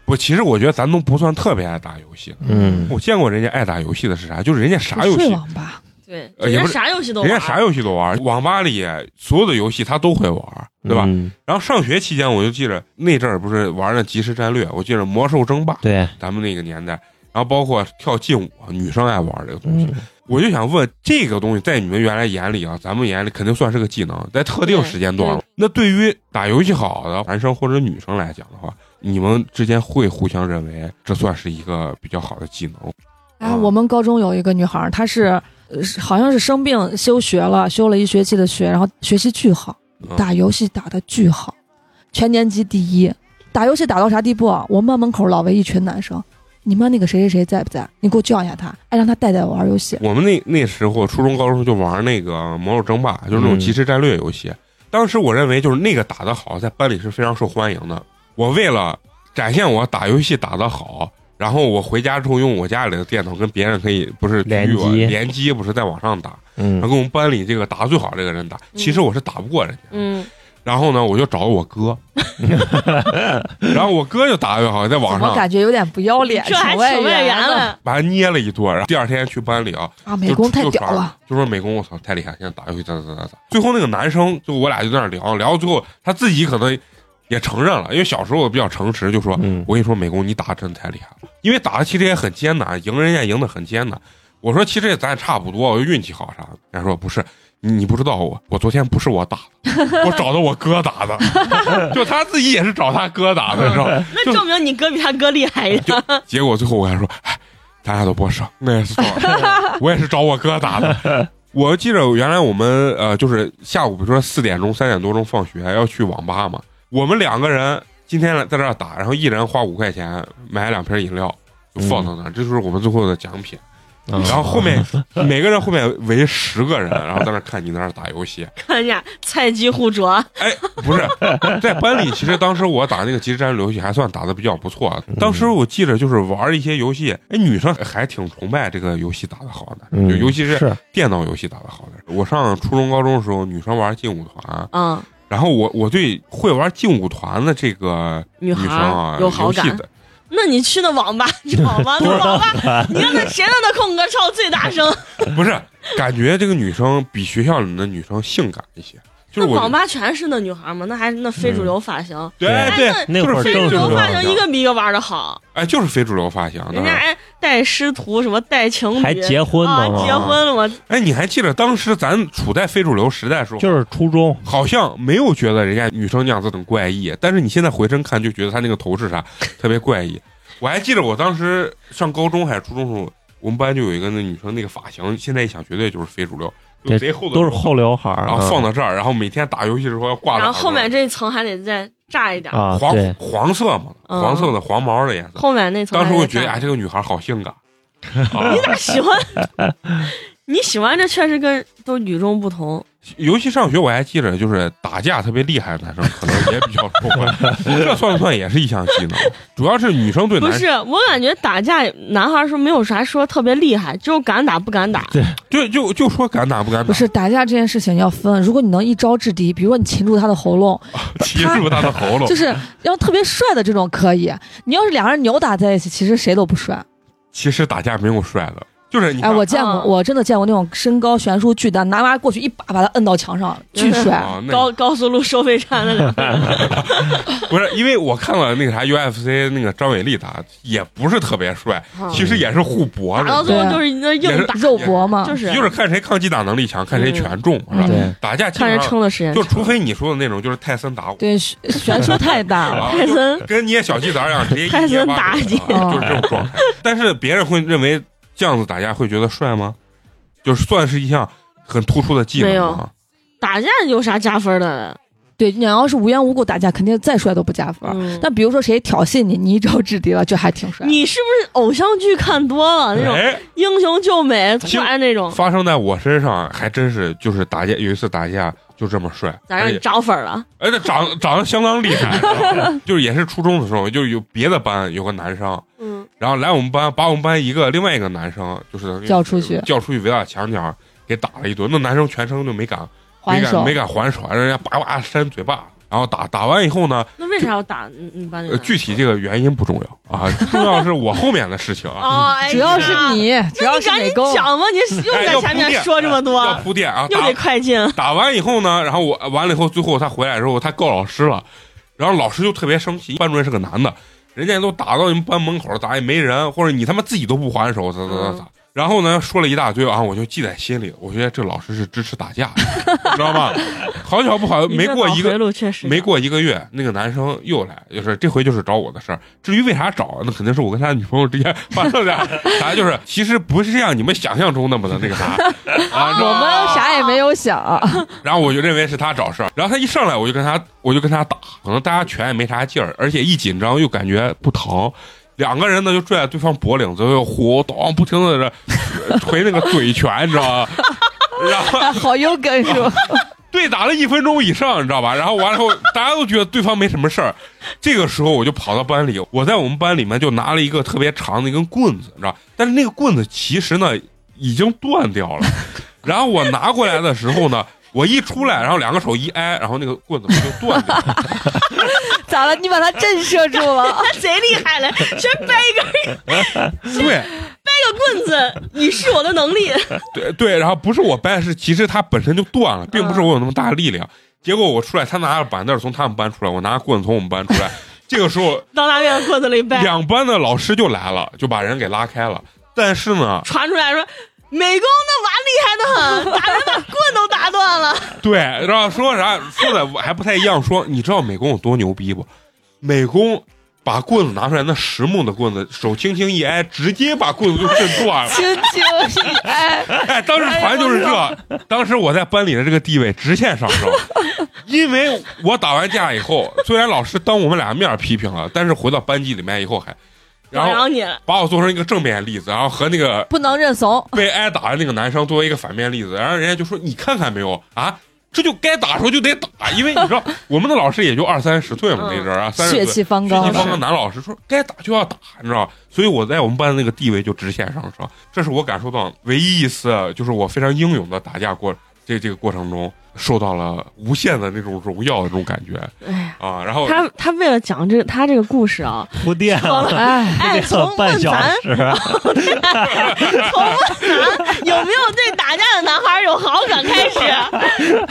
Speaker 2: 不，其实我觉得咱都不算特别爱打游戏。
Speaker 5: 嗯，
Speaker 2: 我见过人家爱打游戏的是啥？就是人家啥游
Speaker 6: 睡
Speaker 2: 戏，
Speaker 6: 网吧，
Speaker 1: 对，
Speaker 2: 呃
Speaker 1: 人
Speaker 2: 也
Speaker 1: 家
Speaker 2: 不是
Speaker 1: 啥游戏都
Speaker 2: 人
Speaker 1: 玩，
Speaker 2: 家啥游戏都玩，网吧里所有的游戏他都会玩，对吧？
Speaker 5: 嗯
Speaker 2: 然后上学期间，我就记着那阵儿不是玩的即时战略，我记着魔兽争霸，
Speaker 5: 对，
Speaker 2: 咱们那个年代，然后包括跳劲舞，女生爱玩这个东西。
Speaker 5: 嗯
Speaker 2: 我就想问，这个东西在你们原来眼里啊，咱们眼里肯定算是个技能，在特定时间段
Speaker 1: 对。嗯
Speaker 2: 那对于打游戏好的男生或者女生来讲的话，你们之间会互相认为这算是一个比较好的技能。
Speaker 6: 哎，我们高中有一个女孩儿，她是呃是好像是生病休学了，休了一学期的学，然后学习巨好，
Speaker 2: 嗯
Speaker 6: 打游戏打的巨好，全年级第一。打游戏打到啥地步啊？我们班门口老围一群男生，你们班那个谁谁谁在不在？你给我叫一下他，哎，让他带带我玩游戏。
Speaker 2: 我们那那时候初中高中就玩那个魔兽争霸，就是那种
Speaker 5: 嗯
Speaker 2: 即时战略游戏。当时我认为就是那个打得好，在班里是非常受欢迎的。我为了展现我打游戏打得好，然后我回家之后用我家里的电脑跟别人可以不是
Speaker 5: 联
Speaker 2: 与我
Speaker 5: 机
Speaker 2: 联机不是在网上打，然后
Speaker 5: 嗯
Speaker 2: 跟我们班里这个打得最好这个人打，其实我是打不过人家。
Speaker 1: 嗯，
Speaker 2: 然后呢，我就找我哥，然后我哥就打得越好，在网
Speaker 6: 怎么
Speaker 2: 上
Speaker 6: 感觉有点不要脸？
Speaker 1: 这还
Speaker 6: 外
Speaker 1: 挺外
Speaker 6: 援
Speaker 1: 援
Speaker 6: 了
Speaker 1: 了。
Speaker 2: 把他捏了一顿。然后第二天去班里啊，
Speaker 6: 啊！美工太
Speaker 2: 就
Speaker 6: 屌了，，
Speaker 2: 就说美工，我操，太厉害！现在打游戏，咋咋咋咋。最后那个男生，就我俩就在那儿聊聊，到最后他自己可能也承认了，因为小时候我比较诚实，就说、
Speaker 5: 嗯
Speaker 2: 我跟你说，美工你打得真的太厉害了，因为打的其实也很艰难，赢人家赢得很艰难。我说其实也咱也差不多，我就运气好啥的。人家说不是，你你不知道我，我昨天不是我打的，我找的我哥打的， 就他自己也是找他哥打的，你知道吗？
Speaker 1: 那证明你哥比他哥厉害 呀。
Speaker 2: 结果最后我还说，哎，咱俩都不是，那也是找，我也是找我哥打的。我记着原来我们呃，就是下午比如说四点钟、三点多钟放学要去网吧嘛，我们两个人今天在这儿打，然后一人花五块钱买两瓶饮料，就放到那儿，这就是我们最后的奖品。
Speaker 5: 嗯
Speaker 2: 然后后面每个人后面围十个人，然后在那看你在那打游戏。
Speaker 1: 看一下菜鸡互啄，
Speaker 2: 哎， 不是，在班里，其实当时我打那个即时战略游戏还算打的比较不错。啊
Speaker 5: 嗯
Speaker 2: 当时我记得就是玩一些游戏，哎，女生还挺崇拜这个游戏打的好的，
Speaker 5: 嗯
Speaker 2: 就尤其是
Speaker 5: 是
Speaker 2: 电脑游戏打的好的。我上初中、高中的时候，女生玩劲舞团，
Speaker 1: 嗯，
Speaker 2: 然后我我对会玩劲舞团的这个
Speaker 1: 女
Speaker 2: 女
Speaker 1: 孩
Speaker 2: 生啊
Speaker 1: 儿有好
Speaker 2: 游戏
Speaker 1: 感。
Speaker 2: 的，
Speaker 1: 那你去那网吧，你 网吧那
Speaker 2: 啊
Speaker 1: 网吧，你看那谁让那空哥唱最大声？
Speaker 2: 不是感觉这个女生比学校里的女生性感一些，就
Speaker 1: 那
Speaker 2: 是我
Speaker 1: 网吧全是那女孩嘛，那还那非主流发型，
Speaker 2: 对
Speaker 5: 哎
Speaker 2: 对，
Speaker 1: 那
Speaker 5: 那会儿
Speaker 2: 就是
Speaker 1: 非
Speaker 5: 正
Speaker 1: 主
Speaker 5: 是
Speaker 1: 流
Speaker 5: 那
Speaker 1: 发型
Speaker 5: 种
Speaker 2: 啊
Speaker 1: 一个比一个玩的好，
Speaker 2: 哎，就是非主流发型。
Speaker 1: 人家哎带师徒什么带情侣，
Speaker 5: 还结婚
Speaker 1: 啊
Speaker 5: 呢嘛，
Speaker 1: 结婚了嘛，
Speaker 2: 哎，你还记得当时咱处在非主流时代的时候，
Speaker 5: 就是初中，
Speaker 2: 好像没有觉得人家女生那样子很怪异，但是你现在回身看就觉得她那个头是啥特别怪异。我还记得我当时上高中还是初中的时候，我们班就有一个那女生那个发型，现在一想绝对就是非主流，就
Speaker 5: 对
Speaker 2: 贼厚的
Speaker 5: 都是
Speaker 2: 头
Speaker 5: 后刘海儿
Speaker 2: 然
Speaker 5: 啊
Speaker 2: 后放到这儿，然后每天打游戏的时候要挂着
Speaker 1: 然后
Speaker 2: 耳朵。
Speaker 1: 后面这一层还得再炸一点，
Speaker 5: 啊，
Speaker 2: 黄
Speaker 5: 对，
Speaker 2: 黄色嘛，
Speaker 1: 嗯
Speaker 2: 黄色的黄毛的颜色。
Speaker 1: 后面那层
Speaker 2: 当时我觉
Speaker 1: 还
Speaker 2: 得
Speaker 1: 炸
Speaker 2: 啊，
Speaker 1: 一点
Speaker 2: 这个女孩好性感。啊
Speaker 1: 你咋喜欢？ 你喜欢这确实跟都与众不同，
Speaker 2: 尤其上学，我还记着，就是打架特别厉害的男生，可能也比较受欢迎。这算不算也是一项技 能？主要是女生对
Speaker 1: 不
Speaker 2: 男生
Speaker 1: 是？我感觉打架男孩是没有啥说特别厉害，就是敢打不敢打。
Speaker 2: 啊对，就就说敢打不敢打，
Speaker 6: 不是打架这件事情要分，如果你能一招制敌，比如说你擒住他的喉咙，
Speaker 2: 骑住他的喉咙
Speaker 6: 就，是要特别帅的这种可以。你要是两个人扭打在一起，其实谁都不帅。
Speaker 2: 其实打架没有帅的，就是你
Speaker 6: 哎，
Speaker 2: 看
Speaker 6: 我见过，
Speaker 1: 嗯
Speaker 6: 我真的见过那种身高悬殊巨大，拿娃过去一把把他摁到墙
Speaker 1: 嗯
Speaker 6: 上，巨帅。
Speaker 2: 啊，那
Speaker 1: 高高速路收费站的两 个，
Speaker 2: 不是因为我看了那个啥 UFC 那个张伟丽打，也不是特别帅，其实也是互搏
Speaker 1: 嗯打到
Speaker 2: 着
Speaker 1: 最
Speaker 2: 的。
Speaker 1: 后就是那硬打，
Speaker 6: 肉搏嘛，
Speaker 1: 就是啊嗯
Speaker 2: 就是看谁抗击打能力强，看谁拳重，是吧？
Speaker 5: 对
Speaker 2: 打架基
Speaker 1: 看
Speaker 2: 本
Speaker 1: 人
Speaker 2: 上
Speaker 1: 撑的时间
Speaker 2: 就
Speaker 1: 长。
Speaker 2: 除非你说的那种，就是泰森打我，
Speaker 6: 对，悬悬殊太 大了。
Speaker 2: 啊
Speaker 1: 泰哎森
Speaker 2: 跟捏小鸡仔一样，直接一
Speaker 1: 泰森
Speaker 2: 捏巴
Speaker 1: 打
Speaker 2: 掌
Speaker 1: 你
Speaker 2: 啊就是这种状态。但是别人会认为这样子打架会觉得帅吗？就是算是一项很突出的技
Speaker 1: 没
Speaker 2: 能啊
Speaker 1: 有
Speaker 2: 吗？
Speaker 1: 打架有啥加分的？
Speaker 6: 对你要是无缘无故打架，肯定再帅都不加分。
Speaker 1: 嗯
Speaker 6: 但比如说谁挑衅你，你一招制敌了，就还挺帅。
Speaker 1: 你是不是偶像剧看多了那种
Speaker 2: 哎，
Speaker 1: 英雄救美突
Speaker 2: 行
Speaker 1: 然那种，
Speaker 2: 发生在我身上，还真是就是打架，有一次打架就这么帅，
Speaker 1: 咋
Speaker 2: 而
Speaker 1: 让你
Speaker 2: 且
Speaker 1: 涨粉了？
Speaker 2: 而且长长得相当厉害，你知道吗 就是也是初中的时候，就是有别的班有个男生，
Speaker 1: 嗯，
Speaker 2: 然后来我们班把我们班一个另外一个男生就是
Speaker 6: 叫出去
Speaker 2: 叫出去围到墙角给打了一顿，那男生全程就没敢没
Speaker 6: 还
Speaker 2: 敢
Speaker 6: 手
Speaker 2: 没敢还手，让人家叭叭扇嘴巴。然后打打完以后呢，
Speaker 1: 那为啥要打你你班那
Speaker 2: 呃，
Speaker 1: 个？
Speaker 2: 具体这个原因不重要啊，重要是我后面的事情 啊，
Speaker 1: 哦，哎
Speaker 6: 只要
Speaker 1: 呀
Speaker 6: 是你，只要
Speaker 1: 那你
Speaker 6: 是
Speaker 1: 赶
Speaker 6: 美
Speaker 1: 紧
Speaker 6: 工，
Speaker 1: 讲吧，你又
Speaker 2: 哎
Speaker 1: 在
Speaker 2: 要
Speaker 1: 前
Speaker 2: 铺
Speaker 1: 面
Speaker 2: 垫
Speaker 1: 说这么
Speaker 2: 要
Speaker 1: 多，
Speaker 2: 铺垫啊，
Speaker 1: 又
Speaker 2: 打
Speaker 1: 得快进。
Speaker 2: 打完以后呢，然后我完了以后，最后他回来的时候，他告老师了，然后老师就特别生气，班主任是个男的，人家都打到你们班门口了，咋也没人，或者你他妈自己都不还手，咋咋咋咋。然后呢，说了一大堆啊，我就记在心里。我觉得这老师是支持打架的，你知道吧？ 好巧不好，呃没过一
Speaker 1: 脑回
Speaker 2: 个
Speaker 1: 路确实
Speaker 2: 没过一个月，那个男生又来，就是这回就是找我的事儿。至于为啥找，那肯定是我跟他女朋友之间发生点儿 啥，就是其实不是像你们想象中那么的那 个啥啊，你知道
Speaker 6: 我
Speaker 2: 吗？
Speaker 6: 们啥也没有想。
Speaker 2: 然后我就认为是他找事儿，然后他一上来我就跟他，我就跟他打，可能大家拳也没啥劲儿，而且一紧张又感觉不疼，两个人呢就拽对方脖领子，又呼咚不停的 捶那个嘴拳，你知道吗？ 然后
Speaker 6: 好有梗是
Speaker 2: 哦
Speaker 6: 吧？
Speaker 2: 对打了一分钟以上，你知道吧？然后完了后，大家都觉得对方没什么事儿。这个时候我就跑到班里，我在我们班里面就拿了一个特别长的一根棍子，你知道？但是那个棍子其实呢已经断掉了。然后我拿过来的时候呢，我一出来，然后两个手一挨，然后那个棍子不就断掉了？
Speaker 6: 咋了？你把他震慑住 了？
Speaker 1: 那 贼厉害了，全掰一根
Speaker 2: 对
Speaker 1: 棍子，以示我的能力。
Speaker 2: 对对，然后不是我掰，是其实它本身就断了，并不是我有那么大力量。结果我出来，他拿着板凳从他们班出来，我拿着棍子从我们班出来。这个时候，
Speaker 1: 到大院棍子里掰，
Speaker 2: 两班的老师就来了，就把人给拉开了。但是呢，
Speaker 1: 传出来说。美工那娃厉害的很，打人把棍都打断 了。
Speaker 2: 对，然后说啥说的还不太一样。说你知道美工有多牛逼不？美工把棍子拿出来，那实木的棍子，手轻轻一挨，直接把棍子就震断了。
Speaker 6: 轻轻一挨，
Speaker 2: 哎，当时传就是这，当时我在班里的这个地位直线上升，因为我打完架以后，虽然老师当我们俩面批评了，但是回到班级里面以后还。然后
Speaker 1: 后你了，
Speaker 2: 把我做成一个正面例子，然后和那个
Speaker 6: 不能认怂。
Speaker 2: 被挨打的那个男生作为一个反面例子，然后人家就说：“你看看没有啊？这就该打的时候就得打，因为你知道我们的老师也就二三十岁嘛，
Speaker 1: 嗯
Speaker 2: 那阵儿啊，三十
Speaker 6: 血
Speaker 2: 岁。”
Speaker 6: 气方
Speaker 2: 学习
Speaker 6: 刚，
Speaker 2: 方的男老师说该打就要打，你知道，所以我在我们班那个地位就直线上升，这是我感受到唯一一次就是我非常英勇的打架过这这个过程中受到了无限的那种荣耀的那种感觉
Speaker 1: 哎呀，
Speaker 2: 啊，
Speaker 5: 哦
Speaker 2: 然后
Speaker 1: 他他为了讲这个他这个故 事啊，
Speaker 5: 铺垫了
Speaker 6: 哎，
Speaker 1: 哎，从
Speaker 5: 半
Speaker 1: 问
Speaker 5: 小
Speaker 1: 咱
Speaker 5: 时，啊
Speaker 1: 从问咱有没有对打架的男孩有好感开始，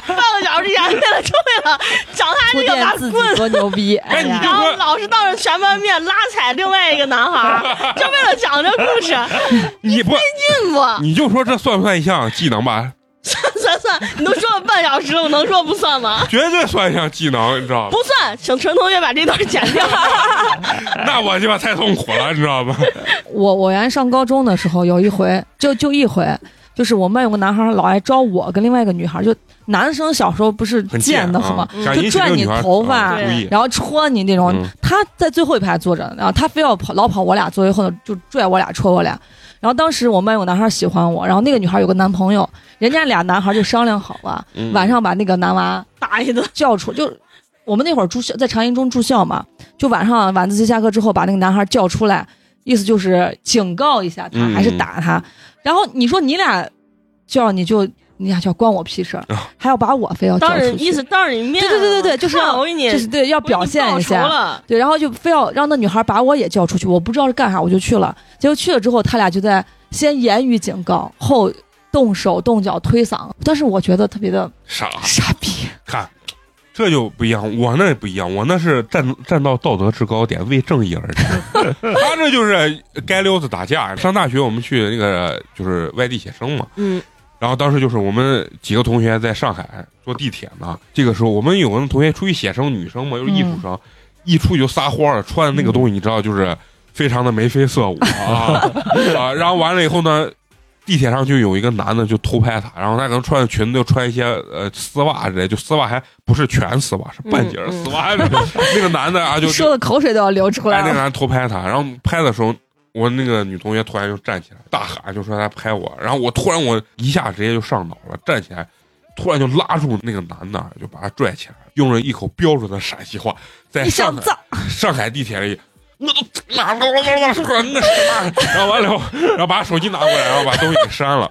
Speaker 1: 半个小时之前为了就为了讲他
Speaker 6: 铺
Speaker 1: 这个
Speaker 6: 垫
Speaker 1: 打
Speaker 6: 自
Speaker 1: 棍
Speaker 6: 己多牛逼！ 哎
Speaker 2: 你
Speaker 6: 呀，
Speaker 1: 然后老师当着全班面拉踩另外一个男孩，就为了讲这故事
Speaker 2: 你不
Speaker 1: 进步。
Speaker 2: 你就说这算不算一项技能吧？
Speaker 1: 算算，你都说了半小时了，我能说不算吗？
Speaker 2: 绝对算一项技能，你知道吗
Speaker 1: 不？算，请陈同学把这段剪掉。
Speaker 2: 那我鸡巴太痛苦了，你知道 吗？
Speaker 6: 我我原来上高中的时候有一回，就就一回，就是我们班有个男孩老爱招我跟另外一个女孩，就男生小时候不是
Speaker 2: 很
Speaker 6: 贱的很吗
Speaker 2: 啊？，想
Speaker 6: 就
Speaker 2: 引起这
Speaker 6: 拽
Speaker 2: 个
Speaker 6: 你
Speaker 2: 女孩
Speaker 6: 头
Speaker 2: 啊
Speaker 6: 发
Speaker 2: 注意，
Speaker 6: 然后戳你那种，
Speaker 2: 嗯
Speaker 6: 他在最后一排坐着，然后他非要跑老跑我俩座位后头，就拽我俩戳我俩。然后当时我们班有个男孩喜欢我，然后那个女孩有个男朋友，人家俩男孩就商量好了，
Speaker 2: 嗯
Speaker 6: 晚上把那个男娃
Speaker 1: 打 一顿，
Speaker 6: 叫出，就我们那会儿住校，在长一中住校嘛，就晚上晚自习下课之后把那个男孩叫出来，意思就是警告一下他，
Speaker 2: 嗯
Speaker 6: 还是打他。然后你说你俩叫你就你俩叫关我屁事儿，还要把我非要叫
Speaker 1: 当着
Speaker 6: 出
Speaker 1: 意
Speaker 6: 去
Speaker 1: 思，当着你面，
Speaker 6: 对对对对对就是要
Speaker 1: 我给你
Speaker 6: 就是对要
Speaker 1: 我给你
Speaker 6: 表现
Speaker 1: 报
Speaker 6: 一
Speaker 1: 仇
Speaker 6: 下。
Speaker 1: 了。
Speaker 6: 对，然后就非要让那女孩把我也叫出去，我不知道是干啥，我就去了。结果去了之后，他俩就在先言语警告，后动手动脚推搡，但是我觉得特别的
Speaker 2: 傻，
Speaker 6: 傻逼。
Speaker 2: 看，这就不一样，我那不一样，我那是站站到道德制高点，为正义而 战。他这就是街溜子打架。上大学我们去那个就是外地写生嘛，
Speaker 1: 嗯，
Speaker 2: 然后当时就是我们几个同学在上海坐地铁呢，这个时候我们有的同学出去写生，女生嘛又是艺术
Speaker 1: 嗯
Speaker 2: 生，一出去就撒欢了，穿的那个东西你知道就是非常的眉飞色舞 啊啊，然后完了以后呢。地铁上就有一个男的就偷拍她，然后她可能穿的裙子就穿一些呃丝袜之类，就丝袜还不是全丝袜，是半截儿
Speaker 1: 嗯嗯，
Speaker 2: 丝袜。那个男的啊，就就
Speaker 6: 说的口水都要流出
Speaker 2: 哎，
Speaker 6: 来
Speaker 2: 那
Speaker 6: 了
Speaker 2: 个。男偷拍他，然后拍的时候，我那个女同学突然就站起来大喊，就说他拍我，然后我突然我一下直接就上脑了，站起来，突然就拉住那个男的，就把他拽起来，用了一口标准的陕西话，在
Speaker 6: 你想
Speaker 2: 上海
Speaker 6: 咋？
Speaker 2: 上海地铁里。我都妈啦啦啦啦说那是嘛？然后完了以后，然后把手机拿过来，然后把东西给删了。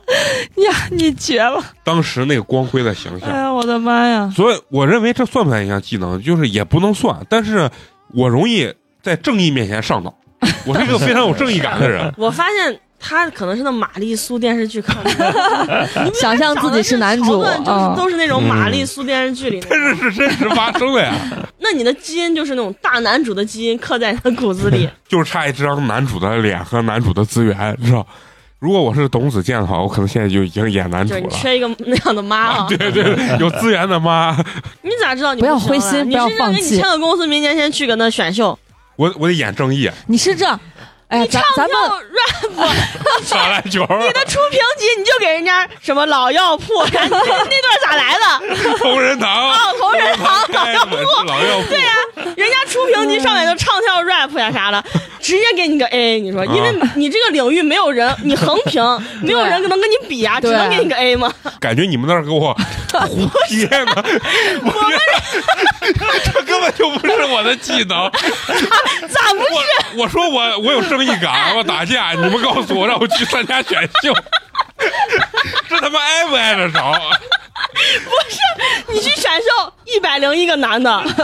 Speaker 6: 呀，你绝了！
Speaker 2: 当时那个光辉的形象
Speaker 6: 哎，呀，我的妈呀！
Speaker 2: 所以我认为这算不算一项技能，就是也不能算，但是我容易在正义面前上脑。我是一个非常有正义感的人
Speaker 1: 我发现他可能是那玛丽苏电视剧看多了，
Speaker 6: 想象自己是男主，
Speaker 1: 长得是就是
Speaker 6: 嗯，
Speaker 1: 都是那种玛丽苏电视剧里那
Speaker 2: 但
Speaker 1: 种。
Speaker 2: 是是真实发生的呀，
Speaker 1: 那你的基因就是那种大男主的基因刻在你的骨子里。
Speaker 2: 就是差一张男主的脸和男主的资源，你知道？如果我是董子健的话，我可能现在就已经演男
Speaker 1: 就
Speaker 2: 主
Speaker 1: 是你
Speaker 2: 嗯了。
Speaker 1: 缺一个那样的妈啊！
Speaker 2: 对对，对有资源的妈，
Speaker 1: 你咋知道你
Speaker 6: 不要
Speaker 1: 行啊
Speaker 6: 灰心不
Speaker 1: 你
Speaker 6: 要
Speaker 1: 是让
Speaker 6: 放
Speaker 1: 给你
Speaker 6: 弃
Speaker 1: 签个公司，明年先去个那选秀，
Speaker 2: 我我得演正义，
Speaker 6: 你是这样，哎，咱咱们
Speaker 1: 要 rap
Speaker 2: 耍篮球，
Speaker 1: 的出评级，你就给人家什么老药铺，啥那段咋来的？
Speaker 2: 同仁堂，
Speaker 1: 哦同仁堂
Speaker 2: 开门老药铺，
Speaker 1: 对呀、人家出评级上面就唱跳 rap 呀啥的，直接给你个 A。你说，
Speaker 2: 啊
Speaker 1: 因为你这个领域没有人，你横评没有人能跟你比啊，只
Speaker 6: 对
Speaker 1: 能给你个 A 吗？
Speaker 2: 感觉你们那儿给我胡编呢，我觉得 这根本就不是我的技能。
Speaker 1: 咋不是？
Speaker 2: 我我说我我有正义 感，我打架，你们告诉我让我去参加选秀，这他妈挨不挨得着？
Speaker 1: 你去选秀一百零一个男的，那再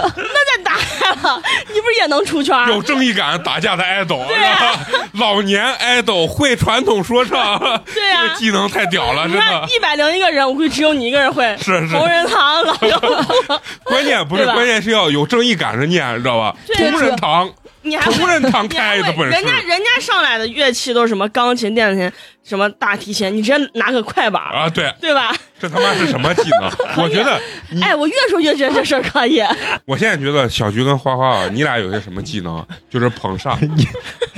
Speaker 1: 打开了，你不是也能出圈？
Speaker 2: 有正义感打架的爱豆，
Speaker 1: 对啊
Speaker 2: 是吧老年爱豆会传统说唱，
Speaker 1: 对啊
Speaker 2: 这个技能太屌了，
Speaker 1: 你
Speaker 2: 啊真
Speaker 1: 看
Speaker 2: 的。
Speaker 1: 一百零一个人，我估计只有你一个人会。
Speaker 2: 是是
Speaker 1: 同仁堂老药铺，
Speaker 2: 关键不是
Speaker 1: 对，吧
Speaker 2: 关键是要有正义感着念，知道吧？
Speaker 1: 对
Speaker 2: 同仁堂，
Speaker 1: 你还会
Speaker 2: 同仁堂
Speaker 1: 你
Speaker 2: 开
Speaker 1: 还
Speaker 2: 的本
Speaker 1: 会人家
Speaker 2: 事
Speaker 1: 人家上来的乐器都是什么钢琴、电子琴、什么大提琴，你直接拿个快板，
Speaker 2: 啊！对，
Speaker 1: 对吧？
Speaker 2: 这他妈是什么技 能？我觉得
Speaker 6: 嗯
Speaker 2: 你
Speaker 1: 哎，我越说越觉得这事儿可 以。
Speaker 2: 我现在觉得小菊跟花花啊，你俩有些什么技能？就是捧上、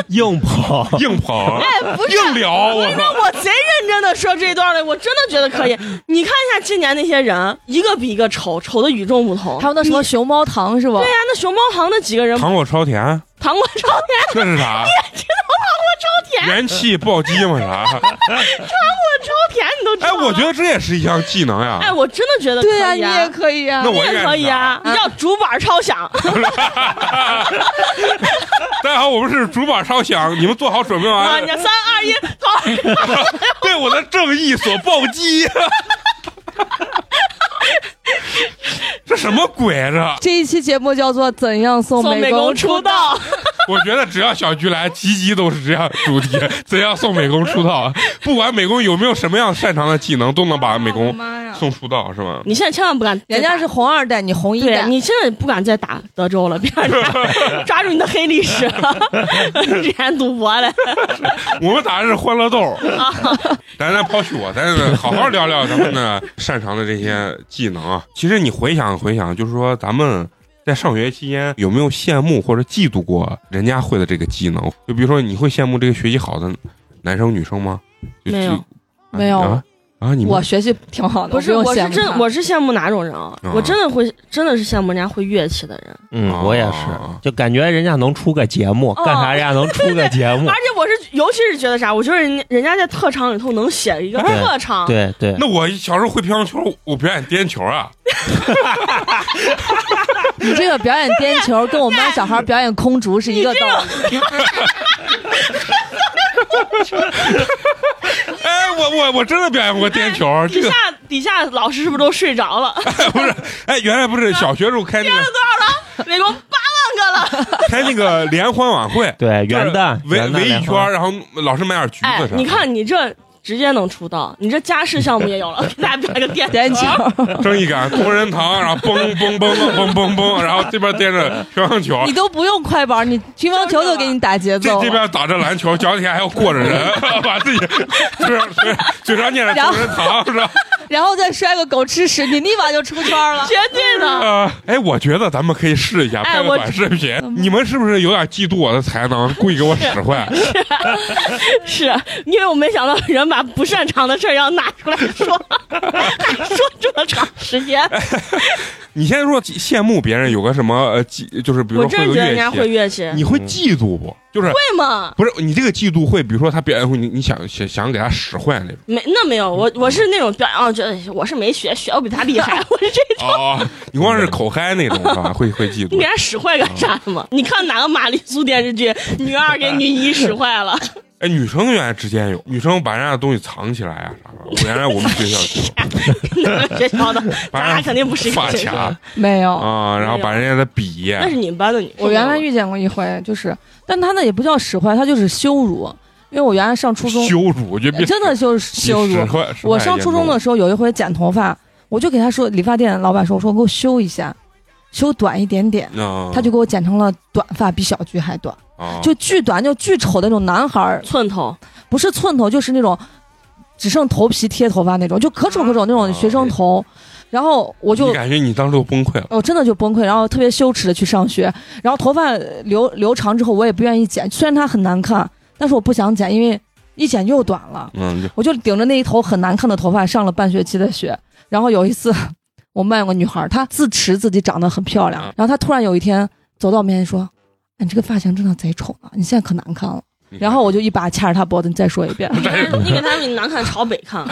Speaker 5: 硬跑。
Speaker 2: 硬捧、
Speaker 1: 哎不是
Speaker 2: 硬聊。我
Speaker 1: 因为
Speaker 2: 说，
Speaker 1: 我贼认真的说这段了，我真的觉得可以。你看一下今年那些人，一个比一个丑，丑的与众不同。
Speaker 6: 还有那什么
Speaker 1: 你
Speaker 6: 熊猫糖是吧
Speaker 1: 哎对？呀、那熊猫行那几个人，
Speaker 2: 糖果超甜，
Speaker 1: 唐国超天
Speaker 2: 这是啥？元气暴击嘛啥？
Speaker 1: 甜你都知
Speaker 2: 哎，
Speaker 1: 道了。
Speaker 2: 我觉得这也是一项技能呀。
Speaker 1: 哎，我真的觉得
Speaker 6: 对呀、
Speaker 1: 可以
Speaker 6: 你也可以呀、
Speaker 2: 那
Speaker 1: 你
Speaker 2: 我应啊
Speaker 1: 也
Speaker 2: 该
Speaker 1: 可以啊，你叫主板超响，
Speaker 2: 大家好，我们是主板烧响，你们做好准备
Speaker 1: 啊，
Speaker 2: 完
Speaker 1: 你。三二一，好，
Speaker 2: 被我的正义所暴击。 这什么鬼啊！
Speaker 6: 这一期节目叫做《怎样送
Speaker 1: 送美
Speaker 6: 工
Speaker 1: 工
Speaker 6: 道》。
Speaker 1: 出道，
Speaker 2: 这 我觉得只要小菊来，集集都是这样主题， 怎样送美工出 道？不管美工有没有什么样擅长的技能，都能把美工
Speaker 6: 妈呀！
Speaker 2: 送出道，是吧？
Speaker 1: 你现在千万不敢再打，
Speaker 6: 人家是红二代，你红一
Speaker 1: 对啊
Speaker 6: 代，
Speaker 1: 你现在不敢再打德州了，别让人 家抓住你的黑历史了， 之前赌博嘞，
Speaker 2: 我们打的是欢乐豆， 咱咱抛去我，咱好好聊聊咱们的擅长的这些技能啊。其实你回想回想，就是说咱们在上学期间有没有羡慕或者嫉妒过人家会的这个技能？就比如说你会羡慕这个学习好的男生女生吗？就
Speaker 1: 没有
Speaker 2: 就
Speaker 6: 没有
Speaker 2: 啊啊！你
Speaker 6: 我
Speaker 2: 们
Speaker 6: 学习挺好的，
Speaker 1: 不是，
Speaker 6: 我
Speaker 1: 我
Speaker 6: 用羡
Speaker 1: 是
Speaker 6: 慕
Speaker 1: 真
Speaker 6: 他
Speaker 1: 我是羡慕哪种人啊？
Speaker 2: 嗯
Speaker 1: 我真的会，真的是羡慕人家会乐器的人，
Speaker 2: 哦
Speaker 5: 嗯，我也是，就感觉人家能出个节目，
Speaker 1: 哦
Speaker 5: 干啥人家能出个节
Speaker 2: 嗯
Speaker 5: 目
Speaker 1: 而？且我是尤其是觉得啥，我觉得人家人家在特长里头能写一个
Speaker 2: 哎
Speaker 5: 对
Speaker 1: 特长，
Speaker 5: 对对，
Speaker 2: 那我小时候会乒乓球，我表演颠球啊，
Speaker 6: 你这个表演颠 球，跟我们班小孩表演空竹是一个道理。
Speaker 2: 哎，我我我真的表演过颠球，
Speaker 5: 哎
Speaker 2: 这
Speaker 1: 底
Speaker 2: 个
Speaker 1: 下底下老师是不是都睡 着了？
Speaker 2: 不是，哎，原来不是小学时候开那
Speaker 1: 变了
Speaker 2: 个
Speaker 1: 多少了？美国八万个了。
Speaker 2: 开那个联欢晚会，
Speaker 5: 对元旦
Speaker 2: 围
Speaker 5: 元旦
Speaker 2: 围一
Speaker 5: 联
Speaker 2: 圈
Speaker 5: 欢
Speaker 2: 儿，然后老师买点橘
Speaker 1: 哎
Speaker 2: 子啥。，
Speaker 1: 你，看你这直接能出道，你这家事项目也有了，给大家表 演个电
Speaker 6: 颠球，
Speaker 2: 正义感，同仁堂，然后嘣 嘣嘣嘣嘣嘣嘣，然后这边颠着乒乓球，
Speaker 6: 你都不用快板，你乒乓球都给你打节
Speaker 2: 这
Speaker 6: 奏
Speaker 2: 这
Speaker 6: 了。
Speaker 2: 边打着篮球，脚底下还要过着人， 把自己嘴上嘴嘴上念着同仁堂是吧？
Speaker 6: 然后再摔个狗吃屎，你立马就出 圈了。
Speaker 1: 绝对的。
Speaker 2: 啊，哎，我觉得咱们可以试一下，
Speaker 1: 哎
Speaker 2: 拍个
Speaker 1: 我嗯
Speaker 2: 短视频。你们是不是有点嫉妒我的才能，故意给我使坏？
Speaker 1: 是啊因为我没想到人把不擅长的事儿要拿出来说， 还说这么长时间。
Speaker 2: 哎你现在说羡慕别人有个什么呃，嫉就是比如
Speaker 1: 我
Speaker 2: 说会
Speaker 1: 真
Speaker 2: 个
Speaker 1: 觉得人家
Speaker 2: 乐
Speaker 1: 会
Speaker 2: 器，
Speaker 1: 乐器，
Speaker 2: 你会嫉妒不？就是
Speaker 1: 会吗？
Speaker 2: 不是你这个嫉妒会，比如说他表演会，你你想想想给他使坏 那种。
Speaker 1: 没，那没有，我我是那种表扬，我觉得我是没学，学我比他 厉害，我是这种。
Speaker 2: 哦，你光是口嗨那种是 吧？会会嫉
Speaker 1: 你
Speaker 2: 妒
Speaker 1: 给。他使坏干啥嘛？你看哪个玛丽苏电视剧，女二给女一使坏了？
Speaker 2: 哎，女生原来之间有，女生把人家的东西藏起来啊啥的。我原来我们学校有
Speaker 1: 哪个学校 的？
Speaker 2: 把人
Speaker 1: 咱俩肯定不是一
Speaker 2: 发
Speaker 1: 个学校
Speaker 2: 卡
Speaker 1: 的。
Speaker 6: 没有，
Speaker 2: 啊，然后把人家的笔，
Speaker 1: 那是你们班的女生。
Speaker 6: 我原来遇见过一回，就是，但他那也不叫使坏，他就是羞辱。因为我原来上初中，
Speaker 2: 羞辱，我觉得比
Speaker 6: 真的就是
Speaker 2: 比
Speaker 6: 羞
Speaker 2: 使
Speaker 6: 辱。
Speaker 2: 坏使
Speaker 6: 我
Speaker 2: 坏
Speaker 6: 上
Speaker 2: 严
Speaker 6: 初中
Speaker 2: 重
Speaker 6: 的时候有一回剪头发，我就给他说，理发店老板说，我说给我修一下，修短一点点，
Speaker 2: 啊，
Speaker 6: 他就给我剪成了短发，比小菊还短，
Speaker 2: 啊
Speaker 6: 就巨短，就巨丑的那种男孩儿，
Speaker 1: 寸 头，
Speaker 6: 不是寸头，就是那种只剩头皮贴头发那种，就可丑可丑那种学生头。然后我就
Speaker 2: 你感觉你当时都崩溃了。
Speaker 6: 我真的就崩溃，然后特别羞耻的去上学，然后头发留留长之后，我也不愿意剪，虽然它很难看，但是我不想剪，因为一剪又短了，
Speaker 2: 嗯，就
Speaker 6: 我就顶着那一头很难看的头发上了半学期的学。然后有一次，我们班有个女孩，她自持自己长得很漂亮
Speaker 2: 嗯，
Speaker 6: 然后她突然有一天走到我面前说：“哎你这个发型真的贼丑啊，你现在可难看了。”
Speaker 2: 你
Speaker 6: 然后我就一把掐着她脖子，你再说一
Speaker 2: 嗯
Speaker 6: 遍。
Speaker 1: 你给他你给他们难看朝北看，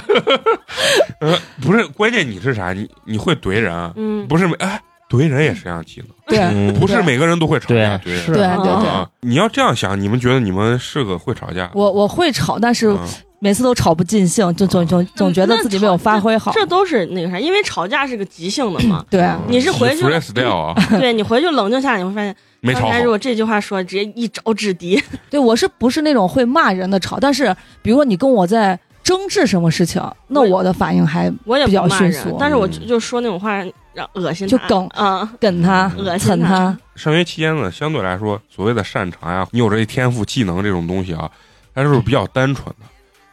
Speaker 2: 呃不是关键，你是啥？你你会怼人啊，
Speaker 1: 嗯，
Speaker 2: 不是每哎怼人也是这样技能，
Speaker 6: 对啊
Speaker 5: 嗯
Speaker 2: 不是每个人都会吵架
Speaker 5: 对
Speaker 2: 怼人
Speaker 5: 是
Speaker 6: 对对
Speaker 1: 啊
Speaker 6: 对，
Speaker 2: 啊。你要这样想，你们觉得你们是个会吵架？
Speaker 6: 我我会吵，但是
Speaker 2: 嗯
Speaker 6: 每次都吵不尽兴，就总总总觉得自己没有发挥好。。
Speaker 1: 这都嗯是那个啥，因为吵架是个即兴的嘛
Speaker 6: 对，
Speaker 2: 嗯
Speaker 1: 你是回去
Speaker 2: freestyle 啊？
Speaker 1: 对你回去冷静下，来，你会发现，
Speaker 2: 没吵
Speaker 1: 刚
Speaker 2: 好
Speaker 1: 才如。果这句话说，直接一招制敌，
Speaker 6: 对我是不是那种会骂人的吵？但是比如说你跟我在争执什么事情，那
Speaker 1: 我也
Speaker 6: 我的反应还
Speaker 1: 我也不
Speaker 6: 比较
Speaker 1: 骂
Speaker 6: 迅
Speaker 1: 人
Speaker 6: 速，
Speaker 1: 但是我
Speaker 2: 嗯
Speaker 1: 就就说那种话让恶心
Speaker 6: 就
Speaker 1: 他，
Speaker 6: 梗
Speaker 1: 啊，
Speaker 6: 跟他
Speaker 2: 嗯
Speaker 1: 恶心
Speaker 6: 蹭他，
Speaker 2: 上学期间呢，相对来说，所谓的擅长呀，你有这些天赋、技能这种东西啊，它是比较单纯的，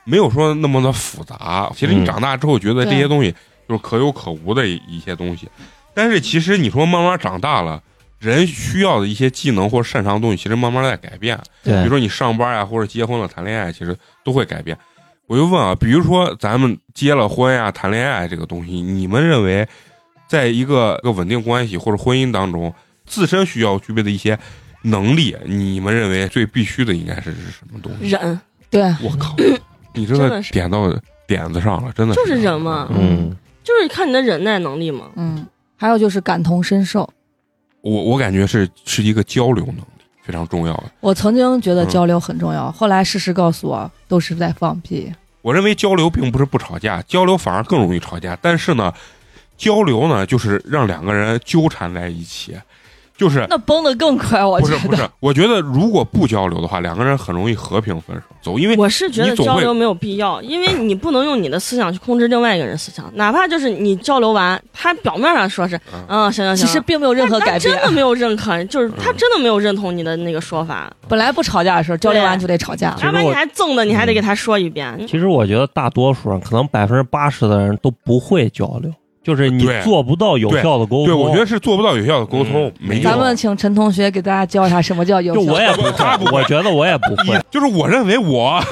Speaker 2: 没有说那么的复杂。其实你
Speaker 5: 嗯
Speaker 2: 长大之后觉得这些
Speaker 6: 对
Speaker 2: 东西就是可有可无的一一些东西，但是其实你说慢慢长大了，人需要的一些技能或者擅长的东西，其实慢慢在改变。比
Speaker 5: 对
Speaker 2: 如说你上班啊呀、或者结婚了、谈恋爱，其实都会改变。我就问啊，比如说咱们结了婚呀、谈恋爱这个东西，你们认为，在一个一个稳定关系或者婚姻当中，自身需要具备的一些能力，你们认为最必须的应该是是什么东西？
Speaker 1: 忍
Speaker 4: 对，
Speaker 2: 我靠，你这
Speaker 1: 真
Speaker 2: 个
Speaker 1: 的是
Speaker 2: 点到点子上了，真的
Speaker 1: 就是人嘛，
Speaker 5: 嗯，
Speaker 1: 就是看你的忍耐能力嘛。
Speaker 4: 嗯，还有就是感同身受。
Speaker 2: 我我感觉是是一个交流能力非常重要的。
Speaker 4: 我曾经觉得
Speaker 2: 嗯
Speaker 4: 交流很重要，后来事实告诉我都是在放屁。
Speaker 2: 我认为交流并不是不吵架，交流反而更容易吵架。但是呢，交流呢就是让两个人纠缠在一起，就是
Speaker 4: 那崩的更快，我
Speaker 2: 不
Speaker 4: 觉
Speaker 2: 是
Speaker 4: 得。
Speaker 2: 不是？我觉得如果不交流的话，两个人很容易和平分手走，因为
Speaker 1: 我是觉
Speaker 2: 你
Speaker 1: 得
Speaker 2: 总
Speaker 1: 交
Speaker 2: 会
Speaker 1: 流没有必要，因为你不能用你的思想去控制另外一个人的思想，哪怕就是你交流完，他表面上说是
Speaker 2: 嗯
Speaker 1: 嗯行行
Speaker 4: 其
Speaker 1: 行，
Speaker 4: 实并没有任何
Speaker 1: 但他
Speaker 4: 改变
Speaker 1: 真。的没有认可，就是他
Speaker 2: 嗯
Speaker 1: 真的没有认同你的那个说法，
Speaker 4: 本来不吵架的时候，交流完就得吵架
Speaker 5: 其
Speaker 4: 了。
Speaker 5: 实
Speaker 1: 哪怕
Speaker 5: 我
Speaker 1: 你还憎的，你
Speaker 2: 嗯
Speaker 1: 还得给他说一遍。
Speaker 5: 其实我觉得大多数人，可能百分之八十的人都不会交流，就是你
Speaker 2: 对
Speaker 5: 做不到有效的沟通。
Speaker 2: 对我觉得是做不到有效的沟通
Speaker 5: 嗯，
Speaker 2: 没
Speaker 5: 其实
Speaker 2: 用
Speaker 4: 咱。们请陈同学给大家教一下什么叫有
Speaker 5: 就
Speaker 4: 效。
Speaker 5: 我也不
Speaker 2: 他不
Speaker 5: 会，
Speaker 2: 会
Speaker 5: 我觉得我也不
Speaker 2: 一
Speaker 5: 会。
Speaker 2: 就是我认为 我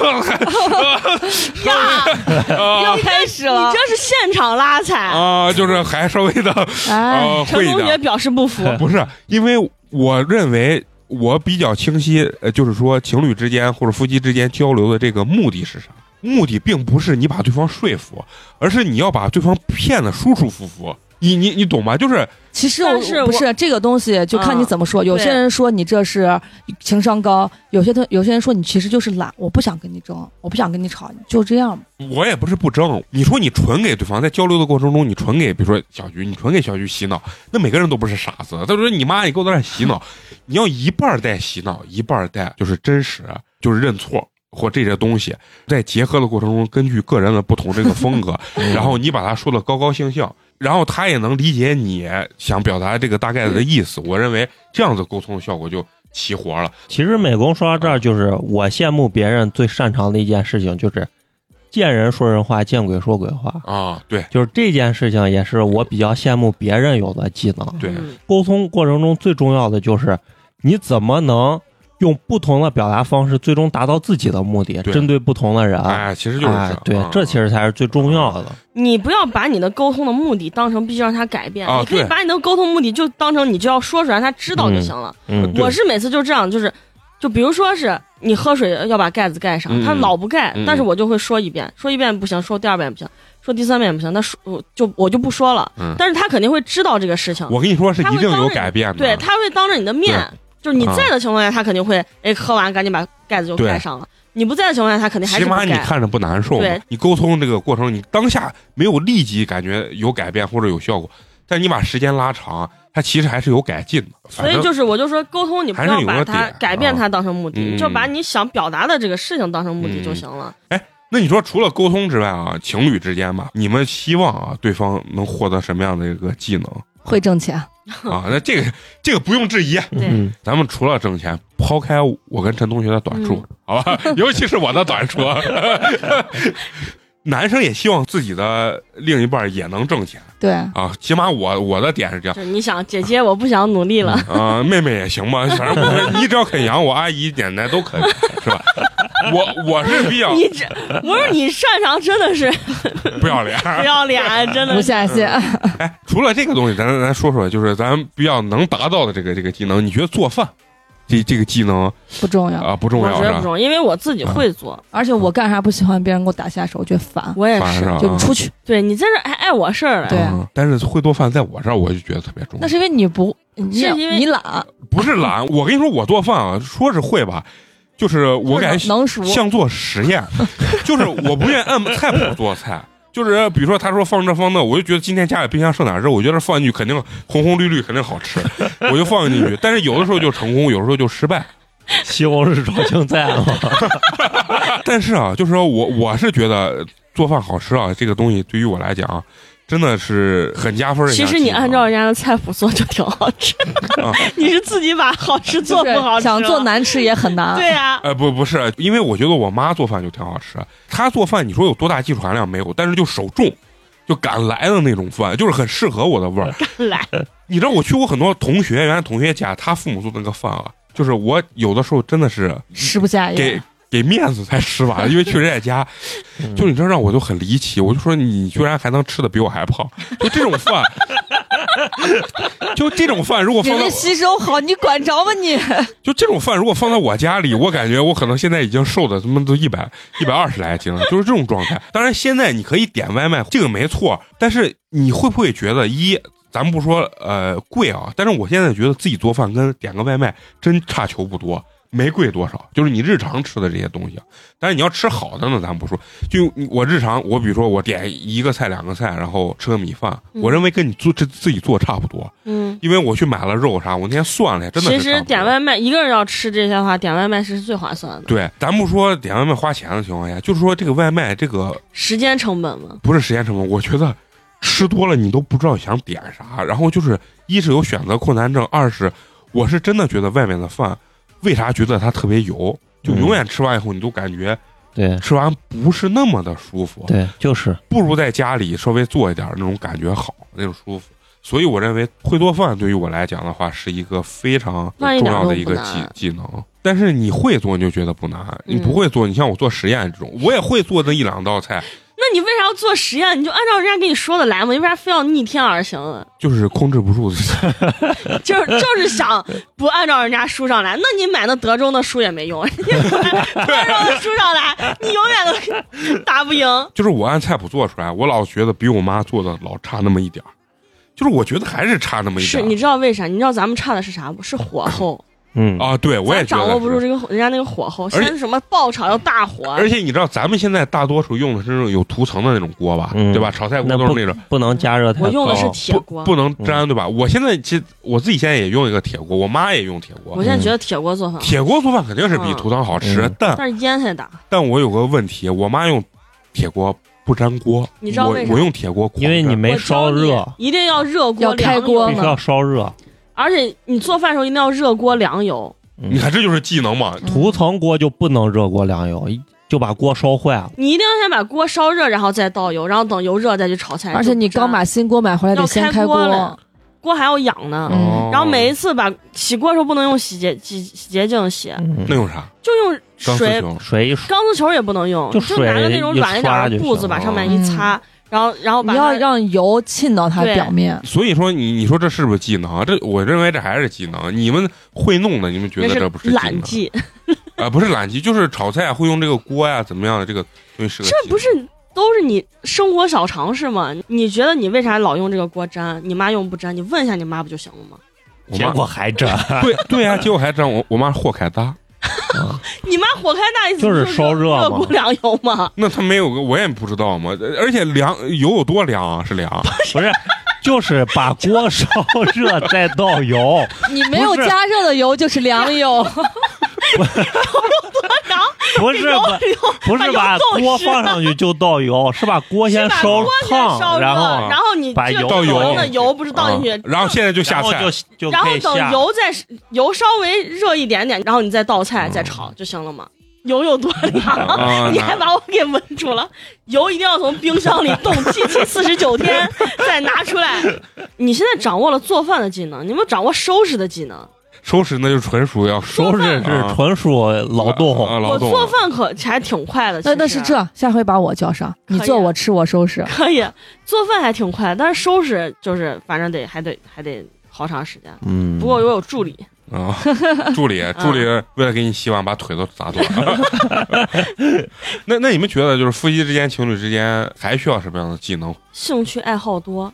Speaker 1: 又
Speaker 4: 开始
Speaker 1: 你这是现场拉踩，
Speaker 2: 啊，就是还稍微的
Speaker 4: 哎，
Speaker 2: 呃
Speaker 1: 陈
Speaker 2: 会
Speaker 1: 同
Speaker 2: 的
Speaker 1: 学，表示不 服。
Speaker 2: 不是，因为我认为我比较清晰，呃，就是说情侣之间或者夫妻之间交流的这个目的是啥？目的并不是你把对方说服，而是你要把对方骗得舒舒服服。你你你懂吗？就是
Speaker 4: 其实我啊
Speaker 1: 但是我
Speaker 4: 不是这个东西，就看你怎么说。有些人说你这是情商高，有些他有些人说你其实就是懒，我不想跟你争，我不想跟你吵，就这样吧。
Speaker 2: 我也不是不争，你说你纯给对方在交流的过程中，你纯给比如说小菊，你纯给小菊洗脑，那每个人都不是傻子。他说你妈，你给我在那洗脑，你要一半儿带洗脑，一半儿带就是真实，就是认错或这些东西，在结合的过程中，根据个人的不同这个风格，然后你把他说的高高兴兴，然后他也能理解你想表达这个大概的意思。我认为这样子沟通的效果就齐活了。
Speaker 5: 其实美工说到这儿，就是我羡慕别人最擅长的一件事情，就是见人说人话，见鬼说鬼话。
Speaker 2: 啊，对
Speaker 5: 就是这件事情也是我比较羡慕别人有的技能。
Speaker 2: 对，
Speaker 1: 嗯
Speaker 5: 沟通过程中最重要的就是你怎么能用不同的表达方式，最终达到自己的目的，
Speaker 2: 对
Speaker 5: 针对不同的人。
Speaker 2: 哎，其实就是
Speaker 5: 哎
Speaker 2: 这，
Speaker 5: 对，这其
Speaker 2: 实
Speaker 5: 实才是最重要的。
Speaker 1: 你不要把你的沟通的目的当成必须让他改变，
Speaker 2: 啊
Speaker 1: 你可以
Speaker 2: 对
Speaker 1: 把你的沟通目的就当成你就要说出来，他知道就行了。
Speaker 5: 嗯，
Speaker 2: 对
Speaker 1: 我是每次就这样，就是，就比如说是你喝水要把盖子盖上，
Speaker 2: 嗯
Speaker 1: 他老不盖，
Speaker 2: 嗯
Speaker 1: 但是我就会说一遍，说一遍不行，说第二遍不行，说第三遍不行，那说我就我就不说了。
Speaker 2: 嗯
Speaker 1: 但是他肯定会知道这个事情，
Speaker 2: 我跟你说是
Speaker 1: 他
Speaker 2: 一
Speaker 1: 会
Speaker 2: 定
Speaker 1: 当
Speaker 2: 有
Speaker 1: 着
Speaker 2: 改变的。
Speaker 1: 对，他会当着你的面，就是你在的情况下，他肯定会哎喝完赶紧把盖子就
Speaker 2: 啊对
Speaker 1: 盖上了。你不在的情况下，他肯定还
Speaker 2: 起
Speaker 1: 是不
Speaker 2: 码你
Speaker 1: 盖。
Speaker 2: 看着不难受嘛
Speaker 1: 对。
Speaker 2: 你沟通这个过程，你当下没有立即感觉有改变或者有效果，但你把时间拉长，它其实还是有改进的。反
Speaker 1: 所以
Speaker 2: 正
Speaker 1: 就是，我就说沟通，你不
Speaker 2: 还是
Speaker 1: 要
Speaker 2: 有
Speaker 1: 把
Speaker 2: 个
Speaker 1: 它
Speaker 2: 点
Speaker 1: 改变它当成目的，
Speaker 2: 嗯
Speaker 1: 就把你想表达的这个事情当成目的就
Speaker 2: 嗯
Speaker 1: 行了。
Speaker 2: 那你说除了沟通之外啊，情侣之间吧，你们希望啊对方能获得什么样的一个技 能
Speaker 4: 会挣钱，
Speaker 2: 啊？那这个这个不用质疑。啊
Speaker 1: 对
Speaker 5: 嗯，
Speaker 2: 咱们除了挣钱，抛开我跟陈同学的短处，
Speaker 1: 嗯
Speaker 2: 好吧， 尤其是我的短处，啊 男生也希望自己的另一半也能挣钱
Speaker 4: 对，
Speaker 2: 啊。起码我我的点是这样。
Speaker 1: 就是你想，姐姐，我不想努力了，
Speaker 2: 啊，妹妹也行吧，反正不是你只要肯养我，阿姨、奶奶都可以，是吧？我我是比较
Speaker 1: 你这不是你擅长，真 的是
Speaker 2: 不要脸。
Speaker 1: 不要脸，真
Speaker 4: 无
Speaker 1: 的是。
Speaker 4: 下限。
Speaker 2: 哎， 除了这个东西，咱咱说说，就是咱比较能达到的这个这个技能，你觉得做饭这这个技能啊、
Speaker 4: 不重要。
Speaker 2: 不重
Speaker 1: 我
Speaker 2: 要是
Speaker 1: 觉得不
Speaker 2: 吧？嗯
Speaker 1: 中，因为我自己会做，
Speaker 4: 而且我干啥不喜欢别人给我打下手，我觉得烦，
Speaker 1: 我也
Speaker 2: 反
Speaker 1: 是。
Speaker 2: 正
Speaker 4: 就你
Speaker 2: 是啊
Speaker 4: 出去。
Speaker 1: 对你在这还碍我事儿了，
Speaker 4: 对
Speaker 2: 嗯但是会做饭在我这儿，我就觉得特别重要
Speaker 4: 那。是因为你不，
Speaker 6: 嗯
Speaker 4: 你
Speaker 1: 是因为
Speaker 4: 你懒，
Speaker 2: 不是懒，我跟你说，我做饭啊，说是会吧，就是我感觉
Speaker 4: 能熟。
Speaker 2: 像做实验， 就是我不愿意按菜谱做菜。就是比如说，他说放这放那，我就觉得今天家里冰箱剩点肉，我觉得放进去肯定红红绿绿，肯定好吃， 我就放进去。但是有的时候就成功，有的时候就失败。
Speaker 5: 西红柿炒青菜嘛，
Speaker 2: 但是啊，就是说我我是觉得做饭好吃啊，这个东西对于我来讲啊，真的是很加分的一
Speaker 1: 其
Speaker 2: 项技能。
Speaker 1: 实你按照人家的菜谱做就挺好吃
Speaker 2: 啊，
Speaker 1: 你是自己把好吃做
Speaker 4: 就是
Speaker 1: 不好吃了，
Speaker 4: 想做难吃也很难。
Speaker 1: 对呀，
Speaker 2: 呃不不是，因为我觉得我妈做饭就挺好吃，她做饭你说有多大技术含量没有，但是就手重，就赶来的那种饭，就是很适合我的味儿。
Speaker 1: 来
Speaker 2: 你知道我去过很多同学，原来同学家，他父母做那个饭啊，就是我有的时候真的是
Speaker 4: 吃不下
Speaker 2: 给
Speaker 6: 哎
Speaker 4: 咽。
Speaker 2: 给面子才吃完，因为去人家 家，
Speaker 6: 嗯
Speaker 2: 就 你这让我就很离奇，我就说你居然还能吃的比我还胖，就这种饭，就这种饭，如果放
Speaker 6: 人
Speaker 2: 到
Speaker 6: 家吸收好，你管着吗你？
Speaker 2: 就这种饭，如果放在我家里，我感觉我可能现在已经瘦的他妈都一百一百二十来斤了，就是这种状态。当然，现在你可以点外卖，这个没错。但是你会不会觉得，一，咱们不说呃贵啊，但是我现在觉得自己做饭跟点个外卖真差球不多，没贵多少。就是你日常吃的这些东西，啊但是你要吃好的呢，咱不说。就你我日常，我比如说我点一个菜两个菜，然后吃个米饭，
Speaker 1: 嗯
Speaker 2: 我认为跟你做这自己做差不多，
Speaker 1: 嗯，
Speaker 2: 因为我去买了肉啥，我那天算了一下，真的是差
Speaker 1: 其实
Speaker 2: 不多
Speaker 1: 点外卖一个人要吃这些的话，点外卖是最划算的，
Speaker 2: 对，咱不说点外卖花钱的情况下，就是说这个外卖这个
Speaker 1: 时间成本嘛。
Speaker 2: 不是时间成本，我觉得吃多了你都不知道想点啥。然后就是一是有选择困难症，二是我是真的觉得外面的饭为啥觉得它特别油，就永远吃完以后你都感觉
Speaker 5: 对
Speaker 2: 吃完不是那么的舒服，
Speaker 5: 对，就是
Speaker 2: 不如在家里稍微做一点儿那种感觉好，那种舒服。所以我认为会做饭对于我来讲的话，是一个非常
Speaker 1: 那一
Speaker 2: 重
Speaker 1: 点
Speaker 2: 要
Speaker 1: 都
Speaker 2: 的一
Speaker 1: 不
Speaker 2: 个
Speaker 1: 难
Speaker 2: 技技能。但是你会做，你就觉得不难；你
Speaker 1: 嗯
Speaker 2: 不会做，你像我做实验这种，我也会做那一两道菜，
Speaker 1: 那你为啥要做实验？你就按照人家跟你说的来嘛，你为啥非要逆天而行呢？
Speaker 2: 就是控制不住自己。
Speaker 1: 就是就是想不按照人家书上来，那你买那德州那书也没用，你不按照书上来，你永远 都打不赢。
Speaker 2: 就是我按菜谱做出来，我老觉得比我妈做的老差那么一点儿，就是我觉得还是差那么一
Speaker 1: 是
Speaker 2: 点
Speaker 1: 你
Speaker 2: 儿。
Speaker 1: 知道为啥？你知道咱们差的是啥不？是火候，
Speaker 5: 嗯，
Speaker 2: 啊，对， 我也觉
Speaker 1: 咱
Speaker 2: 得
Speaker 1: 掌握不住
Speaker 2: 是。
Speaker 1: 这个火人家那个火候，
Speaker 2: 且
Speaker 1: 先什么爆炒要大火，
Speaker 2: 而且你知道，咱们现在大多数用的是那种有涂层的那种锅吧，
Speaker 5: 嗯
Speaker 2: 对吧？炒菜锅
Speaker 5: 那
Speaker 2: 都是
Speaker 5: 不
Speaker 2: 那种。
Speaker 5: 不能加热太高。
Speaker 1: 我用的是铁锅。
Speaker 2: 啊不能
Speaker 5: 嗯
Speaker 2: 粘，对吧？我现在其实我自己现在也用一个铁锅，我妈也用铁
Speaker 1: 我
Speaker 2: 锅。
Speaker 1: 现在觉得铁锅做饭，
Speaker 2: 铁锅做饭肯定是比
Speaker 1: 嗯
Speaker 2: 土汤好吃，
Speaker 5: 嗯
Speaker 2: 但
Speaker 1: 但是烟太大，
Speaker 2: 但我有个问题，我妈用铁锅不粘锅，
Speaker 1: 你知道
Speaker 2: 我
Speaker 1: 为啥
Speaker 2: 我用铁锅狂
Speaker 5: 因为你
Speaker 2: 粘
Speaker 5: 没
Speaker 1: 我
Speaker 5: 烧
Speaker 1: 教你
Speaker 5: 热，
Speaker 1: 一定要热锅
Speaker 6: 要开
Speaker 1: 凉
Speaker 6: 锅
Speaker 1: 油
Speaker 5: 必须要
Speaker 1: 呢。
Speaker 5: 烧热。
Speaker 1: 而且你做饭的时候一定要热锅凉油，
Speaker 5: 嗯
Speaker 2: 你看这就是技能嘛，
Speaker 5: 涂层锅就不能热锅凉油，一就把锅烧坏了。
Speaker 1: 你一定要先把锅烧热，然后再倒油，然后等油热再去炒菜。
Speaker 6: 而且你刚
Speaker 1: 买
Speaker 6: 把新锅买回来得
Speaker 1: 要
Speaker 6: 先
Speaker 1: 开
Speaker 6: 开
Speaker 1: 锅
Speaker 6: 锅，
Speaker 1: 了锅还要养呢。
Speaker 5: 嗯
Speaker 2: 哦
Speaker 1: 嗯然后每一次把洗锅的时候不能用洗洁洗洗洁精洗，
Speaker 5: 嗯
Speaker 2: 哦那，用啥？
Speaker 1: 就用
Speaker 2: 钢丝
Speaker 1: 水，
Speaker 2: 球。
Speaker 5: 水一水
Speaker 1: 钢丝球也不能用，
Speaker 5: 就
Speaker 1: 就
Speaker 5: 水
Speaker 1: 拿个那种软一点
Speaker 5: 一刷就行
Speaker 1: 的
Speaker 5: 嗯
Speaker 1: 布子把上面一擦，然后然后把
Speaker 6: 你要
Speaker 1: 它
Speaker 6: 让油沁到它
Speaker 1: 对
Speaker 6: 表面。
Speaker 2: 所以说你你说这是不是技能啊？这我认为这还是技能。你们会弄的，你们觉
Speaker 1: 那
Speaker 2: 得这不
Speaker 1: 是
Speaker 2: 技
Speaker 1: 懒
Speaker 2: 能？
Speaker 1: 技，
Speaker 2: 啊、不是懒技，就是炒菜啊会用这个锅呀、怎么样的这个东西是个技能。
Speaker 1: 这不是都是你生活小常识吗？你觉得你为啥老用这个锅粘？你妈用不粘？你问一下你妈不就行了吗？
Speaker 2: 我妈
Speaker 5: 还这，
Speaker 2: 对对呀、结果还让我我妈霍凯撒。
Speaker 1: 你妈火开大一次
Speaker 5: 就是
Speaker 1: 不
Speaker 5: 烧热
Speaker 1: 热
Speaker 5: 嘛
Speaker 1: 热锅凉油吗？
Speaker 2: 那他没有个，我也不知道嘛。呃而且凉油有多凉啊？是凉，
Speaker 5: 不是，就是把锅烧热再倒油。
Speaker 6: 你没有
Speaker 5: 不是
Speaker 6: 加热的油就是凉油，
Speaker 5: 不是
Speaker 1: 油
Speaker 5: 把
Speaker 1: 油
Speaker 5: 不是把
Speaker 1: 把油冻
Speaker 5: 锅
Speaker 1: 湿
Speaker 5: 放上去就倒油，是把锅先
Speaker 1: 是把
Speaker 5: 烧
Speaker 1: 锅先烧
Speaker 5: 烫，
Speaker 1: 热
Speaker 5: 然
Speaker 1: 然
Speaker 5: 后
Speaker 1: 后你
Speaker 5: 把
Speaker 1: 这个
Speaker 5: 油
Speaker 2: 倒油
Speaker 1: 油的油不是倒进去，
Speaker 2: 啊然后现在就下
Speaker 5: 然后
Speaker 2: 菜，
Speaker 5: 就就
Speaker 1: 然
Speaker 5: 可
Speaker 1: 后
Speaker 5: 以
Speaker 1: 等
Speaker 5: 下。
Speaker 1: 油再油稍微热一点点，然后你再倒菜、再
Speaker 5: 嗯
Speaker 1: 炒就行了嘛。油有 多
Speaker 2: 啊
Speaker 1: 凉？你还把我给问住了。油一定要从冰箱里冻七七四十九天再拿出来。你现在掌握了做饭的技能，你有没有掌握收拾的技能？
Speaker 2: 收拾那就纯属要收
Speaker 5: 收拾
Speaker 2: 啊
Speaker 5: 是纯属劳
Speaker 2: 啊
Speaker 5: 动，
Speaker 2: 劳
Speaker 1: 我
Speaker 2: 动。
Speaker 1: 做饭可还挺快的。
Speaker 6: 那
Speaker 1: 其
Speaker 6: 那
Speaker 1: 实
Speaker 6: 是这，下回把我叫上，你
Speaker 1: 可以
Speaker 6: 做
Speaker 1: 啊
Speaker 6: 我吃我收拾。
Speaker 1: 可以做饭还挺快，但是收拾就是反正得还得还得好长时间。
Speaker 5: 嗯
Speaker 1: 不过我有助理，
Speaker 2: 啊，助理，助理为了给你洗碗，把腿都砸断了。那那你们觉得，就是夫妻之间、情侣之间，还需要什么样的技能？
Speaker 1: 兴趣爱好多，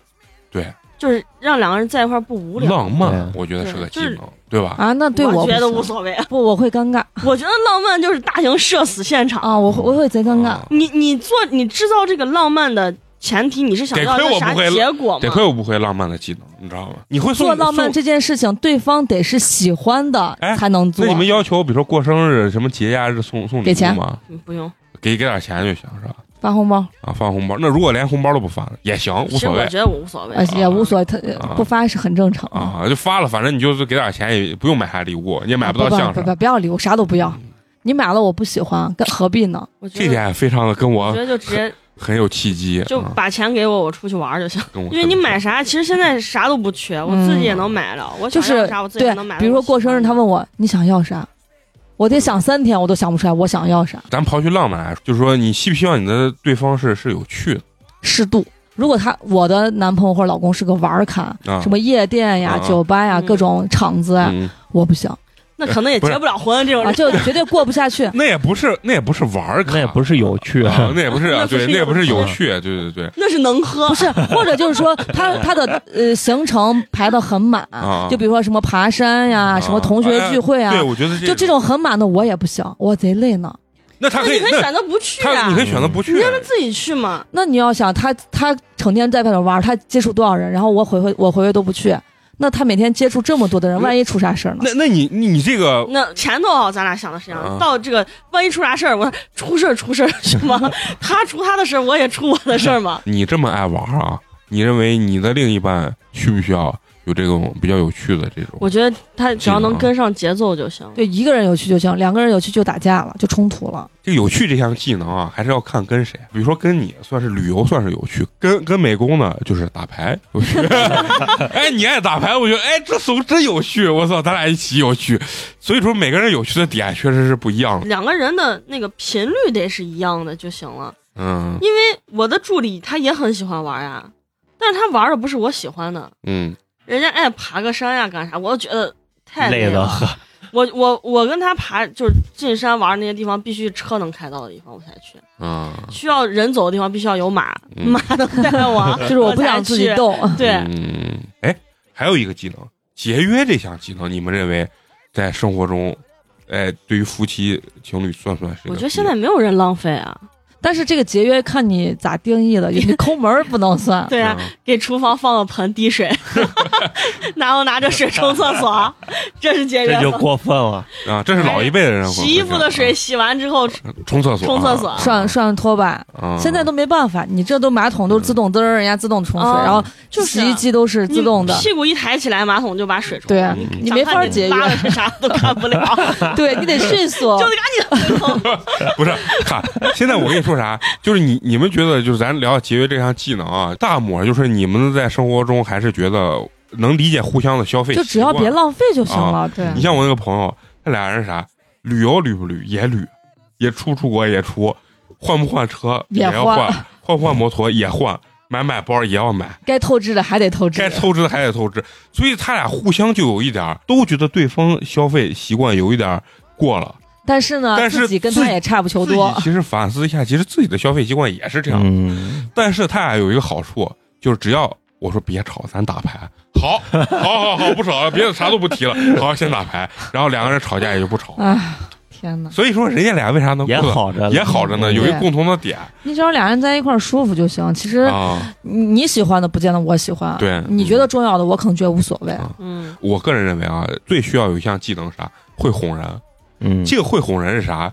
Speaker 2: 对，
Speaker 1: 就是让两个人在一块儿不无聊。
Speaker 2: 浪漫，
Speaker 5: 对
Speaker 2: 我觉得是个
Speaker 1: 对
Speaker 2: 技
Speaker 1: 就是
Speaker 2: 能，对吧？
Speaker 6: 啊，那对
Speaker 1: 我
Speaker 6: 不
Speaker 1: 觉得
Speaker 6: 行
Speaker 1: 无所谓，
Speaker 6: 不，我会尴尬
Speaker 1: 我觉得浪漫就是大型社死现场。
Speaker 6: 啊，我会我会贼尴尬。
Speaker 2: 啊
Speaker 1: 你你做你制造这个浪漫的前提，你是想要
Speaker 2: 得
Speaker 1: 一
Speaker 2: 亏
Speaker 1: 个
Speaker 2: 我
Speaker 1: 啥
Speaker 2: 不会
Speaker 1: 结果
Speaker 2: 得亏
Speaker 1: 吗？
Speaker 2: 我不会浪漫的技能，你知道吗？你会送
Speaker 6: 做浪漫
Speaker 2: 送
Speaker 6: 这件事情，对方得是喜欢的
Speaker 2: 哎
Speaker 6: 才能做啊
Speaker 2: 那。你们要求，比如说过生日、什么节假日送送礼
Speaker 6: 给钱
Speaker 2: 物吗？
Speaker 1: 嗯不用，
Speaker 2: 给给点钱就行，是吧？
Speaker 6: 发红包
Speaker 2: 啊，发红包。那如果连红包都不发呢也行，无
Speaker 1: 其实
Speaker 2: 所
Speaker 1: 我
Speaker 2: 谓
Speaker 1: 觉得我无所谓
Speaker 6: 呃。也无所谓，他
Speaker 2: 啊
Speaker 6: 不发是很正常。
Speaker 2: 啊，就发了，反正你就是给点钱，也不用买啥礼物，你也买
Speaker 6: 啊不
Speaker 2: 到
Speaker 6: 不
Speaker 2: 相
Speaker 6: 不
Speaker 2: 声。
Speaker 6: 不不要礼物，啥都不要。你买了我不喜欢，跟何必呢？
Speaker 1: 我觉
Speaker 2: 这
Speaker 1: 得
Speaker 2: 点非常的跟
Speaker 1: 我
Speaker 2: 我
Speaker 1: 觉得就直接
Speaker 2: 很有契机，
Speaker 1: 就
Speaker 2: 啊
Speaker 1: 把钱给我，我出去玩儿就行。
Speaker 2: 跟我
Speaker 1: 因为你买啥，其实现在啥都不缺，我自己也能买了。我
Speaker 6: 嗯就
Speaker 1: 想要
Speaker 6: 是
Speaker 1: 啥，我自己也
Speaker 6: 对
Speaker 1: 能买。，
Speaker 6: 比如说过生日，他问我你想要啥，我得想三天，我都想不出来我想要啥。
Speaker 2: 咱刨去浪漫来说，就是说你希不希望你的对方是是有趣的，
Speaker 6: 适度，如果他我的男朋友或者老公是个玩儿咖，
Speaker 2: 啊
Speaker 6: 什么啊夜店
Speaker 2: 啊
Speaker 6: 呀、酒吧呀、
Speaker 1: 嗯
Speaker 6: 各种场子呀，
Speaker 2: 嗯
Speaker 6: 我不行
Speaker 1: 那可能也
Speaker 2: 不是。
Speaker 1: 结不了婚这种
Speaker 6: 啊，
Speaker 1: 人。
Speaker 6: 就绝对过不下 去
Speaker 2: 那也不是，那也不是玩儿咖，
Speaker 5: 那也不是有趣
Speaker 2: 啊
Speaker 5: 啊，
Speaker 2: 那也不是啊，
Speaker 1: 那不
Speaker 2: 对，
Speaker 1: 是
Speaker 2: 那也不是有
Speaker 5: 有
Speaker 2: 趣，对对对，
Speaker 1: 那是能喝
Speaker 6: 不，是，或者就是说他他的呃行程排的很满
Speaker 2: 啊，
Speaker 6: 就比如说什么爬山呀、什么同学聚会啊，
Speaker 2: 哎对，我觉得
Speaker 6: 就这种很满的我也不行，我贼累呢。
Speaker 2: 那他
Speaker 1: 那
Speaker 2: 可
Speaker 1: 你
Speaker 2: 以
Speaker 1: 可以，
Speaker 2: 那
Speaker 1: 选择不去
Speaker 2: 他
Speaker 1: 啊
Speaker 2: 你可，以选择不去
Speaker 1: 你，让他自己去嘛。
Speaker 6: 那你要想他他成天在外头玩，他接触多少人，然后我回回我回回都不去，那他每天接触这么多的人，
Speaker 2: 那
Speaker 6: 万一出啥事儿呢？
Speaker 2: 那那你你你这个
Speaker 1: 那前头啊，咱俩想的是一样的
Speaker 2: 啊
Speaker 1: 到这个万一出啥事儿，我出事儿出事儿是 吗？他出他的事儿，我也出我的事儿嘛。
Speaker 2: 你这么爱玩儿啊，你认为你的另一半需不需要有这种比较有趣的这种？
Speaker 1: 我觉得他只要
Speaker 6: 啊
Speaker 1: 能跟上节奏就行。
Speaker 6: 对，一个人有趣就行，两个人有趣就打架了，就冲突了。，
Speaker 2: 这个有趣这项技能啊，还是要看跟谁。比如说跟你算是旅游，算是有趣；跟跟美工呢，就是打牌有趣。哎，你爱打牌，我觉得哎这怂真有趣，我操，咱俩一起有趣。所以说每个人有趣的点确实是不一样的。
Speaker 1: 两个人的那个频率得是一样的就行了。
Speaker 2: 嗯
Speaker 1: 因为我的助理他也很喜欢玩呀，但是他玩的不是我喜欢的，
Speaker 2: 嗯
Speaker 1: 人家爱爬个山呀干啥，我都觉得太
Speaker 5: 累
Speaker 1: 了。
Speaker 5: 的很。
Speaker 1: 我我我跟他爬就是进山玩那些地方，必须车能开到的地方我才去，
Speaker 2: 啊，
Speaker 1: 需要人走的地方必须要有马，
Speaker 2: 嗯
Speaker 1: 马能带我
Speaker 6: 就是我不想自己
Speaker 1: 我才去。
Speaker 6: 动，
Speaker 1: 对，啊
Speaker 2: 嗯，哎，还有一个技能，节约这项技能，你们认为在生活中，哎，对于夫妻情侣算不算是一个技能？
Speaker 1: 我觉得现在没有人浪费啊。
Speaker 6: 但是这个节约看你咋定义了，你抠门儿不能算。
Speaker 1: 对啊，
Speaker 2: 嗯
Speaker 1: 给厨房放个盆滴水，然后拿着水冲厕所，这是节约
Speaker 5: 这就
Speaker 1: 吗。
Speaker 5: 过分了，
Speaker 2: 啊，这是老一辈的人会
Speaker 1: 哎洗衣服的水洗完之后
Speaker 2: 啊冲厕所，
Speaker 1: 冲厕所，
Speaker 6: 涮涮拖把，
Speaker 2: 啊，
Speaker 6: 现在都没办法，你这都马桶都是自动滋儿，人家自动冲水，
Speaker 1: 哦
Speaker 6: 然后
Speaker 1: 就是啊
Speaker 6: 洗衣机都是自动的
Speaker 1: 你，屁股一抬起来，马桶就把水冲
Speaker 6: 对
Speaker 1: 了。
Speaker 6: 啊
Speaker 2: 嗯，
Speaker 6: 你没法儿节约
Speaker 1: 想，看你拉的是啥都看不了，
Speaker 6: 对你得迅速。
Speaker 1: 就得赶紧冲。
Speaker 2: 不是，看，现在我跟你说啥， 就是你你们觉得，就是咱聊节约这项技能啊，大抹就是你们在生活中还是觉得能理解互相的消费，
Speaker 6: 就只要别。浪费就行了，对，
Speaker 2: 你像我那个朋友，他俩人啥，旅游旅不旅也旅，也出出国也出，换不换车
Speaker 6: 也
Speaker 2: 要
Speaker 6: 换
Speaker 2: 换，换不换摩托也换，买买包也要买，
Speaker 6: 该透支的还得透支
Speaker 2: 该。透支的还得透支，所以他俩互相就有一点儿都觉得对方消费习惯有一点儿过了。
Speaker 6: 但是呢，
Speaker 2: 但是
Speaker 6: 自己跟
Speaker 2: 自
Speaker 6: 他
Speaker 2: 己
Speaker 6: 也差不求
Speaker 2: 自己
Speaker 6: 多，
Speaker 2: 其实反思一下，其实自己的消费习惯也是这啊样的。
Speaker 5: 嗯，
Speaker 2: 但是他俩有一个好处，就是只要我说别吵，咱打牌。好，好，好，好，不吵了，别的啥都不提了，好，先打牌。然后两个人吵架也就不吵。
Speaker 6: 哎，天哪！
Speaker 2: 所以说，人家俩为啥能
Speaker 5: 也
Speaker 2: 过
Speaker 5: 好着，
Speaker 2: 嗯
Speaker 5: 嗯
Speaker 2: 也好着呢？有一个共同的点
Speaker 6: 你只要俩人在一块儿舒服就行。其实
Speaker 2: 啊。
Speaker 6: 你你喜欢的不见得我喜欢，
Speaker 2: 对
Speaker 6: 你觉得重要的我可能觉得无所谓。
Speaker 2: 啊
Speaker 1: 嗯，
Speaker 2: 我个人认为啊，最需要有一项技能是啥？会哄人。
Speaker 5: 嗯，
Speaker 2: 这个会哄人是啥？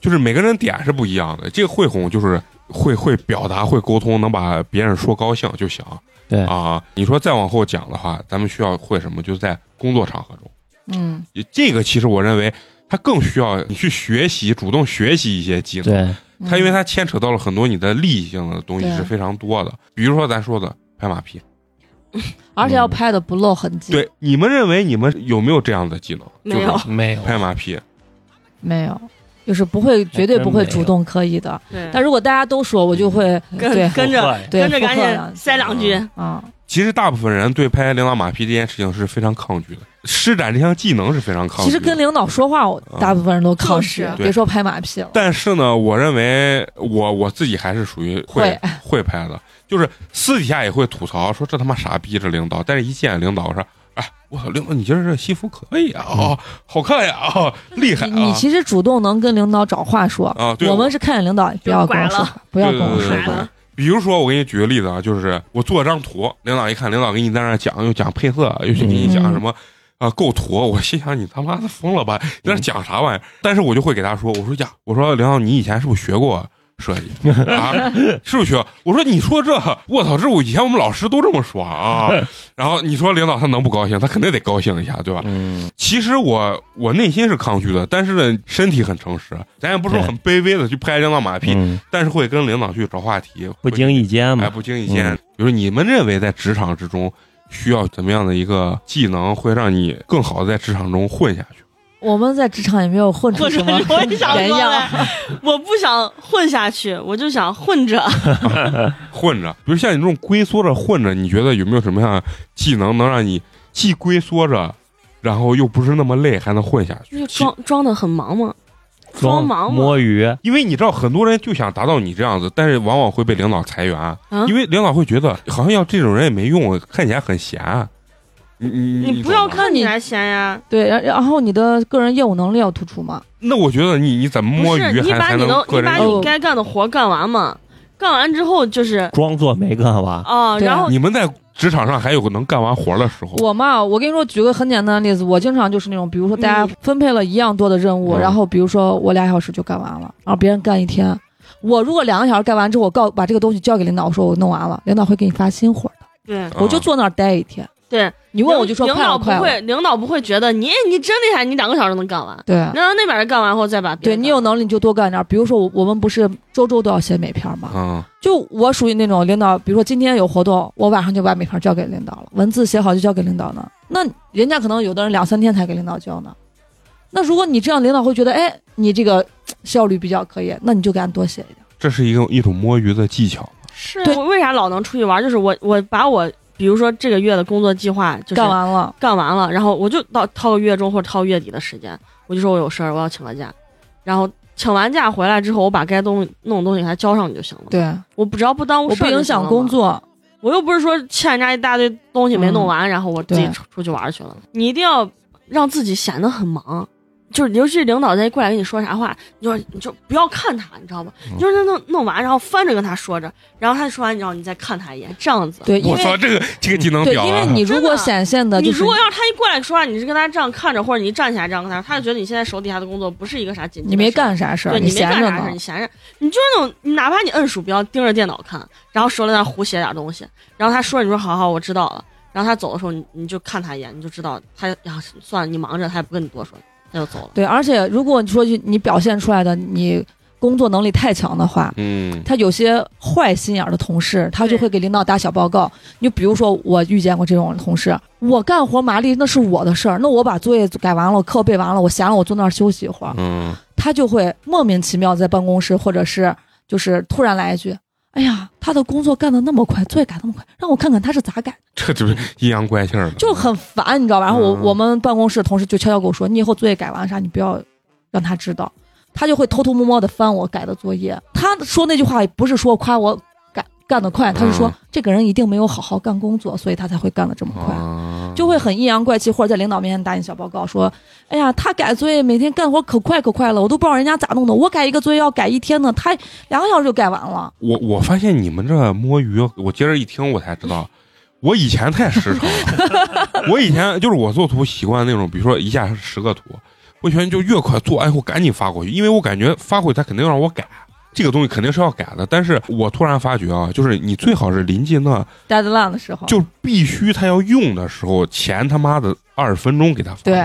Speaker 2: 就是每个人点是不一样的。这个会哄就是会会表达、会沟通，能把别人说高兴就行。
Speaker 5: 对
Speaker 2: 啊，你说再往后讲的话，咱们需要会什么？就是在工作场合中，
Speaker 6: 嗯，
Speaker 2: 这个其实我认为它更需要你去学习，主动学习一些技能。
Speaker 5: 对，
Speaker 6: 嗯
Speaker 2: 它因为它牵扯到了很多你的利益性的东西
Speaker 6: 对
Speaker 2: 是非常多的，比如说咱说的拍马屁。
Speaker 6: 而且要拍的不露痕迹，，
Speaker 2: 对，你们认为你们有没有这样的技能？
Speaker 1: 没有
Speaker 2: 就是
Speaker 5: 没有
Speaker 2: 拍马屁。
Speaker 6: 没有，就是不会，绝对不会主动刻意
Speaker 2: 哎
Speaker 6: 的。
Speaker 1: 对，
Speaker 6: 但如果大家都说，我就会 对
Speaker 1: 跟跟着
Speaker 5: 坏
Speaker 6: 对
Speaker 1: 跟着赶
Speaker 6: 附和呀
Speaker 1: 紧塞两句，
Speaker 6: 啊，
Speaker 2: 其实大部分人对拍领导马屁这件事情是非常抗拒的，施展这项技能是非常抗
Speaker 6: 其
Speaker 2: 拒的。
Speaker 6: 实跟领导说话，我
Speaker 2: 嗯
Speaker 6: 大部分人都抗
Speaker 1: 就
Speaker 6: 拒
Speaker 1: 是，
Speaker 2: 对
Speaker 6: 别说拍马屁了。
Speaker 2: 但是呢，我认为我我自己还是属于会
Speaker 6: 会
Speaker 2: 会拍的，就是私底下也会吐槽说这他妈傻逼这领导，但是一见领导我说，哎，我操，领导你今儿这西服可以啊，哦，好看呀，哦，厉害
Speaker 6: 嗯你你
Speaker 2: 啊，
Speaker 6: 其实主动能跟领导找话说，
Speaker 2: 啊，对，
Speaker 6: 我们是看见领导不要跟我说
Speaker 1: 拐
Speaker 6: 话，不要跟
Speaker 1: 嗯
Speaker 6: 我
Speaker 2: 对
Speaker 6: 说
Speaker 2: 对对
Speaker 6: 话。
Speaker 2: 对比如说，我给你举个例子啊，就是我做张图，领导一看，领导给你在那儿讲，又讲配色，又去给你讲
Speaker 5: 嗯
Speaker 2: 什么。啊，构图，我心想你他妈的疯了吧？你在那儿讲啥玩意儿？但是我就会给他说，我说呀，我说领导，你以前是不是学过设计啊？是不是学？我说你说这，我操，这我以前我们老师都这么说 啊。然后你说领导他能不高兴？他肯定得高兴一下，对吧？
Speaker 5: 嗯，
Speaker 2: 其实我我内心是抗拒的，但是呢，身体很诚实，咱也不是说
Speaker 5: 对
Speaker 2: 很卑微的去拍领导马屁，
Speaker 5: 嗯
Speaker 2: 但是会跟领导去找话题，
Speaker 5: 不经意间
Speaker 2: 哎，
Speaker 5: 嘛，
Speaker 2: 不经意间，
Speaker 5: 嗯
Speaker 2: 比如你们认为在职场之中需要怎么样的一个技能，会让你更好的在职场中混下去？
Speaker 6: 我们在职场也没有混出
Speaker 1: 我
Speaker 6: 什
Speaker 1: 说
Speaker 6: 么
Speaker 1: 我也想
Speaker 6: 原
Speaker 1: 说
Speaker 6: 样。
Speaker 1: 嘞，我不想混下去，我就想混着。
Speaker 2: 混着，比如像你这种龟缩着混着，你觉得有没有什么样的技能能让你既龟缩着，然后又不是那么累，还能混下去？
Speaker 1: 就装装的很忙嘛，装
Speaker 5: 装
Speaker 1: 忙嘛，
Speaker 5: 摸鱼，
Speaker 2: 因为你知道，很多人就想达到你这样子，但是往往会被领导裁员，啊
Speaker 1: 嗯
Speaker 2: 因为领导会觉得好像要这种人也没用，看起来很闲。啊你你
Speaker 1: 你不要
Speaker 2: 懂吗
Speaker 1: 看起来闲呀。
Speaker 6: 对，然然后你的个人业务能力要突出嘛。
Speaker 2: 那我觉得你你怎么
Speaker 1: 不
Speaker 2: 摸
Speaker 1: 是
Speaker 2: 鱼
Speaker 1: 你
Speaker 2: 还
Speaker 1: 把
Speaker 2: 还
Speaker 1: 你能，
Speaker 2: 个
Speaker 1: 你
Speaker 2: 人
Speaker 1: 把
Speaker 2: 有
Speaker 1: 你该干的活干完嘛，干完之后就是
Speaker 5: 装作没干完。
Speaker 1: 啊，
Speaker 6: 对啊
Speaker 1: 然 后
Speaker 2: 你们在职场上还有个能干完活的时候，
Speaker 6: 我嘛，我跟你说，举个很简单的例子，我经常就是那种，比如说大家
Speaker 1: 嗯
Speaker 6: 分配了一样多的任务，
Speaker 2: 嗯
Speaker 6: 然后比如说我俩小时就干完了，然后别人干一天，我如果两个小时干完之后，我告把这个东西交给领导，我说我弄完了，领导会给你发新活的，
Speaker 1: 对
Speaker 2: 啊
Speaker 6: 我就坐那儿待一天，
Speaker 1: 对，
Speaker 6: 你问我就说
Speaker 1: 领
Speaker 6: 快
Speaker 1: 导
Speaker 6: 了
Speaker 1: 不
Speaker 6: 快了，
Speaker 1: 会，领导不会觉得你你真厉害，你两个小时能干完。
Speaker 6: 对。
Speaker 1: 然后那边儿干完后再把别
Speaker 6: 啊对
Speaker 1: 人
Speaker 6: 你
Speaker 1: 干
Speaker 6: 有
Speaker 1: 完
Speaker 6: 能力你就多干点儿，比如说我我们不是周周都要写美篇吗？
Speaker 2: 嗯，
Speaker 6: 就我属于那种领导，比如说今天有活动，我晚上就把美篇交给领导了，文字写好就交给领导呢。那人家可能有的人两三天才给领导交呢。那如果你这样，领导会觉得，哎，你这个嘖效率比较可以，那你就给俺多写一点。
Speaker 2: 这是一个一种摸鱼的技巧。
Speaker 1: 是
Speaker 6: 对
Speaker 1: 我为啥老能出去玩？就是我我把我比如说这个月的工作计划就是
Speaker 6: 干完了，
Speaker 1: 干完了，然后我就到掏个月中或者掏个月底的时间，我就说我有事儿，我要请个假，然后请完假回来之后，我把该东弄的东西给它交上就行了。
Speaker 6: 对，
Speaker 1: 我不只要不耽误
Speaker 6: 我
Speaker 1: 事
Speaker 6: 不
Speaker 1: 儿就
Speaker 6: 影
Speaker 1: 行
Speaker 6: 响
Speaker 1: 了嘛
Speaker 6: 工，作，
Speaker 1: 我又不是说欠人家一大堆东西没弄
Speaker 6: 嗯
Speaker 1: 完，然后我自己
Speaker 6: 对
Speaker 1: 出出去玩去了。你一定要让自己显得很忙。就是，尤其是领导在过来跟你说啥话，你就你就不要看他，你知道吧？
Speaker 2: 嗯
Speaker 1: 你就是弄弄完，然后翻着跟他说着，然后他说完，你知道你再看他一眼，这样子。
Speaker 6: 对，因
Speaker 2: 我
Speaker 6: 为
Speaker 2: 操，这个这个技能
Speaker 6: 对，
Speaker 2: 表
Speaker 6: 因为
Speaker 2: 啊！
Speaker 6: 你如果
Speaker 1: 真的
Speaker 6: 显现的
Speaker 1: 你
Speaker 6: 就是
Speaker 1: 如果要是他一过来说话，你是跟他这样看着，或者你站起来这样跟他，他就觉得你现在手底下的工作不是一个啥紧急的
Speaker 6: 你没
Speaker 1: 事儿，
Speaker 6: 干啥事儿，
Speaker 1: 对你没
Speaker 6: 闲
Speaker 1: 干
Speaker 6: 着
Speaker 1: 啥事儿，
Speaker 6: 呢
Speaker 1: 你，闲着，你就是那种，你哪怕你摁鼠标盯着电脑看，然后手里在那胡写点东西，然后他说你说好好我知道了，然后他走的时候你你就看他一眼，你就知道他呀算了，你忙着，他也不跟你多说，他就走了。
Speaker 6: 对，而且如果你说句你表现出来的你工作能力太强的话，
Speaker 2: 嗯，
Speaker 6: 他有些坏心眼儿的同事，他就
Speaker 1: 对
Speaker 6: 会给领导打小报告。你就比如说，我遇见过这种同事，我干活麻利那是我的事儿，那我把作业改完了，我课背完了，我闲了，我坐那儿休息一会儿，
Speaker 2: 嗯，
Speaker 6: 他就会莫名其妙在办公室，或者是就是突然来一句：“哎呀，他的工作干得那么快，作业改那么快，让我看看他是咋改的，
Speaker 2: 这就是阴阳怪气儿的，
Speaker 6: 就很烦，你知道吧？”然后我
Speaker 2: 嗯
Speaker 6: 我们办公室同事就悄悄跟我说：“你以后作业改完啥，你不要让他知道。”他就会偷偷摸摸的翻我改的作业。他说那句话也不是说夸我干干得快，他是说、
Speaker 2: 嗯
Speaker 6: 这个人一定没有好好干工作，所以他才会干得这么快。
Speaker 2: 啊，
Speaker 6: 就会很阴阳怪气，或者在领导面前打你小报告，说：“哎呀，他改作业每天干活可快可快了，我都不知道人家咋弄的。我改一个作业要改一天呢，他两个小时就改完了。
Speaker 2: 我我发现你们这摸鱼，我接着一听我才知道，我以前太失常了。 我以前就是我做图习惯那种，比如说一下十个图，我以前就越快做，哎，我赶紧发过去，因为我感觉发过去他肯定要让我改，这个东西肯定是要改的。但是我突然发觉啊，就是你最好是临近那
Speaker 6: ”deadline 的时候，
Speaker 2: 就必须他要用的时候，前他妈的二十分钟给他发。
Speaker 6: 对，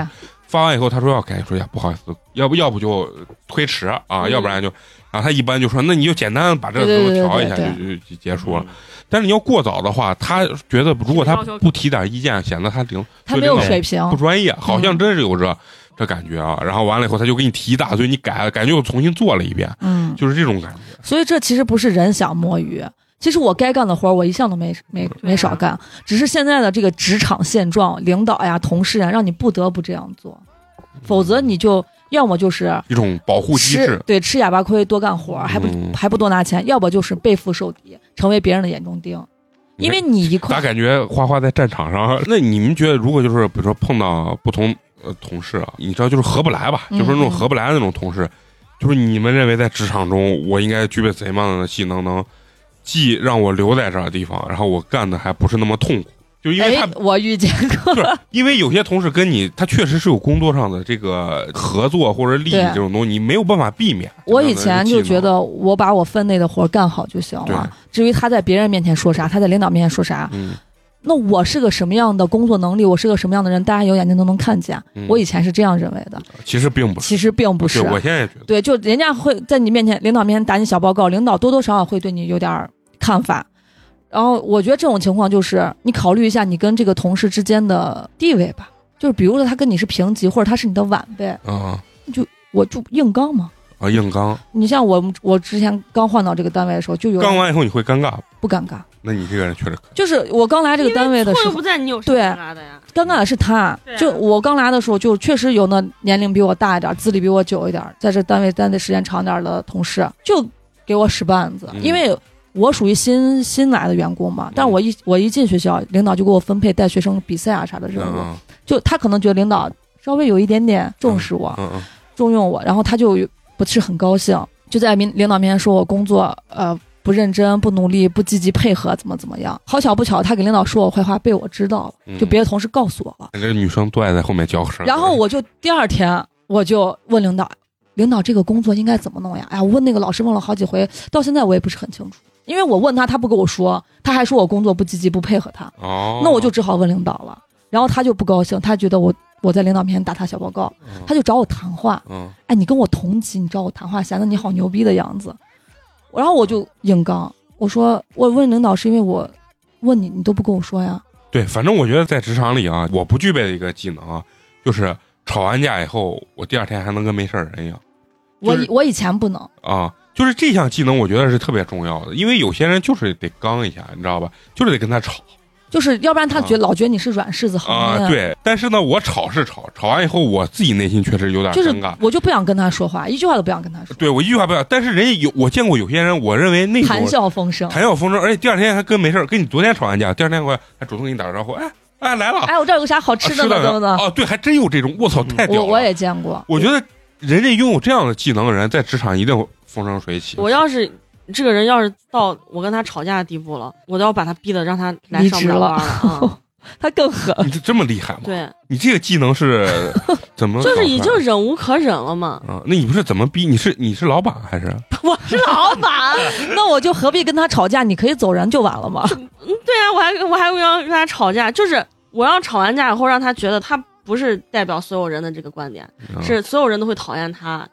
Speaker 2: 发完以后，他说要改，说呀不好意思，要不要不就推迟啊，
Speaker 1: 嗯
Speaker 2: 要不然就，然后他一般就说那你就简单把这个
Speaker 6: 对
Speaker 2: 给我
Speaker 6: 对对
Speaker 2: 调一
Speaker 6: 对
Speaker 2: 下
Speaker 6: 对嗯
Speaker 2: 就就就结束了。但是你要过早的话，他觉得如果他不提点意见，显得他领
Speaker 6: 他没有嗯
Speaker 2: 对领导
Speaker 6: 水平
Speaker 2: 不。专业，好像真是有这这感觉啊。然后完了以后，他就给你提一大堆，你改了，感觉又重新做了一遍，
Speaker 6: 嗯，
Speaker 2: 就是这种感觉。
Speaker 6: 所以这其实不是人想摸鱼，其实我该干的活儿我一项都没没
Speaker 2: 啊
Speaker 6: 没少干，只是现在的这个职场现状，领导呀、同事呀，让你不得不这样做，否则你就要么就是
Speaker 2: 一种保护机
Speaker 6: 吃
Speaker 2: 制，
Speaker 6: 对吃哑巴亏多干活儿，还不、
Speaker 2: 嗯
Speaker 6: 还不多拿钱，要不就是背负受敌，成为别人的眼中钉。因为你一
Speaker 2: 咋
Speaker 6: 块，
Speaker 2: 感觉花花在战场上？ 那你们觉得，如果就是比如说碰到不同呃同事啊，你知道就是合不来吧，
Speaker 6: 嗯
Speaker 2: 就是那种
Speaker 6: 嗯
Speaker 2: 合不来的那种同事，就是你们认为在职场中我应该具备怎样的技能，能既让我留在这儿的地方，然后我干的还不是那么痛苦？就因为他
Speaker 6: 哎，我遇 见过，
Speaker 2: 就是因为有些同事跟你，他确实是有工作上的这个合作或者利益
Speaker 6: 对
Speaker 2: 这种东西，你没有办法避免。
Speaker 6: 我
Speaker 2: 这
Speaker 6: 以
Speaker 2: 样的
Speaker 6: 前
Speaker 2: 技
Speaker 6: 就
Speaker 2: 能
Speaker 6: 觉得我把我分内的活儿干好就行
Speaker 2: 对
Speaker 6: 了，至于他在别人面前说啥，他在领导面前说啥，
Speaker 2: 嗯，
Speaker 6: 那我是个什么样的工作能力，我是个什么样的人，大家有眼睛都能看见。
Speaker 2: 嗯
Speaker 6: 我以前是这样认为的，
Speaker 2: 其实并不是，
Speaker 6: 其实并不
Speaker 2: 对
Speaker 6: 是。啊
Speaker 2: 我现在也觉得，
Speaker 6: 对，就人家会在你面前，领导面前打你小报告，领导多多少少会对你有点儿看法。然后我觉得这种情况就是你考虑一下你跟这个同事之间的地位吧，就是比如说他跟你是平级，或者他是你的晚辈，
Speaker 2: 啊
Speaker 6: 我就硬刚嘛。
Speaker 2: 啊，硬刚，
Speaker 6: 你像我，我之前刚换到这个单位的时候，就有
Speaker 2: 刚
Speaker 6: 人
Speaker 2: 完以后你会尴尬吗，
Speaker 6: 不尴尬，
Speaker 2: 那你这个人确实可以。
Speaker 6: 就是我刚来这个单位的
Speaker 1: 错
Speaker 6: 时
Speaker 1: 又
Speaker 6: 候
Speaker 1: 不，在你有什么
Speaker 6: 对
Speaker 1: 可拉的呀？
Speaker 6: 尴尬的是他
Speaker 1: 对啊，
Speaker 6: 就我刚来的时候，就确实有那年龄比我大一点儿、资历比我久一点儿，在这单位待的时间长点儿的同事，就给我使绊子，
Speaker 2: 嗯
Speaker 6: 因为我属于新新来的员工嘛。但是我一我一进学校，领导就给我分配带学生比赛啊啥的任务，
Speaker 2: 嗯
Speaker 6: 就他可能觉得领导稍微有一点点重视我、
Speaker 2: 嗯嗯
Speaker 6: 重用我，然后他就不是很高兴，就在领领导面前说我工作呃。不认真、不努力、不积极配合，怎么怎么样？好巧不巧，他给领导说我坏话被我知道了，
Speaker 2: 嗯，
Speaker 6: 就别的同事告诉我了。
Speaker 2: 那个女生都爱在后面叫声。
Speaker 6: 然后我就第二天我就问领导，领导这个工作应该怎么弄呀？哎呀，我问那个老师问了好几回，到现在我也不是很清楚，因为我问他，他不跟我说，他还说我工作不积极，不配合他，
Speaker 2: 哦，
Speaker 6: 那我就只好问领导了。然后他就不高兴，他觉得我我在领导面前打他小报告，
Speaker 2: 嗯
Speaker 6: 他就找我谈话。
Speaker 2: 嗯
Speaker 6: 哎，你跟我同级，你找我谈话，显得你好牛逼的样子。然后我就硬刚，我说我问领导是因为我问你，你都不跟我说呀。
Speaker 2: 对，反正我觉得在职场里啊，我不具备的一个技能啊，就是吵完架以后，我第二天还能跟没事儿人一样
Speaker 6: 我
Speaker 2: 就是
Speaker 6: 以我以前不能，
Speaker 2: 啊。就是这项技能，我觉得是特别重要的，因为有些人就是得刚一下，你知道吧？就是得跟他吵
Speaker 6: 就是要不然他觉得
Speaker 2: 啊
Speaker 6: 老觉得你是软柿子行
Speaker 2: 啊、
Speaker 6: 业。
Speaker 2: 对，但是呢，我吵是吵，吵完以后，我自己内心确实有点
Speaker 6: 就是
Speaker 2: 啊尴尬。
Speaker 6: 我就不想跟他说话，一句话都不想跟他说，
Speaker 2: 对我一句话不要，但是人家有我见过有些人，我认为那种
Speaker 6: 谈笑风
Speaker 1: 嗯
Speaker 6: 生。
Speaker 2: 哎谈笑风生，而且第二天还跟没事儿，跟你昨天吵完架，第二天过来还主动给你打个招呼，哎哎来了，
Speaker 6: 哎，我这儿有个啥好吃的
Speaker 2: 啊
Speaker 6: 呢？怎
Speaker 2: 呢
Speaker 6: 么的？
Speaker 2: 哦，对，还真有这种，我
Speaker 1: 嗯
Speaker 2: 操，太屌了！
Speaker 6: 我我也见过，
Speaker 2: 我觉得人家拥有这样的技能的人，在职场一定会风生水起。
Speaker 1: 我要是这个人要是到我跟他吵架的地步了，我都要把他逼的让他来
Speaker 6: 离
Speaker 1: 上
Speaker 6: 职
Speaker 1: 不了
Speaker 6: 了
Speaker 1: 班了。 嗯
Speaker 6: 他更狠。
Speaker 2: 你这这么厉害吗？
Speaker 1: 对，
Speaker 2: 你这个技能 是怎么搞出
Speaker 1: 就
Speaker 2: 来的？
Speaker 1: 是已经忍无可忍了嘛。
Speaker 2: 啊，那你不是怎么逼？你是你是老板还是？
Speaker 6: 我是老板，那我就何必跟他吵架？你可以走人就完了嘛。
Speaker 1: 对啊，我还我还要跟他吵架，就是我要吵完架以后让他觉得他不是代表所有人的这个观点，
Speaker 2: 嗯
Speaker 1: 是所有人都会讨厌他，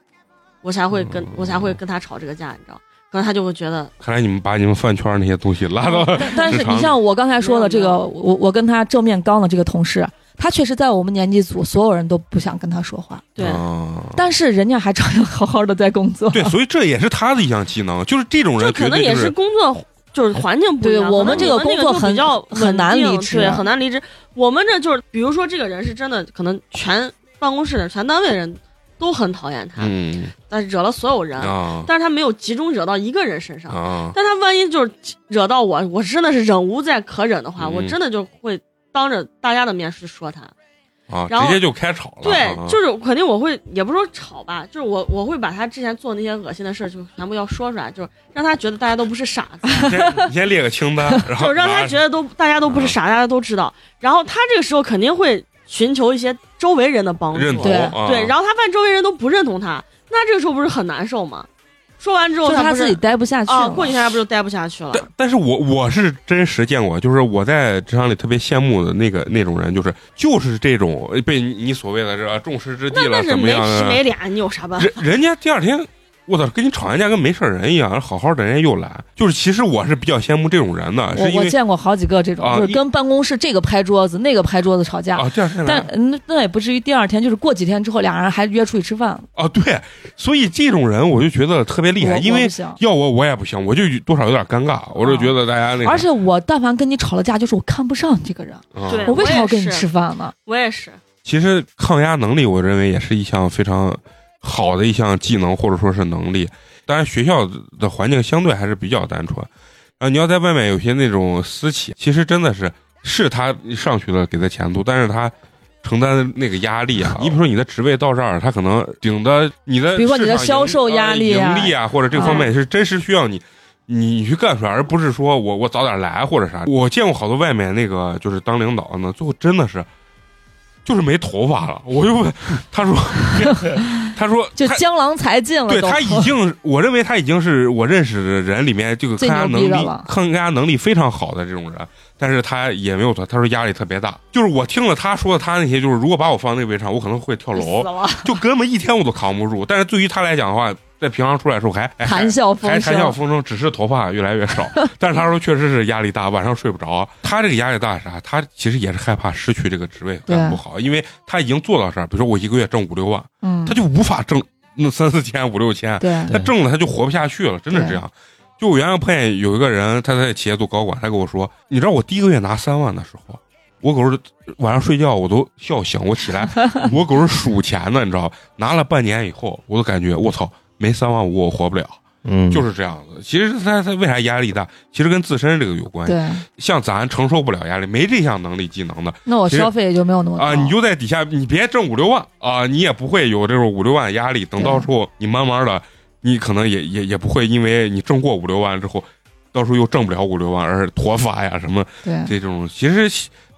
Speaker 1: 我才会跟、
Speaker 2: 嗯
Speaker 1: 我才会跟他吵这个架，你知道？可能他就会觉得
Speaker 2: 看来你们把你们饭圈那些东西拉到
Speaker 1: 嗯
Speaker 6: 但但是
Speaker 2: 日常
Speaker 6: 你像我刚才说的这
Speaker 1: 没
Speaker 6: 个，
Speaker 1: 有
Speaker 6: 我我跟他正面刚的这个同事，他确实在我们年级组，所有人都不想跟他说话，
Speaker 1: 对，
Speaker 2: 啊
Speaker 6: 但是人家还照样好好的在工作。
Speaker 2: 对，所以这也是他的一项技能，就是这种
Speaker 1: 就
Speaker 2: 人
Speaker 1: 可
Speaker 2: 绝
Speaker 1: 能
Speaker 2: 对
Speaker 1: 也
Speaker 2: 就是
Speaker 1: 工作就是环境不一样。
Speaker 6: 对
Speaker 1: 可能
Speaker 6: 我
Speaker 2: 们这
Speaker 6: 个
Speaker 1: 我们那
Speaker 6: 工作
Speaker 1: 就
Speaker 6: 很
Speaker 1: 比较
Speaker 6: 很
Speaker 1: 稳
Speaker 6: 难
Speaker 1: 定
Speaker 6: 离职
Speaker 1: 对，很难离职。我们这就是，比如说这个人是真的，可能全办公室的全单位人都很讨厌他，
Speaker 2: 嗯
Speaker 1: 但是惹嗯了所有人，
Speaker 2: 啊
Speaker 1: 但是他没有集中惹到一个人身上。
Speaker 2: 啊
Speaker 1: 但他万一就是惹到我，我真的是忍无再可忍的话，
Speaker 2: 嗯
Speaker 1: 我真的就会当着大家的面去说他。
Speaker 2: 啊，
Speaker 1: 然后
Speaker 2: 直接就开吵了。
Speaker 1: 对，
Speaker 2: 啊
Speaker 1: 就是肯定我会，也不是说吵吧，就是我我会把他之前做那些恶心的事儿就全部要说出来，就是让他觉得大家都不是傻 子，
Speaker 2: 先你先列个清 单，然
Speaker 1: 就
Speaker 2: 后
Speaker 1: 是让他
Speaker 2: 拿
Speaker 1: 觉得都大家都不是傻，大家都知
Speaker 2: 啊
Speaker 1: 道。然后他这个时候肯定会寻求一些周围人的帮助，
Speaker 2: 认同
Speaker 6: 对
Speaker 2: 啊
Speaker 1: 对，然后他发现周围人都不认同他，那这个时候不是很难受吗？说完之后
Speaker 6: 就是
Speaker 1: 他
Speaker 6: 他
Speaker 1: 不是
Speaker 6: 自己待不下去
Speaker 1: 啊，
Speaker 6: 了，
Speaker 1: 过几天他不就待不下去了？
Speaker 2: 但但是我我是真实见过，就是我在职场里特别羡慕的那个那种人，就是就是这种被你你所谓的这众矢之的
Speaker 1: 那
Speaker 2: 了，
Speaker 1: 是
Speaker 2: 怎么
Speaker 1: 没
Speaker 2: 样啊
Speaker 1: 皮
Speaker 2: 的？
Speaker 1: 没脸，你有啥办法？
Speaker 2: 人人家第二天，我操，跟你吵完架跟没事儿人一样，好好的人家又来，就是其实我是比较羡慕这种人的，是
Speaker 6: 我
Speaker 2: 因
Speaker 6: 我
Speaker 2: 为
Speaker 6: 见过好几个这种，
Speaker 2: 啊
Speaker 6: 就是
Speaker 2: 一
Speaker 6: 跟办公室这个拍桌子，那个拍桌子吵架，
Speaker 2: 啊第二天
Speaker 6: 但
Speaker 2: 来
Speaker 6: 嗯那也不至于第二天，就是过几天之后，俩人还约出去吃饭了。
Speaker 2: 啊对，所以这种人我就觉得特别厉害，
Speaker 6: 我
Speaker 2: 因
Speaker 6: 我
Speaker 2: 为
Speaker 6: 不行
Speaker 2: 要我我也不行，我就多少有点尴尬，我
Speaker 1: 啊
Speaker 2: 就觉得大家那个，
Speaker 6: 而且我但凡跟你吵了架，就是我看不上你这个人，
Speaker 2: 啊
Speaker 1: 对
Speaker 6: 我为啥要跟你
Speaker 1: 我也是
Speaker 6: 吃饭呢？
Speaker 1: 我也是，
Speaker 2: 其实抗压能力，我认为也是一项非常好的一项技能，或者说是能力。当然，学校的环境相对还是比较单纯。啊，你要在外面有些那种私企，其实真的是是他上去了给他前途，但是他承担的那个压力 啊，你比如说你的职位到这儿，他可能顶的你的市场盈，
Speaker 6: 比如说你的销售压力啊
Speaker 2: 呃盈利啊，或者这方面是真实需要你。你去干出来，而不是说我我早点来或者啥。我见过好多外面那个就是当领导的呢，最后真的是就是没头发了。我就问他说， 他说
Speaker 6: 就
Speaker 2: 他
Speaker 6: 江郎才尽了
Speaker 2: 对
Speaker 6: 都。
Speaker 2: 他已经，我认为他已经是我认识的人里面这个抗
Speaker 6: 最
Speaker 2: 压
Speaker 6: 牛
Speaker 2: 能
Speaker 6: 逼的
Speaker 2: 力
Speaker 6: 了、
Speaker 2: 抗压能力非常好的这种人，但是他也没有他，他说压力特别大。就是我听了他说的他那些，就是如果把我放那个位置上，我可能会跳
Speaker 1: 死
Speaker 2: 楼，
Speaker 1: 了。
Speaker 2: 就根本一天我都扛不住。但是对于他来讲的话，在平常出来的时候还哎还
Speaker 6: 谈笑风
Speaker 2: 还
Speaker 6: 生
Speaker 2: 谈笑风生，只是头发越来越 少。但是他说确实是压力大，晚上睡不着。他这个压力大是啥？他其实也是害怕失去这个职位
Speaker 6: 对
Speaker 2: 干不好，因为他已经做到这儿，比如说我一个月挣五六万，
Speaker 6: 嗯
Speaker 2: 他，就无法挣那三四千、五六千，
Speaker 6: 对，
Speaker 2: 他挣了他就活不下去了，真的是这样。就我原来碰见有一个人，他在企业做高管，他跟我说，你知道我第一个月拿三万的时候，我狗是晚上睡觉我都笑醒，我起 来我狗是数钱的，你知道吧？拿了半年以后，我都感觉我操，没三万五我活不了，
Speaker 5: 嗯，
Speaker 2: 就是这样子。其实他他为啥压力大？其实跟自身这个有关系。
Speaker 6: 对，
Speaker 2: 像咱承受不了压力，没这项能力技能的
Speaker 6: 那我
Speaker 2: 其实
Speaker 6: 消费也就没有那么高
Speaker 2: 啊，你就在底下，你别挣五六万啊，你也不会有这种五六万的压力。等到时候你慢慢的，你可能也也也不会因为你挣过五六万之后，到时候又挣不了五六万而脱发呀什么
Speaker 6: 对
Speaker 2: 这种。其实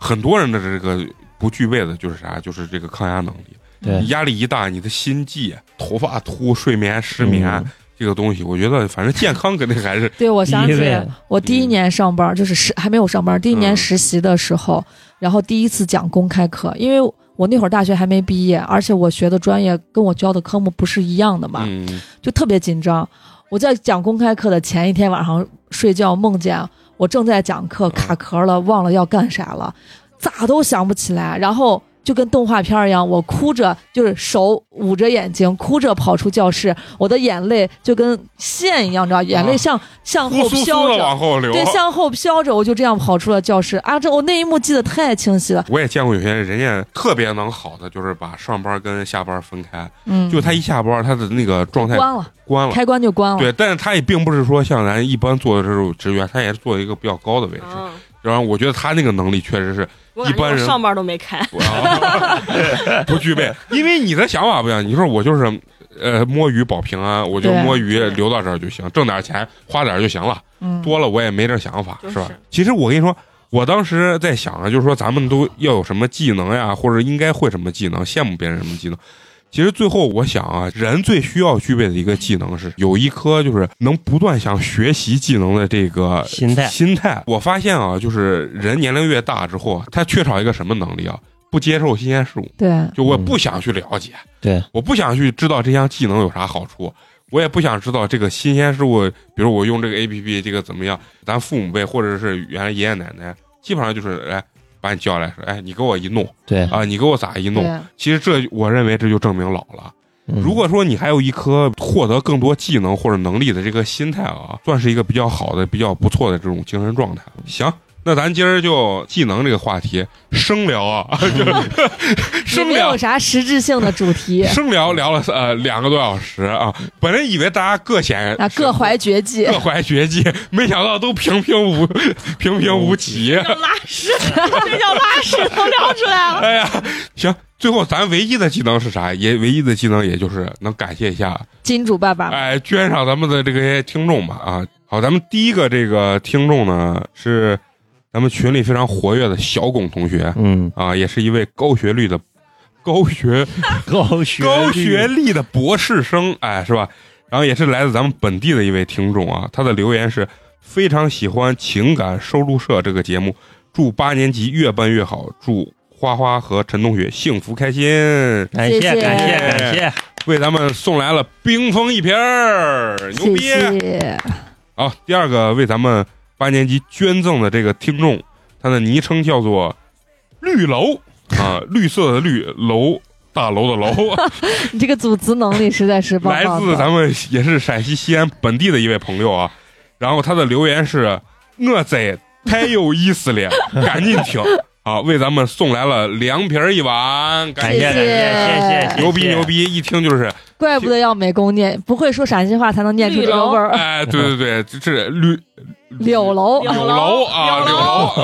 Speaker 2: 很多人的这个不具备的就是啥，就是这个抗压能力。
Speaker 5: 对
Speaker 2: 你压力一大，你的心悸、头发秃、睡眠失眠、
Speaker 5: 嗯
Speaker 2: 这个东西，我觉得反正健康肯定还是
Speaker 6: 对，我
Speaker 5: 第
Speaker 6: 想
Speaker 5: 一
Speaker 6: 起
Speaker 5: 位
Speaker 6: 我第一
Speaker 2: 嗯
Speaker 6: 年上班，就是实还没有上班，第一
Speaker 2: 嗯
Speaker 6: 年实习的时候，然后第一次讲公开课，因为我那会儿大学还没毕业，而且我学的专业跟我教的科目不是一样的嘛，
Speaker 2: 嗯
Speaker 6: 就特别紧张。我在讲公开课的前一天晚上睡觉，梦见我正在讲
Speaker 2: 嗯
Speaker 6: 课卡壳了，忘了要干啥了，咋都想不起来，然后。就跟动画片儿一样，我哭着就是手捂着眼睛，哭着跑出教室，我的眼泪就跟线一样，你知道，眼
Speaker 2: 啊
Speaker 6: 泪像、向
Speaker 2: 呼
Speaker 6: 后
Speaker 2: 簌
Speaker 6: 飘
Speaker 2: 簌
Speaker 6: 着
Speaker 2: 的，往后流。
Speaker 6: 对，向后飘着，我就这样跑出了教室啊！这我那一幕记得太清晰了，
Speaker 2: 我也见过有些人，人家特别能好的，就是把上班跟下班分开。
Speaker 6: 嗯，
Speaker 2: 就他一下班，他的那个状态
Speaker 6: 关了，
Speaker 2: 关了。
Speaker 6: 开关就关了，
Speaker 2: 对，但是他也并不是说像咱一般做的这种职员，他也是做一个比较高的位置。
Speaker 6: 哦
Speaker 1: 啊，
Speaker 2: 然后我觉得他那个能力确实是
Speaker 1: 我感
Speaker 2: 一
Speaker 1: 觉
Speaker 2: 般
Speaker 1: 我
Speaker 2: 人
Speaker 1: 上班都没开，
Speaker 2: 不啊 不具备，因为你的想法不一样。你说我就是呃摸鱼保平安，我就
Speaker 6: 对
Speaker 2: 摸鱼
Speaker 1: 对
Speaker 2: 留到这儿就行，挣点钱花点儿就行了，
Speaker 6: 嗯，
Speaker 2: 多了我也没这想法，
Speaker 1: 就是
Speaker 2: 是吧？其实我跟你说。我当时在想啊，就是说咱们都要有什么技能呀，或者应该会什么技能，羡慕别人什么技能。其实最后我想啊，人最需要具备的一个技能是有一颗就是能不断想学习技能的这个
Speaker 5: 心态
Speaker 2: 心态，我发现啊，就是人年龄越大之后啊，他缺少一个什么能力啊？不接受新鲜事物，
Speaker 6: 对
Speaker 2: 就我不想去了解，
Speaker 5: 嗯对，
Speaker 2: 我不想去知道这项技能有啥好处，我也不想知道这个新鲜事物，比如我用这个 A P P 这个怎么样？咱父母辈或者是原来爷爷奶奶，基本上就是哎把你叫来说，哎你给我一弄
Speaker 5: 对，
Speaker 2: 啊，你给我咋一弄？
Speaker 6: 对，
Speaker 2: 其实这我认为这就证明老了。
Speaker 5: 嗯
Speaker 2: 如果说你还有一颗获得更多技能或者能力的这个心态啊，算是一个比较好的、比较不错的这种精神状态。行，那咱今儿就技能这个话题生聊 啊，就
Speaker 6: 也
Speaker 2: 生
Speaker 6: 没
Speaker 2: 聊
Speaker 6: 有啥实质性的主 题
Speaker 2: 生聊聊了呃两个多小时啊，本来以为大家各显
Speaker 6: 啊，各怀绝技，
Speaker 2: 各怀绝技， 没想到都平平无 平平无奇。
Speaker 1: 要拉 屎，这叫拉屎，都聊出 来了。
Speaker 2: 哎呀，行，最后咱唯一的技能是啥？也唯一的技能也就是能感谢一下
Speaker 6: 金主爸爸，
Speaker 2: 哎，捐上咱们的这个听众吧啊！好，咱们第一个这个听众呢是咱们群里非常活跃的小巩同学
Speaker 5: 嗯，
Speaker 2: 啊，也是一位高学历的高学
Speaker 5: 高学
Speaker 2: 高学
Speaker 5: 历
Speaker 2: 历的博士生，哎，是吧？然后也是来自咱们本地的一位听众啊，他的留言是非常喜欢《情感收录社》这个节目，祝八年级越办越好，祝花花和陈同学幸福开心，
Speaker 5: 感谢
Speaker 6: 谢谢
Speaker 5: 感谢感谢，
Speaker 2: 为咱们送来了冰封一瓶儿，牛
Speaker 6: 谢
Speaker 2: 逼！
Speaker 6: 谢，
Speaker 2: 好，啊第二个为咱们八年级捐赠的这个听众，他的昵称叫做“绿楼”啊，绿色的绿楼。大楼的 楼，
Speaker 6: 你这个组织能力实在是棒
Speaker 2: 来
Speaker 6: 棒
Speaker 2: 自
Speaker 6: 的，
Speaker 2: 咱们也是陕西西安本地的一位朋友啊。然后他的留言是：“我在太有意思了， 赶紧听啊！”为咱们送来了凉皮儿一碗，
Speaker 5: 感
Speaker 2: 感
Speaker 5: 谢
Speaker 2: 谢
Speaker 5: 感谢谢谢，
Speaker 2: 牛逼牛！逼！一听就是，
Speaker 6: 怪不得要美工念，不会说陕西话才能念出这个味儿，
Speaker 2: 哎，对对对，这这绿
Speaker 6: 柳楼
Speaker 2: 柳楼
Speaker 1: 楼
Speaker 2: 啊，柳
Speaker 1: 柳
Speaker 2: 楼
Speaker 1: 楼
Speaker 2: 啊，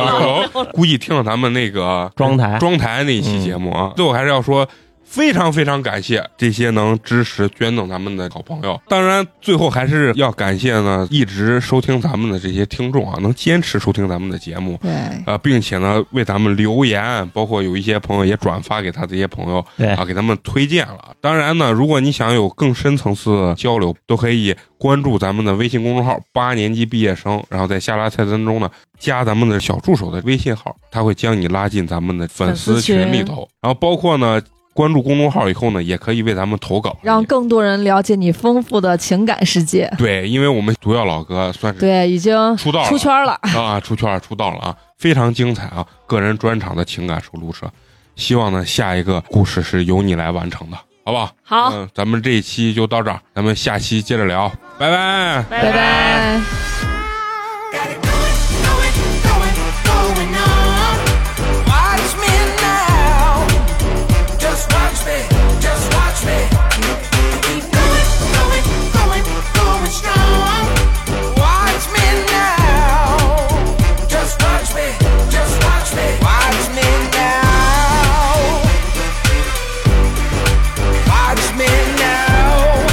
Speaker 2: 柳楼，估计听了咱们那个
Speaker 5: 妆台
Speaker 2: 妆台那一期节目啊，最后还是要说。非常非常感谢这些能支持捐赠咱们的好朋友，当然最后还是要感谢呢，一直收听咱们的这些听众啊，能坚持收听咱们的节目，
Speaker 6: 对，
Speaker 2: 啊，并且呢为咱们留言，包括有一些朋友也转发给他这些朋友，
Speaker 5: 对
Speaker 2: 啊，给他们推荐了。当然呢，如果你想有更深层次的交流，都可以关注咱们的微信公众号“八年级毕业生”，然后在下拉菜单中呢加咱们的小助手的微信号，他会将你拉进咱们的粉丝群里头。然后包括呢，关注公众号以后呢，也可以为咱们投稿，
Speaker 4: 让更多人了解你丰富的情感世界。
Speaker 2: 对，因为我们毒药老哥算是
Speaker 4: 对，已经
Speaker 2: 出道了
Speaker 4: 出圈了，
Speaker 2: 啊，出圈儿出道了啊，非常精彩啊，个人专场的情感收录社，希望呢下一个故事是由你来完成的，好不好？
Speaker 1: 好
Speaker 2: 嗯，咱们这一期就到这儿，咱们下期接着聊，拜拜。
Speaker 4: 拜拜。
Speaker 7: Gotta do it, do it, do it, going on.
Speaker 3: Watch me now. Just watch me, just watch me.
Speaker 7: Keep going, going, going, going strong.
Speaker 3: Watch me now. Just watch me, just watch me. Watch me now. Watch me now.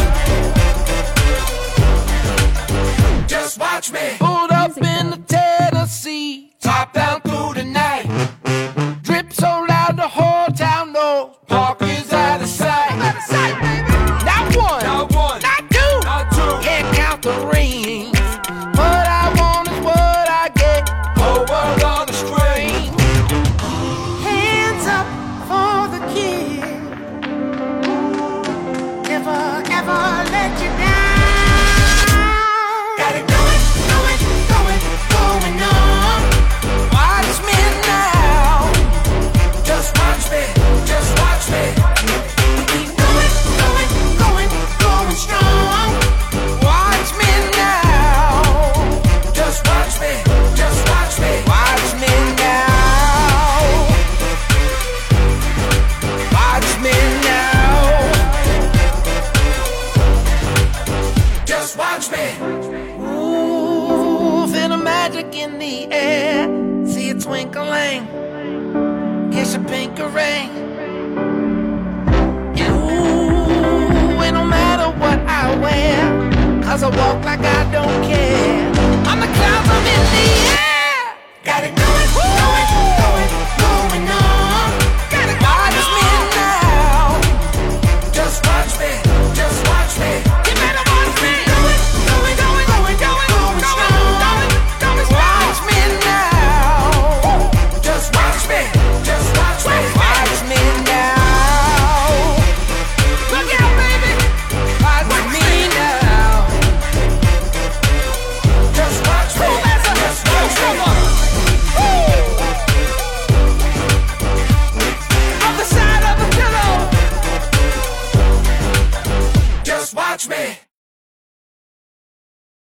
Speaker 3: Just watch me. Pulled up in the Tennessee, top down through the night. Drip so loud the whole town knows. Park is out of sight. Not one, not, two. Can't count the rings. What I want is what I get. Whole world on the screen. Hands up for the kid. Never ever let you down.
Speaker 7: Gotta do it, do it, do it, going on.
Speaker 3: Watch me now. Just watch me. Just watch me.
Speaker 7: Keep going, going, going, going strong.
Speaker 3: Watch me now. Just watch me. Just watch me. Watch me now. Watch me now. Just watch me. Ooh, feel the magic in the air. See it twinkling. Kiss your pink ring. Ooh, it don't matter what I wear. Cause I walk like I don't care. I'm the clouds, I'm in the